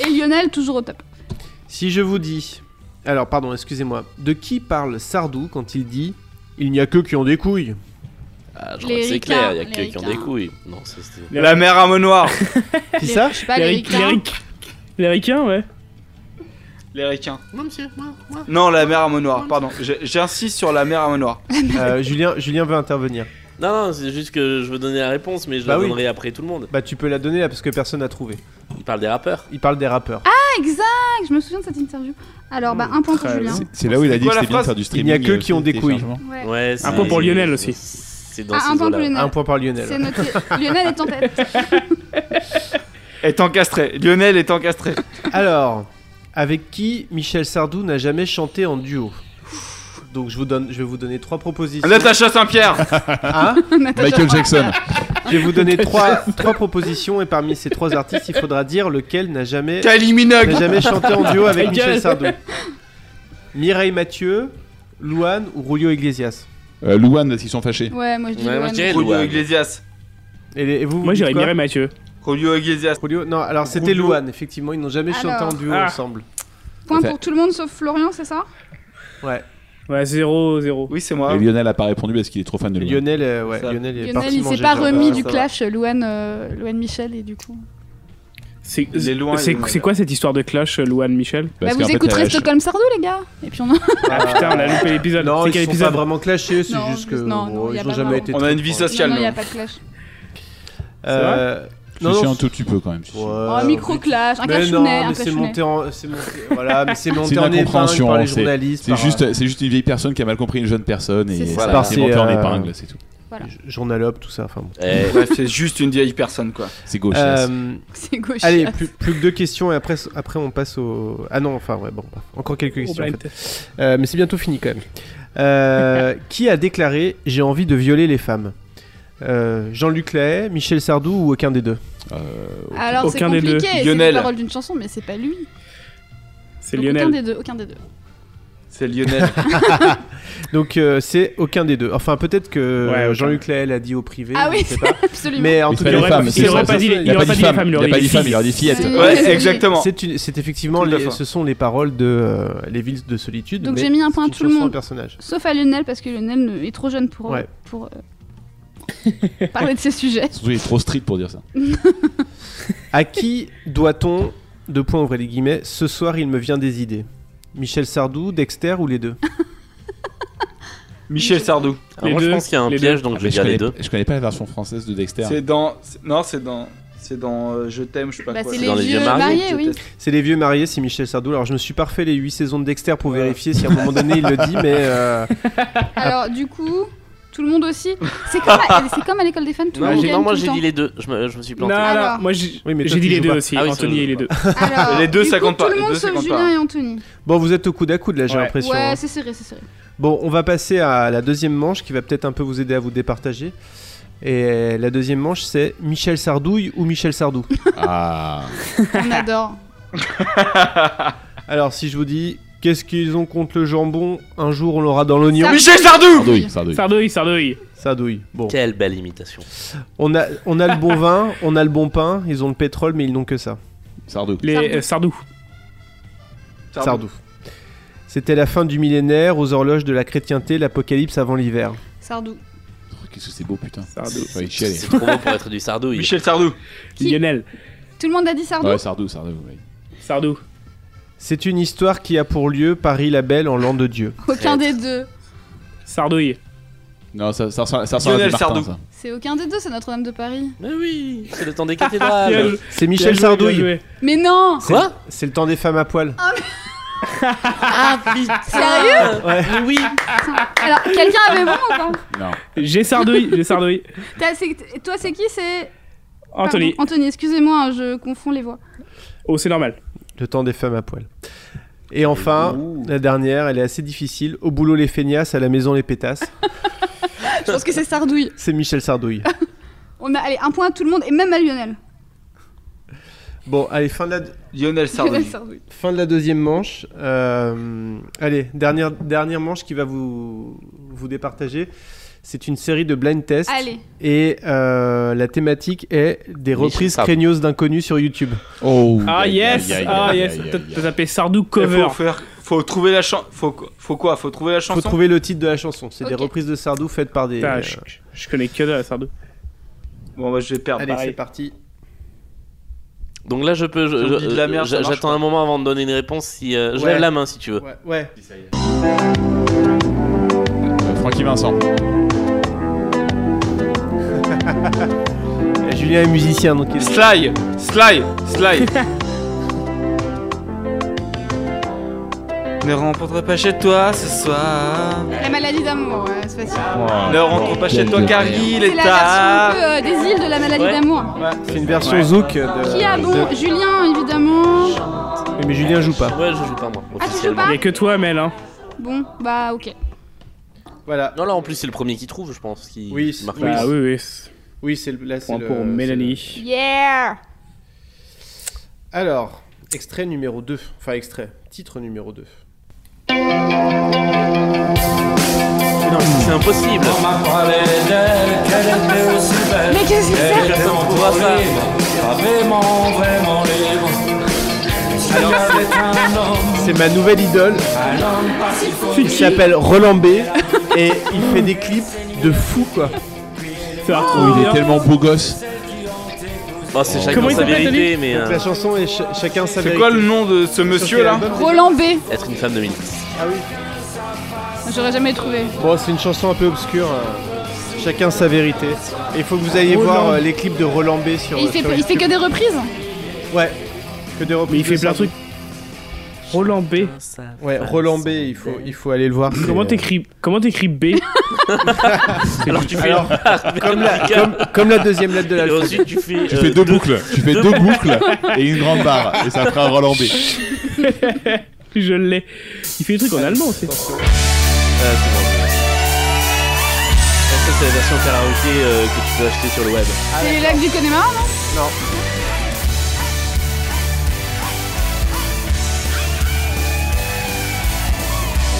[SPEAKER 5] Et Lionel toujours au top.
[SPEAKER 9] Si je vous dis. Alors, pardon, excusez-moi. De qui parle Sardou quand il dit Il n'y a que qui ont des couilles
[SPEAKER 4] Ah, je
[SPEAKER 5] Les
[SPEAKER 4] crois que c'est
[SPEAKER 5] Ricains,
[SPEAKER 4] clair, il y a
[SPEAKER 5] les
[SPEAKER 4] que qui ont
[SPEAKER 5] Ricains.
[SPEAKER 4] des couilles. Non, ça, c'était.
[SPEAKER 7] La mère à noir.
[SPEAKER 9] Qui ça
[SPEAKER 5] Je sais pas, les
[SPEAKER 8] L'Éric.
[SPEAKER 5] Ricains.
[SPEAKER 8] L'Éric. L'Éricain, ouais.
[SPEAKER 7] Les requins. Non, la mère à noir, pardon. J'ai- J'insiste sur la mère à noir.
[SPEAKER 9] Euh, Julien, Julien veut intervenir.
[SPEAKER 4] Non, non, c'est juste que je veux donner la réponse, mais je
[SPEAKER 9] Bah
[SPEAKER 4] la
[SPEAKER 9] oui.
[SPEAKER 4] donnerai après tout le monde.
[SPEAKER 9] Bah, tu peux la donner là parce que personne n'a trouvé.
[SPEAKER 4] Il parle des rappeurs.
[SPEAKER 9] Il parle des rappeurs.
[SPEAKER 5] Ah, exact Je me souviens de cette interview. Alors, bah, un point pour
[SPEAKER 8] Très
[SPEAKER 5] Julien.
[SPEAKER 6] C'est- C'est là où il a dit que
[SPEAKER 7] quoi la
[SPEAKER 6] c'était bien de
[SPEAKER 7] phrase
[SPEAKER 6] faire du streaming.
[SPEAKER 9] Il n'y a que
[SPEAKER 6] euh,
[SPEAKER 9] qui ont des couilles.
[SPEAKER 6] téléchargement.
[SPEAKER 5] Ouais.
[SPEAKER 4] Ouais, c'est-
[SPEAKER 8] point pour Lionel aussi.
[SPEAKER 4] C'est dans
[SPEAKER 5] Ah, un
[SPEAKER 4] ces
[SPEAKER 5] point pour
[SPEAKER 4] eaux-là.
[SPEAKER 5] Lionel.
[SPEAKER 9] Un point par Lionel.
[SPEAKER 5] C'est noté. Lionel est en tête.
[SPEAKER 7] Est encastré. Lionel est encastré.
[SPEAKER 9] Alors, avec qui Michel Sardou n'a jamais chanté en duo Donc je vous donne, je vais vous donner trois propositions.
[SPEAKER 7] Natacha Saint-Pierre.
[SPEAKER 9] Hein
[SPEAKER 6] Michael Jackson.
[SPEAKER 9] je vais vous donner trois, trois propositions et parmi ces trois artistes, il faudra dire lequel n'a jamais,
[SPEAKER 7] Kylie Minogue.
[SPEAKER 9] n'a jamais chanté en duo avec Michel
[SPEAKER 8] Michael.
[SPEAKER 9] Sardou. Mireille Mathieu, Luan ou Julio Iglesias
[SPEAKER 6] Euh, Louane, parce qu'ils sont fâchés.
[SPEAKER 5] Ouais, moi je dis. Luan.
[SPEAKER 7] Julio Iglesias.
[SPEAKER 9] Et, les- et vous, vous
[SPEAKER 8] Moi,
[SPEAKER 9] dites
[SPEAKER 8] j'irais
[SPEAKER 9] quoi
[SPEAKER 8] Mireille Mathieu.
[SPEAKER 7] Julio Iglesias.
[SPEAKER 9] Julio- Non, alors c'était
[SPEAKER 7] Julio.
[SPEAKER 9] Luan, effectivement, ils n'ont jamais chanté
[SPEAKER 5] Alors.
[SPEAKER 9] en duo
[SPEAKER 8] Ah.
[SPEAKER 9] ensemble.
[SPEAKER 5] Point pour tout le monde sauf Florian, c'est ça
[SPEAKER 9] Ouais.
[SPEAKER 8] Ouais, 0-0.
[SPEAKER 7] Oui, c'est moi.
[SPEAKER 6] Et Lionel a pas répondu parce qu'il est trop fan de Louane.
[SPEAKER 9] Lionel, euh, ouais,
[SPEAKER 7] Ça.
[SPEAKER 9] Lionel, est
[SPEAKER 5] Lionel,
[SPEAKER 9] parti
[SPEAKER 5] il
[SPEAKER 9] manger
[SPEAKER 5] s'est pas
[SPEAKER 9] ça.
[SPEAKER 5] remis
[SPEAKER 7] ça
[SPEAKER 5] du
[SPEAKER 7] va.
[SPEAKER 5] clash euh, Louane, euh, Louane Michel et du coup.
[SPEAKER 8] C'est
[SPEAKER 7] Il est loin, il est
[SPEAKER 8] c'est-
[SPEAKER 7] loin.
[SPEAKER 8] c'est quoi cette histoire de clash, euh, Louane Michel
[SPEAKER 5] bah
[SPEAKER 6] Parce qu'en
[SPEAKER 5] vous
[SPEAKER 6] fait, euh,
[SPEAKER 5] écouterez
[SPEAKER 6] elle a-
[SPEAKER 5] Stockholm Sardou les gars. Et puis on a.
[SPEAKER 8] Ah putain, on a loupé l'épisode.
[SPEAKER 9] Non,
[SPEAKER 8] C'est
[SPEAKER 9] ils
[SPEAKER 8] quel
[SPEAKER 9] sont pas
[SPEAKER 8] épisode
[SPEAKER 9] vraiment clashés, c'est
[SPEAKER 5] Non,
[SPEAKER 9] juste que
[SPEAKER 5] non, non,
[SPEAKER 9] bon,
[SPEAKER 5] y a
[SPEAKER 9] ils
[SPEAKER 5] pas
[SPEAKER 9] ont jamais
[SPEAKER 5] vraiment.
[SPEAKER 9] été.
[SPEAKER 7] On a
[SPEAKER 9] très
[SPEAKER 7] une vie
[SPEAKER 9] proches.
[SPEAKER 7] sociale.
[SPEAKER 5] non, non, y a
[SPEAKER 7] nous.
[SPEAKER 5] pas de clash.
[SPEAKER 9] Euh,
[SPEAKER 6] Je suis un tout petit peu quand même. je suis-
[SPEAKER 9] Ouais,
[SPEAKER 5] Oh, un micro clash, un
[SPEAKER 9] Euh, Mais
[SPEAKER 5] clashounet,
[SPEAKER 9] non,
[SPEAKER 5] un
[SPEAKER 9] mais c'est
[SPEAKER 5] clashounet.
[SPEAKER 9] monté en, c'est monté, voilà, mais c'est monté
[SPEAKER 6] une
[SPEAKER 9] en épingle
[SPEAKER 6] incompréhension,
[SPEAKER 9] par les
[SPEAKER 6] c'est-
[SPEAKER 9] journalistes.
[SPEAKER 6] C'est
[SPEAKER 9] par, euh,
[SPEAKER 6] juste, c'est juste une vieille personne qui a mal compris une jeune personne et
[SPEAKER 5] C'est
[SPEAKER 6] ça
[SPEAKER 5] ça.
[SPEAKER 6] a
[SPEAKER 9] Par
[SPEAKER 6] été
[SPEAKER 9] ses,
[SPEAKER 6] monté en
[SPEAKER 9] euh,
[SPEAKER 6] épingle, c'est tout.
[SPEAKER 5] Voilà.
[SPEAKER 9] j- Journalope, tout ça. Enfin, bon.
[SPEAKER 4] Eh,
[SPEAKER 7] Bref, c'est juste une vieille personne, quoi.
[SPEAKER 6] C'est gauche.
[SPEAKER 9] Euh,
[SPEAKER 5] C'est gauche.
[SPEAKER 9] allez, plus, plus que deux questions et après, après on passe au. Ah non, enfin ouais, bon, bref, encore quelques
[SPEAKER 8] Oh,
[SPEAKER 9] questions. en
[SPEAKER 8] blind
[SPEAKER 9] fait.
[SPEAKER 8] test.
[SPEAKER 9] Euh, mais c'est bientôt fini quand même. Euh, qui a déclaré j'ai envie de violer les femmes Euh, Jean-Luc Lahaye, Michel Sardou ou aucun des deux
[SPEAKER 5] Alors c'est
[SPEAKER 8] aucun des deux.
[SPEAKER 5] compliqué, c'est les
[SPEAKER 7] Lionel.
[SPEAKER 5] paroles d'une chanson, mais c'est pas lui.
[SPEAKER 8] C'est
[SPEAKER 5] Donc, Aucun
[SPEAKER 8] Lionel.
[SPEAKER 5] des deux, aucun des deux.
[SPEAKER 7] C'est Lionel.
[SPEAKER 9] Donc euh, c'est aucun des deux. Enfin peut-être que
[SPEAKER 8] Ouais, aucun.
[SPEAKER 9] Jean-Luc Lahaye l'a dit au privé.
[SPEAKER 5] Ah
[SPEAKER 9] je
[SPEAKER 5] oui,
[SPEAKER 9] sais pas.
[SPEAKER 5] absolument.
[SPEAKER 9] Mais en
[SPEAKER 6] Il
[SPEAKER 9] tout
[SPEAKER 6] fallait
[SPEAKER 9] cas,
[SPEAKER 6] les femmes, c'est
[SPEAKER 9] c'est-
[SPEAKER 8] il aurait pas dit les-
[SPEAKER 6] Il a
[SPEAKER 8] aurait
[SPEAKER 6] pas dit femme, il
[SPEAKER 8] aurait
[SPEAKER 6] a pas
[SPEAKER 8] dit
[SPEAKER 6] dit
[SPEAKER 8] fille.
[SPEAKER 6] femme, il aurait dit fillette.
[SPEAKER 5] C'est-
[SPEAKER 7] ouais,
[SPEAKER 5] c'est-
[SPEAKER 7] exactement.
[SPEAKER 9] C'est une- c'est effectivement,
[SPEAKER 7] Tout à
[SPEAKER 9] les-
[SPEAKER 7] fait.
[SPEAKER 9] ce sont les paroles de euh, les villes de solitude.
[SPEAKER 5] Donc
[SPEAKER 9] mais
[SPEAKER 5] j'ai mis un point à
[SPEAKER 9] c'est
[SPEAKER 5] tout
[SPEAKER 9] une
[SPEAKER 5] le
[SPEAKER 9] chanson, un
[SPEAKER 5] monde,
[SPEAKER 9] personnage.
[SPEAKER 5] sauf à Lionel parce que Lionel ne- est trop jeune pour euh,
[SPEAKER 9] Ouais.
[SPEAKER 5] pour euh, parler de ces sujets.
[SPEAKER 6] Surtout, il est trop strict pour dire ça.
[SPEAKER 9] À qui doit-on deux points ouvrez les guillemets Ce soir, il me vient des idées. Michel Sardou, Dexter ou les deux
[SPEAKER 7] Michel Sardou.
[SPEAKER 4] alors
[SPEAKER 8] Les
[SPEAKER 4] moi, je
[SPEAKER 8] deux,
[SPEAKER 4] pense qu'il y a un
[SPEAKER 8] les
[SPEAKER 4] piège,
[SPEAKER 8] deux.
[SPEAKER 4] donc
[SPEAKER 6] Ah,
[SPEAKER 4] je
[SPEAKER 6] mais
[SPEAKER 4] vais
[SPEAKER 6] je,
[SPEAKER 4] dire les
[SPEAKER 6] connais,
[SPEAKER 4] deux.
[SPEAKER 6] je connais pas la version française de Dexter.
[SPEAKER 7] C'est dans. c'est- Non, c'est dans. C'est dans euh, Je t'aime, je sais pas
[SPEAKER 5] Bah,
[SPEAKER 7] quoi.
[SPEAKER 5] c'est
[SPEAKER 4] dans
[SPEAKER 5] les
[SPEAKER 4] les
[SPEAKER 5] vieux
[SPEAKER 4] vieux
[SPEAKER 5] mariés,
[SPEAKER 7] Je
[SPEAKER 5] oui.
[SPEAKER 7] déteste.
[SPEAKER 9] C'est les vieux mariés, c'est Michel Sardou. Alors je me suis parfait les 8 saisons de Dexter pour vérifier si à un moment donné il le dit, mais euh,
[SPEAKER 5] Alors du coup, tout le monde aussi. C'est comme à, c'est comme à l'école des fans, tout le
[SPEAKER 4] Ah,
[SPEAKER 5] monde
[SPEAKER 4] j'ai-
[SPEAKER 5] gagne
[SPEAKER 4] non, moi
[SPEAKER 5] tout le
[SPEAKER 4] j'ai
[SPEAKER 5] temps.
[SPEAKER 4] dit les deux, je me, je me suis
[SPEAKER 5] Ah,
[SPEAKER 8] Non,
[SPEAKER 4] planté.
[SPEAKER 8] non,
[SPEAKER 5] Alors.
[SPEAKER 8] moi j'ai
[SPEAKER 9] Oui, mais toi,
[SPEAKER 8] j'ai dit
[SPEAKER 9] tu
[SPEAKER 8] les
[SPEAKER 9] joues
[SPEAKER 8] deux
[SPEAKER 9] pas.
[SPEAKER 8] aussi,
[SPEAKER 4] Ah oui, ça,
[SPEAKER 8] Anthony
[SPEAKER 4] je
[SPEAKER 8] et les
[SPEAKER 4] joue
[SPEAKER 8] deux.
[SPEAKER 5] Alors,
[SPEAKER 7] Les deux,
[SPEAKER 5] du
[SPEAKER 7] ça
[SPEAKER 5] coup,
[SPEAKER 7] compte pas,
[SPEAKER 5] Tout
[SPEAKER 7] les
[SPEAKER 5] le monde
[SPEAKER 7] deux, ça
[SPEAKER 5] sauf
[SPEAKER 7] compte pas.
[SPEAKER 5] Julien et Anthony.
[SPEAKER 9] bon, vous êtes au coude à coude là, j'ai
[SPEAKER 8] Ouais.
[SPEAKER 9] l'impression.
[SPEAKER 5] Ouais,
[SPEAKER 9] hein.
[SPEAKER 5] c'est serré, c'est serré.
[SPEAKER 9] Bon, on va passer à la deuxième manche qui va peut-être un peu vous aider à vous départager. Et la deuxième manche, c'est Michel Sardouille ou Michel Sardou.
[SPEAKER 6] Ah,
[SPEAKER 5] On adore.
[SPEAKER 9] Alors si je vous dis, qu'est-ce qu'ils ont contre le jambon Un jour on l'aura dans l'oignon.
[SPEAKER 5] Ça-
[SPEAKER 7] Michel Sardou
[SPEAKER 6] Sardouille, Sardouille.
[SPEAKER 8] Sardouille, Sardouille.
[SPEAKER 9] Sardouille. Bon,
[SPEAKER 4] Quelle belle imitation.
[SPEAKER 9] on a, on a le bon vin, on a le bon pain, ils ont le pétrole, mais ils n'ont que ça.
[SPEAKER 6] Sardou.
[SPEAKER 8] Les euh, Sardou.
[SPEAKER 9] Sardou. C'était la fin du millénaire, aux horloges de la chrétienté, l'apocalypse avant l'hiver.
[SPEAKER 5] Sardou.
[SPEAKER 6] Oh, Qu'est-ce que c'est beau, putain.
[SPEAKER 8] Sardou.
[SPEAKER 6] Ouais, chialer.
[SPEAKER 4] C'est trop beau pour être du sardouille.
[SPEAKER 7] Michel Sardou.
[SPEAKER 5] Qui
[SPEAKER 8] Lionel.
[SPEAKER 5] Tout le monde a dit Sardou.
[SPEAKER 6] Ouais, Sardou, Sardou. ouais.
[SPEAKER 8] Sardou.
[SPEAKER 9] C'est une histoire qui a pour lieu Paris la Belle en l'an de Dieu.
[SPEAKER 5] aucun des deux.
[SPEAKER 8] Sardouille.
[SPEAKER 6] Non, ça, ça ressemble ça ressemble à
[SPEAKER 7] Lionel
[SPEAKER 6] du Martin,
[SPEAKER 7] Sardou.
[SPEAKER 6] ça.
[SPEAKER 5] C'est aucun des deux, c'est Notre-Dame de Paris.
[SPEAKER 4] Mais oui, c'est le temps des
[SPEAKER 8] Bien
[SPEAKER 4] cathédrales.
[SPEAKER 8] joué,
[SPEAKER 9] C'est
[SPEAKER 8] bien
[SPEAKER 9] Michel
[SPEAKER 8] joué,
[SPEAKER 9] Sardouille.
[SPEAKER 8] bien joué.
[SPEAKER 5] Mais non
[SPEAKER 4] Quoi
[SPEAKER 9] C'est le temps des femmes à poil.
[SPEAKER 4] Ah putain
[SPEAKER 5] Sérieux
[SPEAKER 9] Ouais.
[SPEAKER 4] Mais oui
[SPEAKER 5] Alors, quelqu'un avait bon ou pas
[SPEAKER 6] Non.
[SPEAKER 8] J'ai Sardouille, j'ai Sardouille.
[SPEAKER 5] T'as- c'est- Toi, c'est qui C'est.
[SPEAKER 8] Anthony.
[SPEAKER 5] Pardon, Anthony, excusez-moi, hein, je confonds les voix.
[SPEAKER 8] Oh, c'est normal.
[SPEAKER 9] Le temps des femmes à poil. Et enfin, la dernière, elle est assez difficile. Au boulot les feignasses, à la maison les pétasses.
[SPEAKER 5] Je pense que c'est Sardouille.
[SPEAKER 9] C'est Michel Sardouille.
[SPEAKER 5] On a, allez, un point à tout le monde et même à Lionel.
[SPEAKER 9] Bon, allez, fin de la,
[SPEAKER 7] Lionel
[SPEAKER 5] Lionel
[SPEAKER 7] Sardou.
[SPEAKER 5] Sardouille.
[SPEAKER 9] fin de la deuxième manche. Euh, allez, dernière, dernière manche qui va vous, vous départager. C'est une série de blind tests.
[SPEAKER 5] Allez.
[SPEAKER 9] Et euh, la thématique est des reprises
[SPEAKER 4] Sardou.
[SPEAKER 9] craignos d'inconnus sur YouTube.
[SPEAKER 6] Oh.
[SPEAKER 8] Ah
[SPEAKER 6] aïe,
[SPEAKER 8] yes,
[SPEAKER 6] aïe, aïe,
[SPEAKER 8] ah
[SPEAKER 6] aïe,
[SPEAKER 8] yes.
[SPEAKER 6] aïe, aïe,
[SPEAKER 8] T'as
[SPEAKER 6] aïe.
[SPEAKER 8] t'as tapé Sardou
[SPEAKER 7] Il
[SPEAKER 8] cover.
[SPEAKER 7] Faut faire. Faut trouver la chanson. Faut, quoi- faut quoi Faut trouver la
[SPEAKER 9] Il faut
[SPEAKER 7] chanson.
[SPEAKER 9] trouver le titre de la chanson. C'est des
[SPEAKER 5] Ok.
[SPEAKER 9] reprises de Sardou faites par des.
[SPEAKER 8] Putain,
[SPEAKER 9] euh,
[SPEAKER 8] je, je- je connais que de la Sardou.
[SPEAKER 7] Bon, bah, je vais perdre.
[SPEAKER 9] Allez,
[SPEAKER 7] pareil.
[SPEAKER 9] c'est parti.
[SPEAKER 4] Donc là, je peux. je-
[SPEAKER 7] Si on dit de la
[SPEAKER 4] je-
[SPEAKER 7] merde, ça
[SPEAKER 4] j'a-
[SPEAKER 7] marche
[SPEAKER 4] J'attends un moment avant de donner une réponse. Si, euh, Je
[SPEAKER 9] Ouais.
[SPEAKER 4] lève la main si tu veux.
[SPEAKER 9] Ouais. ouais.
[SPEAKER 6] Euh, Francky Vincent.
[SPEAKER 9] Euh, Julien est musicien, donc il est...
[SPEAKER 7] Sly Sly Sly Ne rentre pas chez toi ce soir.
[SPEAKER 5] La maladie d'amour, ouais, c'est facile.
[SPEAKER 7] Ne rentre pas chez toi car il
[SPEAKER 5] C'est
[SPEAKER 7] est
[SPEAKER 5] la
[SPEAKER 7] tard.
[SPEAKER 5] version un peu, euh, des îles de la maladie
[SPEAKER 4] Ouais.
[SPEAKER 5] d'amour.
[SPEAKER 9] C'est une version zouk. De...
[SPEAKER 5] Qui a bon
[SPEAKER 9] de-
[SPEAKER 5] Julien, évidemment.
[SPEAKER 9] Oui, mais Julien joue pas.
[SPEAKER 4] Ouais, je joue pas moi.
[SPEAKER 5] Ah, tu joues
[SPEAKER 4] Officiellement.
[SPEAKER 5] pas
[SPEAKER 8] Y'a que toi, Mel, hein.
[SPEAKER 5] Bon, bah ok.
[SPEAKER 9] Voilà.
[SPEAKER 4] non, là en plus, c'est le premier qui trouve, je pense. Qui
[SPEAKER 9] Oui,
[SPEAKER 4] qui marque
[SPEAKER 9] oui.
[SPEAKER 4] le
[SPEAKER 8] Bah
[SPEAKER 4] plus.
[SPEAKER 8] oui, oui. c'est-
[SPEAKER 9] Oui, c'est le- là c'est
[SPEAKER 8] Point
[SPEAKER 9] le-
[SPEAKER 6] Euh,
[SPEAKER 8] pour
[SPEAKER 9] c'est
[SPEAKER 8] Mélanie.
[SPEAKER 5] Yeah
[SPEAKER 9] le- Alors, extrait numéro 2. Enfin, extrait. Titre numéro 2.
[SPEAKER 11] Tiens,
[SPEAKER 4] Non, c'est impossible.
[SPEAKER 11] Mais qu'est-ce que c'est
[SPEAKER 4] Elle attend pour vivre,
[SPEAKER 11] Vraiment, vraiment libre. Alors, c'est un homme,
[SPEAKER 9] C'est ma nouvelle idole.
[SPEAKER 11] un homme pas si faux.
[SPEAKER 9] Il s'appelle Roland B. Et il fait des clips de fou, quoi.
[SPEAKER 6] Oh, il est tellement beau gosse.
[SPEAKER 4] Bon, c'est
[SPEAKER 9] Comment
[SPEAKER 4] chacun
[SPEAKER 9] il
[SPEAKER 4] sa
[SPEAKER 9] s'appelle,
[SPEAKER 4] vérité,
[SPEAKER 9] Denis
[SPEAKER 4] mais
[SPEAKER 9] Donc
[SPEAKER 4] euh,
[SPEAKER 9] la chanson est ch- chacun sa
[SPEAKER 7] C'est
[SPEAKER 9] vérité.
[SPEAKER 7] quoi le nom de ce monsieur là
[SPEAKER 5] Roland B.
[SPEAKER 4] être une femme de 2010.
[SPEAKER 9] Ah oui.
[SPEAKER 5] J'aurais jamais trouvé.
[SPEAKER 9] Bon, c'est une chanson un peu obscure. euh, Chacun sa vérité. Et il faut que vous ayez voir euh, les clips de Roland B sur.
[SPEAKER 5] Et il
[SPEAKER 9] euh,
[SPEAKER 5] fait,
[SPEAKER 9] sur
[SPEAKER 5] il fait que
[SPEAKER 9] YouTube.
[SPEAKER 5] des reprises
[SPEAKER 9] Ouais. Que des reprises
[SPEAKER 8] Mais il fait plein de
[SPEAKER 9] ça.
[SPEAKER 8] trucs. Roland B.
[SPEAKER 9] Ouais, Roland B, il faut, il faut aller le voir. c'est-
[SPEAKER 6] hein.
[SPEAKER 8] Comment t'écris Comment t'écris B
[SPEAKER 4] Alors tu fais
[SPEAKER 9] Alors, comme la, comme, comme la deuxième lettre de
[SPEAKER 4] et
[SPEAKER 9] l'alphabet.
[SPEAKER 4] ensuite tu fais.
[SPEAKER 6] Tu
[SPEAKER 4] euh,
[SPEAKER 6] fais deux boucles. Tu fais deux boucles et une grande barre. Et ça fera un Roland B.
[SPEAKER 8] Je l'ai. Il fait des trucs en allemand aussi.
[SPEAKER 4] Ah, c'est bon. Ça, c'est la version karaoké euh, que tu peux acheter sur le web.
[SPEAKER 5] C'est les lacs du Connemara, non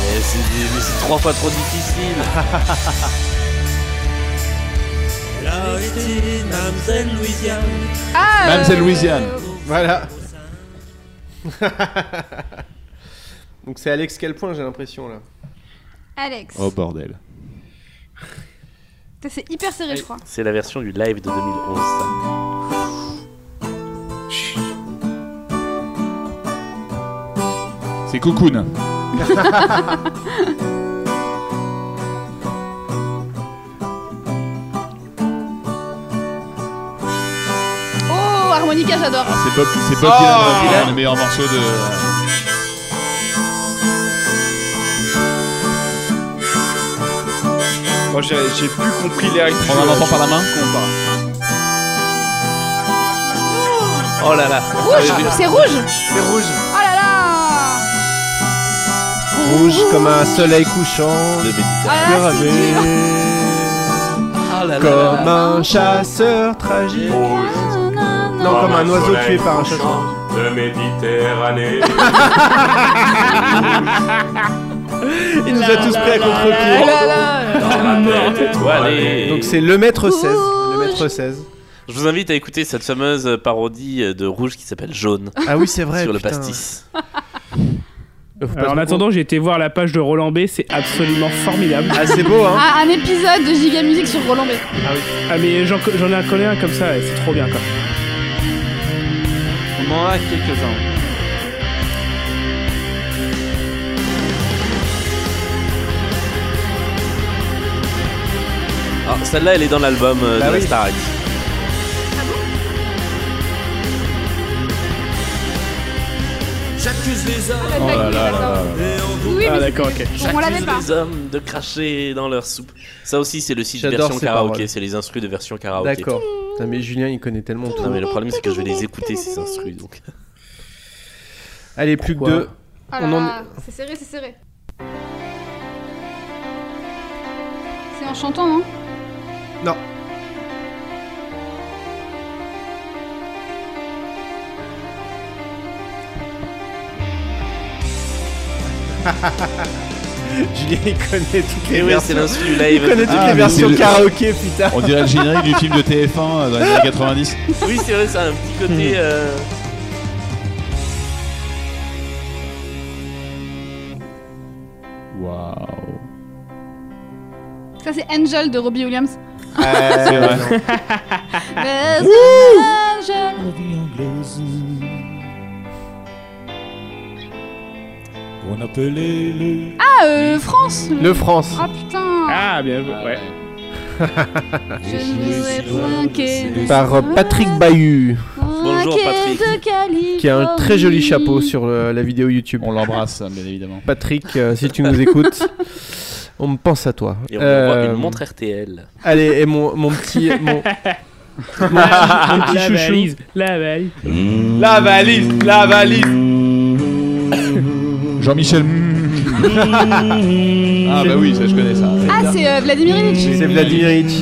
[SPEAKER 4] Mais Eh, c'est des- mais c'est trois fois trop difficile.
[SPEAKER 5] Ah
[SPEAKER 6] Mademoiselle Louisiane.
[SPEAKER 9] Voilà. Donc c'est Alex Calpoint, j'ai l'impression là.
[SPEAKER 5] Alex.
[SPEAKER 6] Oh bordel.
[SPEAKER 5] Putain, C'est hyper serré, je crois.
[SPEAKER 4] C'est la version du live de 2011. ça.
[SPEAKER 6] C'est Cocoon.
[SPEAKER 5] Oh, harmonica, j'adore.
[SPEAKER 6] Ah, C'est Bob, c'est Bob Dylan, vraiment, le meilleur morceau de.
[SPEAKER 7] Moi j'ai j'ai plus compris les règles.
[SPEAKER 6] Prendre un enfant par la main.
[SPEAKER 4] Oh là là.
[SPEAKER 5] Rouge C'est rouge
[SPEAKER 9] C'est rouge.
[SPEAKER 5] Oh là là
[SPEAKER 9] Rouge comme un soleil couchant.
[SPEAKER 5] Oh là là, c'est dur
[SPEAKER 9] Comme un chasseur tragique. Non, comme un oiseau tué par un chasseur.
[SPEAKER 2] De Méditerranée.
[SPEAKER 9] Il nous a tous pris à
[SPEAKER 5] Oh
[SPEAKER 9] contre-pied.
[SPEAKER 5] là là
[SPEAKER 4] Allez.
[SPEAKER 9] Donc c'est le maître 16. Le
[SPEAKER 5] Rouge.
[SPEAKER 9] maître 16.
[SPEAKER 4] Je vous invite à écouter cette fameuse parodie euh, de Rouge qui s'appelle Jaune
[SPEAKER 9] Ah oui, c'est vrai.
[SPEAKER 4] sur le
[SPEAKER 9] putain.
[SPEAKER 4] pastis.
[SPEAKER 9] Faut pas
[SPEAKER 8] Alors, en
[SPEAKER 9] se-
[SPEAKER 8] attendant, j'ai été voir la page de Roland B. C'est absolument formidable.
[SPEAKER 9] Ah, c'est beau, hein.
[SPEAKER 5] Ah, un épisode de Giga Musique sur Roland B.
[SPEAKER 8] Ah, mais j'en j'en ai un connais un comme ça. et C'est trop bien quoi.
[SPEAKER 7] On en a quelques-uns.
[SPEAKER 4] Ah, celle-là, elle est dans l'album euh,
[SPEAKER 9] Bah
[SPEAKER 4] de la
[SPEAKER 9] oui.
[SPEAKER 4] Starac.
[SPEAKER 6] Oh là là là là.
[SPEAKER 5] Oui,
[SPEAKER 8] Ah,
[SPEAKER 5] mais
[SPEAKER 8] d'accord, ok.
[SPEAKER 5] on l'avait pas.
[SPEAKER 4] les hommes de cracher dans leur soupe. Ça aussi, c'est le site
[SPEAKER 9] J'adore
[SPEAKER 4] version
[SPEAKER 9] ces
[SPEAKER 4] karaoké.
[SPEAKER 9] paroles.
[SPEAKER 4] C'est les instrus de version karaoké.
[SPEAKER 9] D'accord. Putain, mais Julien, il connaît tellement tout.
[SPEAKER 4] Non, mais le problème, c'est que je vais les écouter, ces instrus. Donc.
[SPEAKER 9] Allez, plus que
[SPEAKER 8] Pourquoi
[SPEAKER 9] deux.
[SPEAKER 5] Ah là
[SPEAKER 9] On en-
[SPEAKER 5] là, c'est serré, c'est serré. C'est en chantant, non
[SPEAKER 9] Non. Julien, il connaît toutes les
[SPEAKER 4] Et oui, c'est
[SPEAKER 9] versions.
[SPEAKER 4] l'instru du
[SPEAKER 9] Il connaît
[SPEAKER 4] live.
[SPEAKER 9] toutes
[SPEAKER 6] Ah,
[SPEAKER 9] les
[SPEAKER 6] mais
[SPEAKER 9] versions
[SPEAKER 6] c'est le-
[SPEAKER 9] karaoké, putain.
[SPEAKER 6] On dirait le générique du film de TF1 euh, dans les années 90.
[SPEAKER 4] Oui, c'est vrai, ça a un petit
[SPEAKER 9] Hmm.
[SPEAKER 4] côté. euh,
[SPEAKER 6] Waouh.
[SPEAKER 5] Ça, c'est Angel de Robbie Williams.
[SPEAKER 9] Ah, C'est vrai.
[SPEAKER 5] There's an Angel. Ah, euh, France
[SPEAKER 9] Le France.
[SPEAKER 5] Ah putain
[SPEAKER 8] Ah, bien joué. Ouais.
[SPEAKER 5] Je nous ai flanqué
[SPEAKER 9] Par euh, Patrick Bayou,
[SPEAKER 4] Bonjour, Patrick.
[SPEAKER 9] qui a
[SPEAKER 4] Oh,
[SPEAKER 9] un très joli chapeau sur euh, la vidéo YouTube.
[SPEAKER 6] On l'embrasse, bien évidemment.
[SPEAKER 9] Patrick, euh, si tu nous écoutes, on me pense à toi.
[SPEAKER 4] Et on voit
[SPEAKER 9] Euh,
[SPEAKER 4] une montre RTL.
[SPEAKER 9] Allez, et mon, mon petit. Mon...
[SPEAKER 8] Mon petit
[SPEAKER 9] La
[SPEAKER 8] chouchou.
[SPEAKER 9] valise,
[SPEAKER 8] La valise.
[SPEAKER 7] La valise, la valise.
[SPEAKER 6] Jean-Michel. ah bah oui, ça je connais ça.
[SPEAKER 5] Ah, c'est euh, Ah, Vladimir Ilitch
[SPEAKER 9] C'est Vladimir Hitch.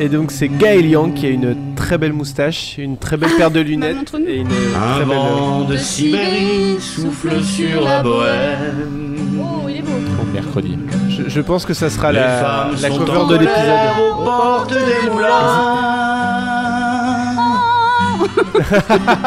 [SPEAKER 9] Et donc c'est Gaël Yang qui a une très belle moustache, une très belle paire de
[SPEAKER 5] Bah,
[SPEAKER 9] lunettes et une très belle.
[SPEAKER 12] de Sibérie souffle sur la bohème.
[SPEAKER 5] Oh, il est beau.
[SPEAKER 6] mercredi.
[SPEAKER 9] Je, je pense que ça sera
[SPEAKER 12] Les
[SPEAKER 9] la,
[SPEAKER 12] femmes
[SPEAKER 9] la
[SPEAKER 12] sont en colère
[SPEAKER 9] cover de l'épisode.
[SPEAKER 12] aux portes des moulins.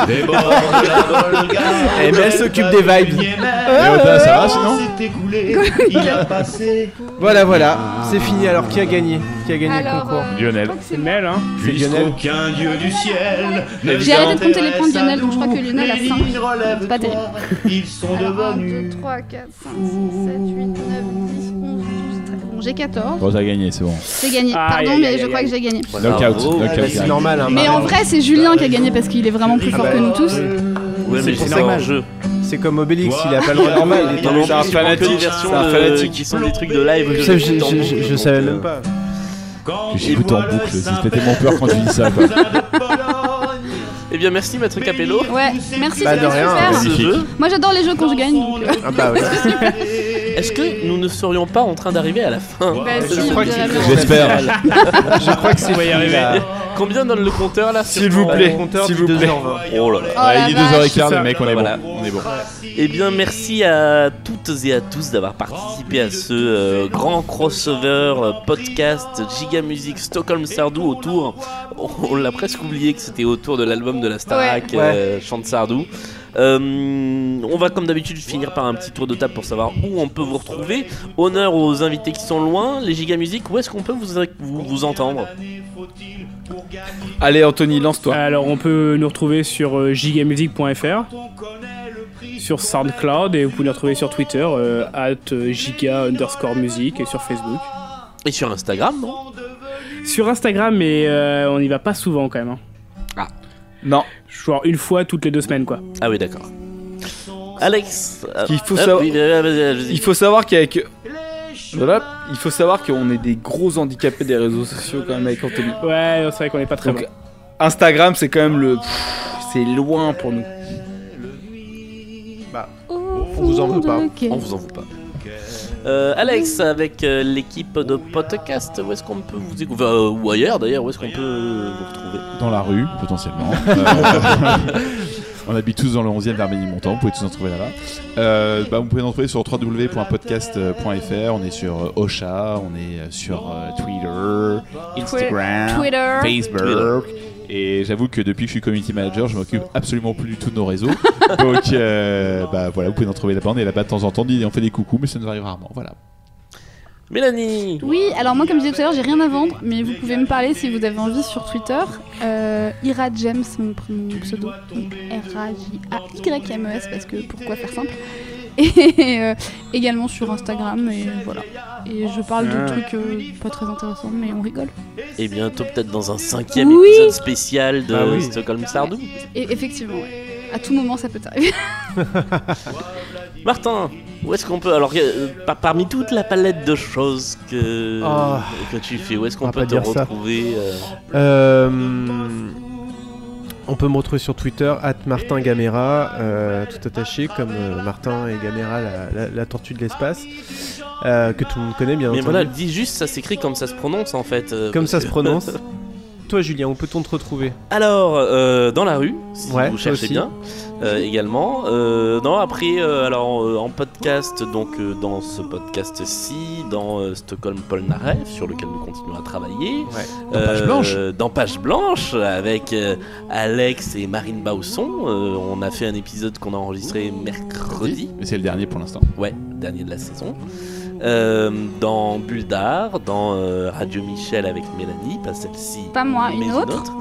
[SPEAKER 12] Des bords de la Volga.
[SPEAKER 9] Eh ben, elle s'occupe des vibes.
[SPEAKER 12] Et
[SPEAKER 9] Hop, ça va,
[SPEAKER 12] sinon
[SPEAKER 9] sinon
[SPEAKER 12] s'est écoulé, il a passé.
[SPEAKER 9] Voilà, voilà, c'est fini. Alors qui a gagné Qui a gagné le
[SPEAKER 12] Alors,
[SPEAKER 9] concours
[SPEAKER 12] euh,
[SPEAKER 6] Lionel.
[SPEAKER 5] C'est
[SPEAKER 8] Lionel, hein
[SPEAKER 9] C'est Lionel.
[SPEAKER 12] Puisqu'aucun dieu du ciel ne
[SPEAKER 5] J'ai arrêté de compter les points de
[SPEAKER 12] s'intéresse à
[SPEAKER 5] Lionel, donc je crois
[SPEAKER 12] nous,
[SPEAKER 5] que Lionel a
[SPEAKER 12] les
[SPEAKER 5] 5.
[SPEAKER 12] lignes relèvent
[SPEAKER 5] C'est pas terrible.
[SPEAKER 12] Ils sont
[SPEAKER 5] Alors, 1,
[SPEAKER 12] devenus
[SPEAKER 5] 2, 3, 4, 5, 6, 7, 8, 9, 10, 11, 12, 13. Bon, j'ai 14.
[SPEAKER 6] Bon, t'as gagné, c'est bon.
[SPEAKER 5] J'ai gagné,
[SPEAKER 8] Aïe,
[SPEAKER 5] pardon,
[SPEAKER 8] aïe,
[SPEAKER 5] mais
[SPEAKER 8] aïe,
[SPEAKER 5] je crois
[SPEAKER 8] aïe.
[SPEAKER 5] que j'ai gagné.
[SPEAKER 6] Knockout,
[SPEAKER 4] Bravo.
[SPEAKER 6] knockout.
[SPEAKER 4] Ah, bah, c'est
[SPEAKER 9] C'est normal, hein.
[SPEAKER 5] Mais en vrai, c'est Julien qui a gagné parce qu'il est vraiment plus
[SPEAKER 9] Ah
[SPEAKER 5] fort
[SPEAKER 9] bah,
[SPEAKER 5] que nous tous.
[SPEAKER 4] Ouais, mais
[SPEAKER 9] pour
[SPEAKER 4] c'est
[SPEAKER 9] ça
[SPEAKER 4] en
[SPEAKER 9] que-
[SPEAKER 4] jeu.
[SPEAKER 9] C'est comme Obélix, il a pas le
[SPEAKER 4] Ouais,
[SPEAKER 9] droit normal. il
[SPEAKER 4] Non,
[SPEAKER 9] est
[SPEAKER 4] mais en
[SPEAKER 9] tombé
[SPEAKER 4] plus,
[SPEAKER 9] dans-
[SPEAKER 4] il prend que des versions
[SPEAKER 7] un
[SPEAKER 4] de-
[SPEAKER 7] fanatique.
[SPEAKER 4] qui sont des trucs de live. que
[SPEAKER 9] Ça,
[SPEAKER 4] j'ai
[SPEAKER 9] je,
[SPEAKER 4] écouté en
[SPEAKER 9] je- je-
[SPEAKER 4] boucle,
[SPEAKER 9] je
[SPEAKER 4] donc,
[SPEAKER 9] savais
[SPEAKER 4] euh,
[SPEAKER 9] même pas.
[SPEAKER 6] J'écoute en boucle, ça me fait tellement peur quand tu dis ça. Quoi.
[SPEAKER 5] Oh
[SPEAKER 4] Eh bien, merci, Maître Capello.
[SPEAKER 5] Ouais, merci,
[SPEAKER 9] Bah,
[SPEAKER 5] c'était
[SPEAKER 9] de rien,
[SPEAKER 5] super.
[SPEAKER 4] Ce
[SPEAKER 6] Magnifique.
[SPEAKER 4] jeu.
[SPEAKER 5] Moi j'adore les jeux quand je gagne. Donc... euh,
[SPEAKER 9] Ah bah oui.
[SPEAKER 4] Est-ce que nous ne serions pas en train d'arriver à la fin
[SPEAKER 5] Bah, si,
[SPEAKER 4] Je
[SPEAKER 5] on
[SPEAKER 9] crois
[SPEAKER 5] dirait
[SPEAKER 9] qu'il-
[SPEAKER 5] bien.
[SPEAKER 6] J'espère.
[SPEAKER 9] Je crois que c'est
[SPEAKER 8] On va y
[SPEAKER 9] fini,
[SPEAKER 8] arriver.
[SPEAKER 9] là.
[SPEAKER 4] Combien donne le compteur là sur
[SPEAKER 7] S'il
[SPEAKER 4] ton-
[SPEAKER 7] vous plaît,
[SPEAKER 9] Compteur
[SPEAKER 7] s'il
[SPEAKER 9] de
[SPEAKER 7] vous plaît.
[SPEAKER 9] 2h20.
[SPEAKER 4] Oh là là.
[SPEAKER 5] Oh la
[SPEAKER 6] il est
[SPEAKER 5] vache.
[SPEAKER 6] 2h15,
[SPEAKER 8] ça.
[SPEAKER 6] les mecs, on est
[SPEAKER 4] Voilà.
[SPEAKER 6] bon. On est bon.
[SPEAKER 4] Eh bien, merci à toutes et à tous d'avoir participé à ce euh, grand crossover euh, podcast Giga Music Stockholm Sardou autour. On, on l'a presque oublié que c'était autour de l'album de la Starac
[SPEAKER 9] Ouais.
[SPEAKER 4] euh, Chante Sardou. Euh, on va comme d'habitude finir par un petit tour de table pour savoir où on peut vous retrouver. Honneur aux invités qui sont loin, les Giga Music, où est-ce qu'on peut vous, vous, vous entendre
[SPEAKER 7] Allez, Anthony, lance-toi.
[SPEAKER 8] Alors on peut nous retrouver sur euh, gigamusic.fr, sur SoundCloud et vous pouvez nous retrouver sur Twitter euh, at euh, giga underscore music et sur Facebook.
[SPEAKER 4] Et sur Instagram, non
[SPEAKER 8] Sur Instagram mais euh, on n'y va pas souvent quand même. hein.
[SPEAKER 7] Non,
[SPEAKER 8] Genre une fois toutes les deux semaines quoi.
[SPEAKER 4] Ah oui, d'accord. Alex euh,
[SPEAKER 7] Qu'il faut
[SPEAKER 4] hop,
[SPEAKER 7] savoir-
[SPEAKER 4] oui, euh, vas-y, vas-y.
[SPEAKER 7] il faut savoir qu'avec. Voilà, il faut savoir qu'on est des gros handicapés des réseaux sociaux quand même avec Anthony.
[SPEAKER 8] Ouais c'est vrai qu'on n'est pas très
[SPEAKER 7] Donc,
[SPEAKER 8] bon.
[SPEAKER 7] Instagram, c'est quand même le. pff, C'est loin pour nous.
[SPEAKER 9] On vous en veut pas.
[SPEAKER 4] On vous en veut pas. Euh, Alex, avec euh, l'équipe de podcast, où est-ce qu'on peut vous découvrir Euh, Ou ailleurs d'ailleurs, où est-ce qu'on peut euh, vous retrouver
[SPEAKER 6] Dans la rue, potentiellement. Euh, On habite tous dans le 11e d'Arménie-Montant, vous pouvez tous en trouver là-bas. Euh, bah, vous pouvez nous trouver sur www.podcast.fr, on est sur euh, Ocha, on est euh, sur euh, Twitter, Instagram,
[SPEAKER 5] Twitter.
[SPEAKER 6] Facebook. Et j'avoue que depuis que je suis community manager, je m'occupe absolument plus du tout de nos réseaux. Donc euh, bah, voilà, vous pouvez en trouver là-bas. On est là-bas de temps en temps, on fait des coucous, mais ça nous arrive rarement. Voilà.
[SPEAKER 4] Mélanie
[SPEAKER 5] Oui, alors moi comme je disais tout à l'heure, j'ai rien à vendre, mais vous pouvez me parler si vous avez envie sur Twitter. Euh, Ira James, mon, pr- mon pseudo. Donc R-A-J-A-Y-M-E-S, E parce que pourquoi faire simple Et euh, également sur Instagram, et voilà. Et je parle
[SPEAKER 7] Ah.
[SPEAKER 5] de trucs euh, pas très intéressants, mais on rigole.
[SPEAKER 4] Et bientôt peut-être dans un cinquième
[SPEAKER 5] Oui.
[SPEAKER 4] épisode spécial de
[SPEAKER 9] Ah oui.
[SPEAKER 4] Stockholm Sardou.
[SPEAKER 5] Et effectivement, ouais. à tout moment ça peut arriver.
[SPEAKER 4] Martin, où est-ce qu'on peut Alors, euh, par- parmi toute la palette de choses que,
[SPEAKER 9] Ah.
[SPEAKER 4] que tu fais, où est-ce
[SPEAKER 9] On
[SPEAKER 4] qu'on
[SPEAKER 9] va
[SPEAKER 4] peut
[SPEAKER 9] pas
[SPEAKER 4] te
[SPEAKER 9] dire ça.
[SPEAKER 4] retrouver euh,
[SPEAKER 9] Euh, on peut me retrouver sur Twitter, at Martin Gamera, euh, tout attaché, comme euh, Martin et Gamera, la, la- la tortue de l'espace, euh, que tout le monde connaît bien
[SPEAKER 4] Mais
[SPEAKER 9] entendu.
[SPEAKER 4] voilà, dis juste, ça s'écrit comme ça se prononce en fait. euh,
[SPEAKER 9] Comme
[SPEAKER 4] parce
[SPEAKER 9] ça se
[SPEAKER 4] que-
[SPEAKER 9] prononce. Toi, Julien, où peut-on te retrouver
[SPEAKER 4] Alors, euh, dans la rue, si
[SPEAKER 9] Ouais,
[SPEAKER 4] vous
[SPEAKER 9] toi
[SPEAKER 4] cherchez
[SPEAKER 9] aussi.
[SPEAKER 4] bien, euh, également. Euh, non, après, euh, alors euh, en podcast, donc euh, dans ce podcast-ci, dans euh, Stockholm Polnareff, sur lequel nous continuons à travailler. euh,
[SPEAKER 6] Dans Page Blanche.
[SPEAKER 4] Dans Page Blanche, avec euh, Alex et Marine Bausson. Euh, on a fait un épisode qu'on a enregistré mercredi,
[SPEAKER 6] Mais c'est le dernier pour l'instant.
[SPEAKER 4] ouais, dernier de la saison. Euh, dans Bulldar, dans euh, Radio Michel avec Mélanie, pas celle-ci.
[SPEAKER 5] Pas moi,
[SPEAKER 4] mais
[SPEAKER 5] une autre.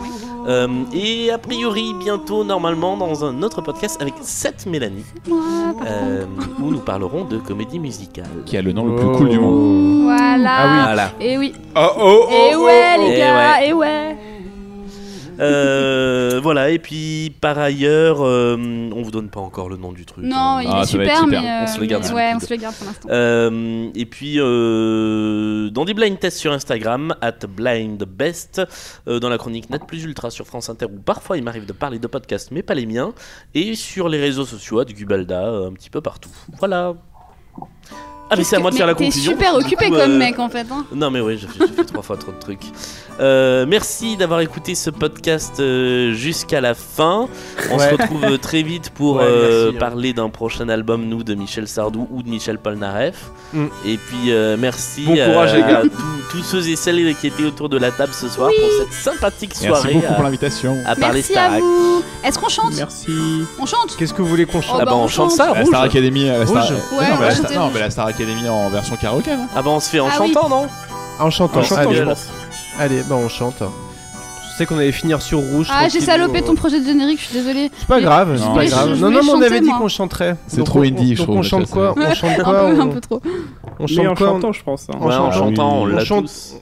[SPEAKER 4] euh, et a priori, bientôt, normalement, dans un autre podcast avec 7 Mélanie,
[SPEAKER 5] Moi, par
[SPEAKER 4] euh, où nous parlerons de comédie musicale.
[SPEAKER 6] Qui a le nom le plus cool du monde.
[SPEAKER 5] contre. Voilà.
[SPEAKER 4] Voilà.
[SPEAKER 5] Et oui.
[SPEAKER 7] Oh oh
[SPEAKER 5] Et ouais,
[SPEAKER 4] oh.
[SPEAKER 5] les
[SPEAKER 4] Eh
[SPEAKER 5] gars, et ouais.
[SPEAKER 4] Euh, voilà, et puis par ailleurs, euh, on vous donne pas encore le nom du truc.
[SPEAKER 5] Non,
[SPEAKER 4] hein.
[SPEAKER 5] il
[SPEAKER 6] Ah,
[SPEAKER 5] est
[SPEAKER 6] ça va être
[SPEAKER 5] super, mais.
[SPEAKER 6] super.
[SPEAKER 5] euh,
[SPEAKER 4] On se le garde
[SPEAKER 5] mais
[SPEAKER 4] sous le
[SPEAKER 5] Ouais, on
[SPEAKER 4] coude.
[SPEAKER 5] se le garde pour l'instant.
[SPEAKER 4] Euh, et puis euh, dans des blind tests sur Instagram, at blindbest, euh, dans la chronique Net plus Ultra sur France Inter, où parfois il m'arrive de parler de podcasts, mais pas les miens, et sur les réseaux sociaux, at Gubalda, euh, un petit peu partout. Voilà. Ah, mais c'est à moi de faire la
[SPEAKER 5] T'es
[SPEAKER 4] conclusion.
[SPEAKER 5] super
[SPEAKER 4] Du
[SPEAKER 5] occupé
[SPEAKER 4] coup,
[SPEAKER 5] comme
[SPEAKER 4] euh,
[SPEAKER 5] mec en fait. Hein.
[SPEAKER 4] Non mais oui, j'ai fait, j'ai fait trois fois trop de trucs. Euh, merci d'avoir écouté ce podcast euh, jusqu'à la fin. On
[SPEAKER 9] Ouais.
[SPEAKER 4] se retrouve euh, très vite pour
[SPEAKER 9] Ouais,
[SPEAKER 4] euh,
[SPEAKER 9] merci, hein.
[SPEAKER 4] parler d'un prochain album, nous, de Michel Sardou ou de Michel Polnareff.
[SPEAKER 9] Mm.
[SPEAKER 4] Et puis euh, merci
[SPEAKER 7] Bon courage,
[SPEAKER 4] à,
[SPEAKER 7] les gars.
[SPEAKER 4] à tous- tous ceux et celles qui étaient autour de la table ce soir pour cette sympathique
[SPEAKER 6] Merci
[SPEAKER 4] soirée.
[SPEAKER 6] beaucoup
[SPEAKER 4] à-
[SPEAKER 6] pour l'invitation.
[SPEAKER 4] À parler
[SPEAKER 5] Merci à
[SPEAKER 4] Starac.
[SPEAKER 5] vous. Est-ce qu'on chante
[SPEAKER 8] Merci.
[SPEAKER 5] On chante
[SPEAKER 9] Qu'est-ce que vous voulez qu'on
[SPEAKER 5] Oh,
[SPEAKER 9] chante
[SPEAKER 4] Ah bah on chante ça,
[SPEAKER 6] La
[SPEAKER 4] rouge.
[SPEAKER 6] Star Academy. euh, La Star...
[SPEAKER 9] Rouge.
[SPEAKER 6] Non,
[SPEAKER 5] Ouais,
[SPEAKER 6] mais la
[SPEAKER 5] rouge,
[SPEAKER 6] Star-
[SPEAKER 5] t'es
[SPEAKER 6] non,
[SPEAKER 5] rouge.
[SPEAKER 6] mais la Star Academy en version karaoké. hein. non
[SPEAKER 4] Ah bah on se fait en
[SPEAKER 5] Ah oui.
[SPEAKER 4] chantant, non
[SPEAKER 9] En chantant.
[SPEAKER 8] En chantant,
[SPEAKER 9] allez,
[SPEAKER 8] je
[SPEAKER 4] Génial.
[SPEAKER 8] pense.
[SPEAKER 9] allez, bah on chante. Je sais qu'on allait finir sur rouge.
[SPEAKER 5] Ah, j'ai
[SPEAKER 9] tranquillou,
[SPEAKER 5] salopé
[SPEAKER 9] ouais.
[SPEAKER 5] ton projet de générique, je suis désolée.
[SPEAKER 9] C'est pas grave, c'est
[SPEAKER 6] Non,
[SPEAKER 9] pas
[SPEAKER 6] mais je-
[SPEAKER 9] grave.
[SPEAKER 5] je
[SPEAKER 9] Non, non,
[SPEAKER 5] voulais
[SPEAKER 9] mais on avait
[SPEAKER 5] chanter,
[SPEAKER 9] dit
[SPEAKER 5] moi.
[SPEAKER 9] qu'on chanterait.
[SPEAKER 6] C'est
[SPEAKER 9] Donc
[SPEAKER 6] trop
[SPEAKER 9] on-
[SPEAKER 6] indie, je
[SPEAKER 9] donc
[SPEAKER 6] trouve,
[SPEAKER 9] on chante
[SPEAKER 6] ça,
[SPEAKER 9] quoi On chante quoi
[SPEAKER 5] un, peu, un
[SPEAKER 9] On
[SPEAKER 5] peu trop.
[SPEAKER 9] on
[SPEAKER 8] Mais en
[SPEAKER 9] chante quoi
[SPEAKER 8] chantant, je pense. hein.
[SPEAKER 9] En
[SPEAKER 4] Ouais, en
[SPEAKER 9] chantant.
[SPEAKER 4] chantant, on
[SPEAKER 6] Oui.
[SPEAKER 4] l'a
[SPEAKER 9] On chante.
[SPEAKER 4] tous.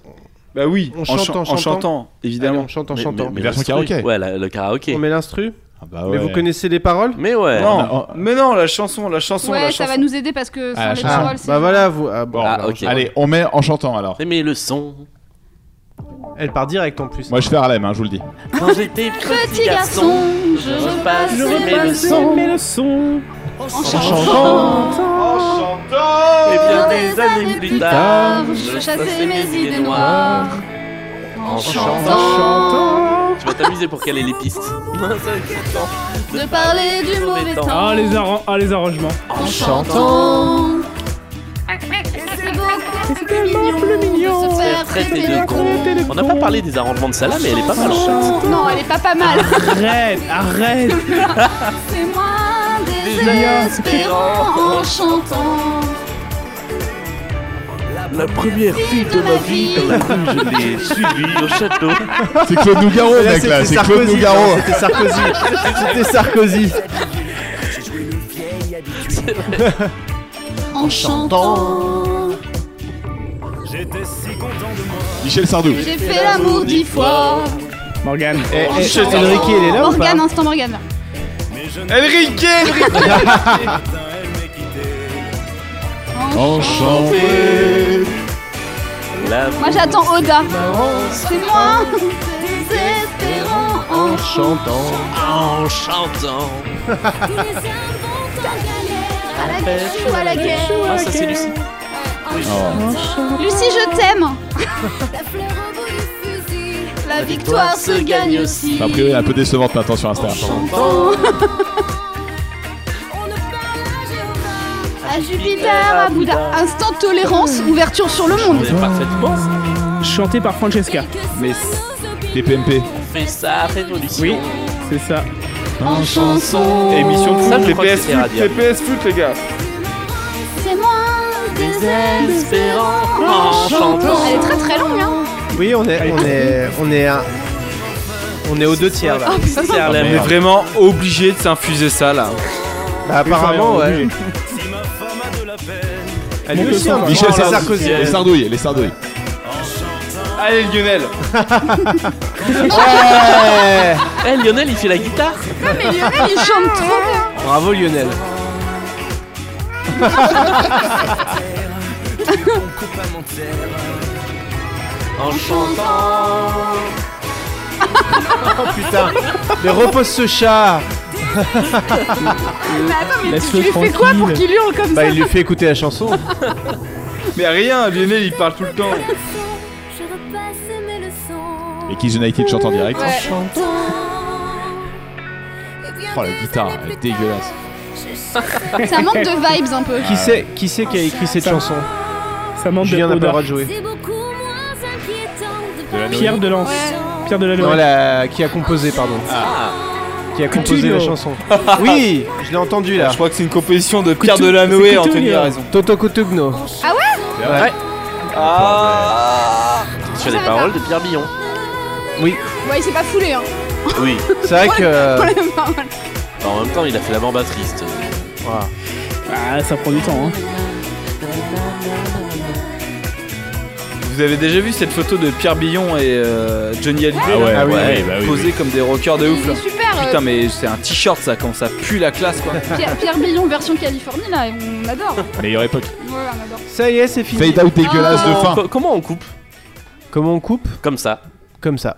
[SPEAKER 7] Bah oui,
[SPEAKER 9] On
[SPEAKER 7] en
[SPEAKER 9] chante
[SPEAKER 7] chan-
[SPEAKER 9] en
[SPEAKER 7] en chantant,
[SPEAKER 9] Allez,
[SPEAKER 7] évidemment.
[SPEAKER 9] on chante en
[SPEAKER 4] Mais-
[SPEAKER 9] chantant.
[SPEAKER 4] mais- mais
[SPEAKER 6] Version
[SPEAKER 4] le truc.
[SPEAKER 6] karaoké.
[SPEAKER 4] Ouais, la- le
[SPEAKER 9] On
[SPEAKER 4] karaoké.
[SPEAKER 9] met l'instru
[SPEAKER 6] Ah bah
[SPEAKER 9] Mais
[SPEAKER 6] ouais.
[SPEAKER 9] vous connaissez les paroles
[SPEAKER 4] Mais ouais.
[SPEAKER 7] Non,
[SPEAKER 6] Eh, On a-
[SPEAKER 7] mais non, la chanson, la chanson, la
[SPEAKER 5] Ouais,
[SPEAKER 7] chanson.
[SPEAKER 5] ça va nous aider parce que sans
[SPEAKER 6] Ah,
[SPEAKER 5] les
[SPEAKER 6] la
[SPEAKER 9] Ah,
[SPEAKER 5] paroles, c'est.
[SPEAKER 9] Bah voilà, vous. ah, bon,
[SPEAKER 4] Ah,
[SPEAKER 9] alors,
[SPEAKER 4] ok.
[SPEAKER 6] Allez, on met en chantant alors.
[SPEAKER 4] Mais- Mais le son.
[SPEAKER 9] Elle part direct en plus.
[SPEAKER 6] Moi je fais Harlem, hein, je vous le dis.
[SPEAKER 4] Quand j'étais petit
[SPEAKER 5] Petit garçon,
[SPEAKER 4] garçon,
[SPEAKER 5] je
[SPEAKER 4] repasse
[SPEAKER 5] repasse
[SPEAKER 4] mes leçons.
[SPEAKER 5] mes leçons
[SPEAKER 8] Mais le son.
[SPEAKER 5] en chantant.
[SPEAKER 9] chantant.
[SPEAKER 12] En
[SPEAKER 4] Et
[SPEAKER 12] chantant
[SPEAKER 4] eh bien des années plus tard,
[SPEAKER 5] je chassais mes idées noires. En chantant,
[SPEAKER 8] Chantant.
[SPEAKER 4] Tu vas t'amuser pour caler les pistes.
[SPEAKER 5] de parler du mauvais temps.
[SPEAKER 8] Ah, les, arran- ah, les arrangements.
[SPEAKER 5] En
[SPEAKER 4] ah,
[SPEAKER 5] chantant. Et c'est beaucoup plus mignon, de
[SPEAKER 4] ah,
[SPEAKER 5] se faire traiter de con.
[SPEAKER 4] On n'a pas parlé des arrangements de Salah, Ah, mais elle est pas mal.
[SPEAKER 5] Non, elle est pas pas mal.
[SPEAKER 8] Arrête, arrête.
[SPEAKER 5] C'est moins désespérant en chantant.
[SPEAKER 4] La première fille
[SPEAKER 5] de ma vie,
[SPEAKER 4] la rue, je l'ai suivie au château.
[SPEAKER 6] C'est Claude Nougaro,
[SPEAKER 9] Là,
[SPEAKER 6] mec, là. C'est
[SPEAKER 9] c'était
[SPEAKER 6] Claude
[SPEAKER 9] Sarkozy.
[SPEAKER 6] Nougaro.
[SPEAKER 9] non, C'était Sarkozy. C'était Sarkozy.
[SPEAKER 5] en chantant.
[SPEAKER 6] Michel Sardou.
[SPEAKER 5] J'ai fait l'amour dix fois.
[SPEAKER 8] Morgane.
[SPEAKER 9] Eh, eh,
[SPEAKER 5] Michel
[SPEAKER 9] Enrique, elle est là ou pas
[SPEAKER 5] Morgane, instant Morgane.
[SPEAKER 7] Enrique, Enrique
[SPEAKER 6] Enchanté.
[SPEAKER 4] La
[SPEAKER 5] Moi j'attends Oda. C'est moi désespérant en
[SPEAKER 9] Chantant.
[SPEAKER 4] en chantant.
[SPEAKER 5] À la guerre ou à la guerre.
[SPEAKER 4] Ah, ça c'est Lucie.
[SPEAKER 5] Lucie, je t'aime. La victoire se gagne aussi.
[SPEAKER 6] A priori, elle est un peu décevante maintenant sur Insta.
[SPEAKER 5] À Jupiter, à Bouddha. Instant tolérance, ouverture sur le monde.
[SPEAKER 4] Mais parfaitement.
[SPEAKER 8] Chanté par Francesca.
[SPEAKER 7] Mais
[SPEAKER 6] TPMP.
[SPEAKER 4] Fait sa révolution.
[SPEAKER 8] Oui, c'est ça.
[SPEAKER 5] En chanson.
[SPEAKER 7] émission de
[SPEAKER 4] Ça,
[SPEAKER 7] foot,
[SPEAKER 4] je
[SPEAKER 7] les
[SPEAKER 4] crois que
[SPEAKER 7] PS
[SPEAKER 4] c'était
[SPEAKER 7] foot,
[SPEAKER 4] Radia.
[SPEAKER 7] les PS foot, les gars.
[SPEAKER 5] C'est moi
[SPEAKER 4] Désespérant en chantant.
[SPEAKER 5] Elle est très très longue hein.
[SPEAKER 9] Oui, on est, on est, on est, bah, à- on est aux deux tiers là.
[SPEAKER 4] Ça c'est
[SPEAKER 7] On est
[SPEAKER 4] Harlem.
[SPEAKER 7] vraiment obligé de s'infuser ça là.
[SPEAKER 9] Bah, apparemment, ouais. Elle est aussi, hein,
[SPEAKER 6] Michel
[SPEAKER 9] vraiment,
[SPEAKER 6] Sardou.
[SPEAKER 9] là.
[SPEAKER 6] Les sardouilles, les sardouilles.
[SPEAKER 7] Allez Lionel,
[SPEAKER 9] Ouais
[SPEAKER 4] Eh Lionel, il fait la guitare.
[SPEAKER 5] Mais Lionel il chante trop bien.
[SPEAKER 9] Bravo Lionel.
[SPEAKER 4] En chantant.
[SPEAKER 9] Oh putain. Mais repose ce chat.
[SPEAKER 5] Mais attends, mais tu
[SPEAKER 8] Laisse-le
[SPEAKER 5] lui fais quoi pour
[SPEAKER 8] tranquille.
[SPEAKER 5] qu'il hurle comme ça
[SPEAKER 9] Bah, il lui fait écouter la chanson.
[SPEAKER 7] mais rien, Lionel il parle tout le temps.
[SPEAKER 3] Je repasse mes leçons.
[SPEAKER 6] Et Kids United chante en direct.
[SPEAKER 5] Ouais.
[SPEAKER 6] Oh la guitare, elle est dégueulasse.
[SPEAKER 5] Ça manque de vibes un peu.
[SPEAKER 9] Qui c'est, qui c'est qui a écrit cette chanson
[SPEAKER 8] Ça manque
[SPEAKER 9] Julien
[SPEAKER 8] de
[SPEAKER 9] n'a pas le
[SPEAKER 8] Oda.
[SPEAKER 9] droit de jouer.
[SPEAKER 3] C'est beaucoup moins inquiétant de
[SPEAKER 6] la
[SPEAKER 3] parler
[SPEAKER 8] Pierre de Lance.
[SPEAKER 5] Ouais.
[SPEAKER 8] Pierre de la
[SPEAKER 9] Non,
[SPEAKER 8] Lorette.
[SPEAKER 9] la... qui a composé, pardon. Qui a composé
[SPEAKER 8] Coutinho.
[SPEAKER 9] la chanson. Ah. Oui, je l'ai entendu là.
[SPEAKER 7] Je crois que c'est une composition de Pierre
[SPEAKER 8] Coutou-
[SPEAKER 7] Delanoë,
[SPEAKER 8] c'est Coutou,
[SPEAKER 7] Anthony a
[SPEAKER 8] Lionel.
[SPEAKER 7] raison.
[SPEAKER 9] Toto Cotugno.
[SPEAKER 4] Sur les paroles de Pierre Billon.
[SPEAKER 5] Ouais, il s'est pas foulé hein.
[SPEAKER 4] Oui.
[SPEAKER 9] C'est vrai que.
[SPEAKER 5] Pour les paroles.
[SPEAKER 4] Bah, en même temps, il a fait la bamba triste.
[SPEAKER 9] Voilà.
[SPEAKER 8] Ah, ça prend du temps. Hein.
[SPEAKER 7] Vous avez déjà vu cette photo de Pierre Billon et euh, Johnny Hallyday
[SPEAKER 6] Ah
[SPEAKER 7] là
[SPEAKER 6] ouais,
[SPEAKER 9] Ah oui,
[SPEAKER 6] ouais,
[SPEAKER 9] oui.
[SPEAKER 6] bah oui,
[SPEAKER 7] posés
[SPEAKER 6] oui.
[SPEAKER 7] comme des rockers Ah, de ouf
[SPEAKER 5] Il
[SPEAKER 7] là.
[SPEAKER 5] est super. euh,
[SPEAKER 7] Putain mais c'est un t-shirt ça, quand ça pue la classe quoi.
[SPEAKER 5] Pierre, Pierre Billon version Californie là, on adore. Ouais,
[SPEAKER 6] Meilleure époque.
[SPEAKER 5] on adore.
[SPEAKER 9] Ça y est, c'est fini.
[SPEAKER 6] Fade out dégueulasse de
[SPEAKER 4] Comment-
[SPEAKER 6] fin.
[SPEAKER 4] co- Comment on coupe
[SPEAKER 9] Comment on coupe
[SPEAKER 4] Comme ça.
[SPEAKER 9] Comme ça.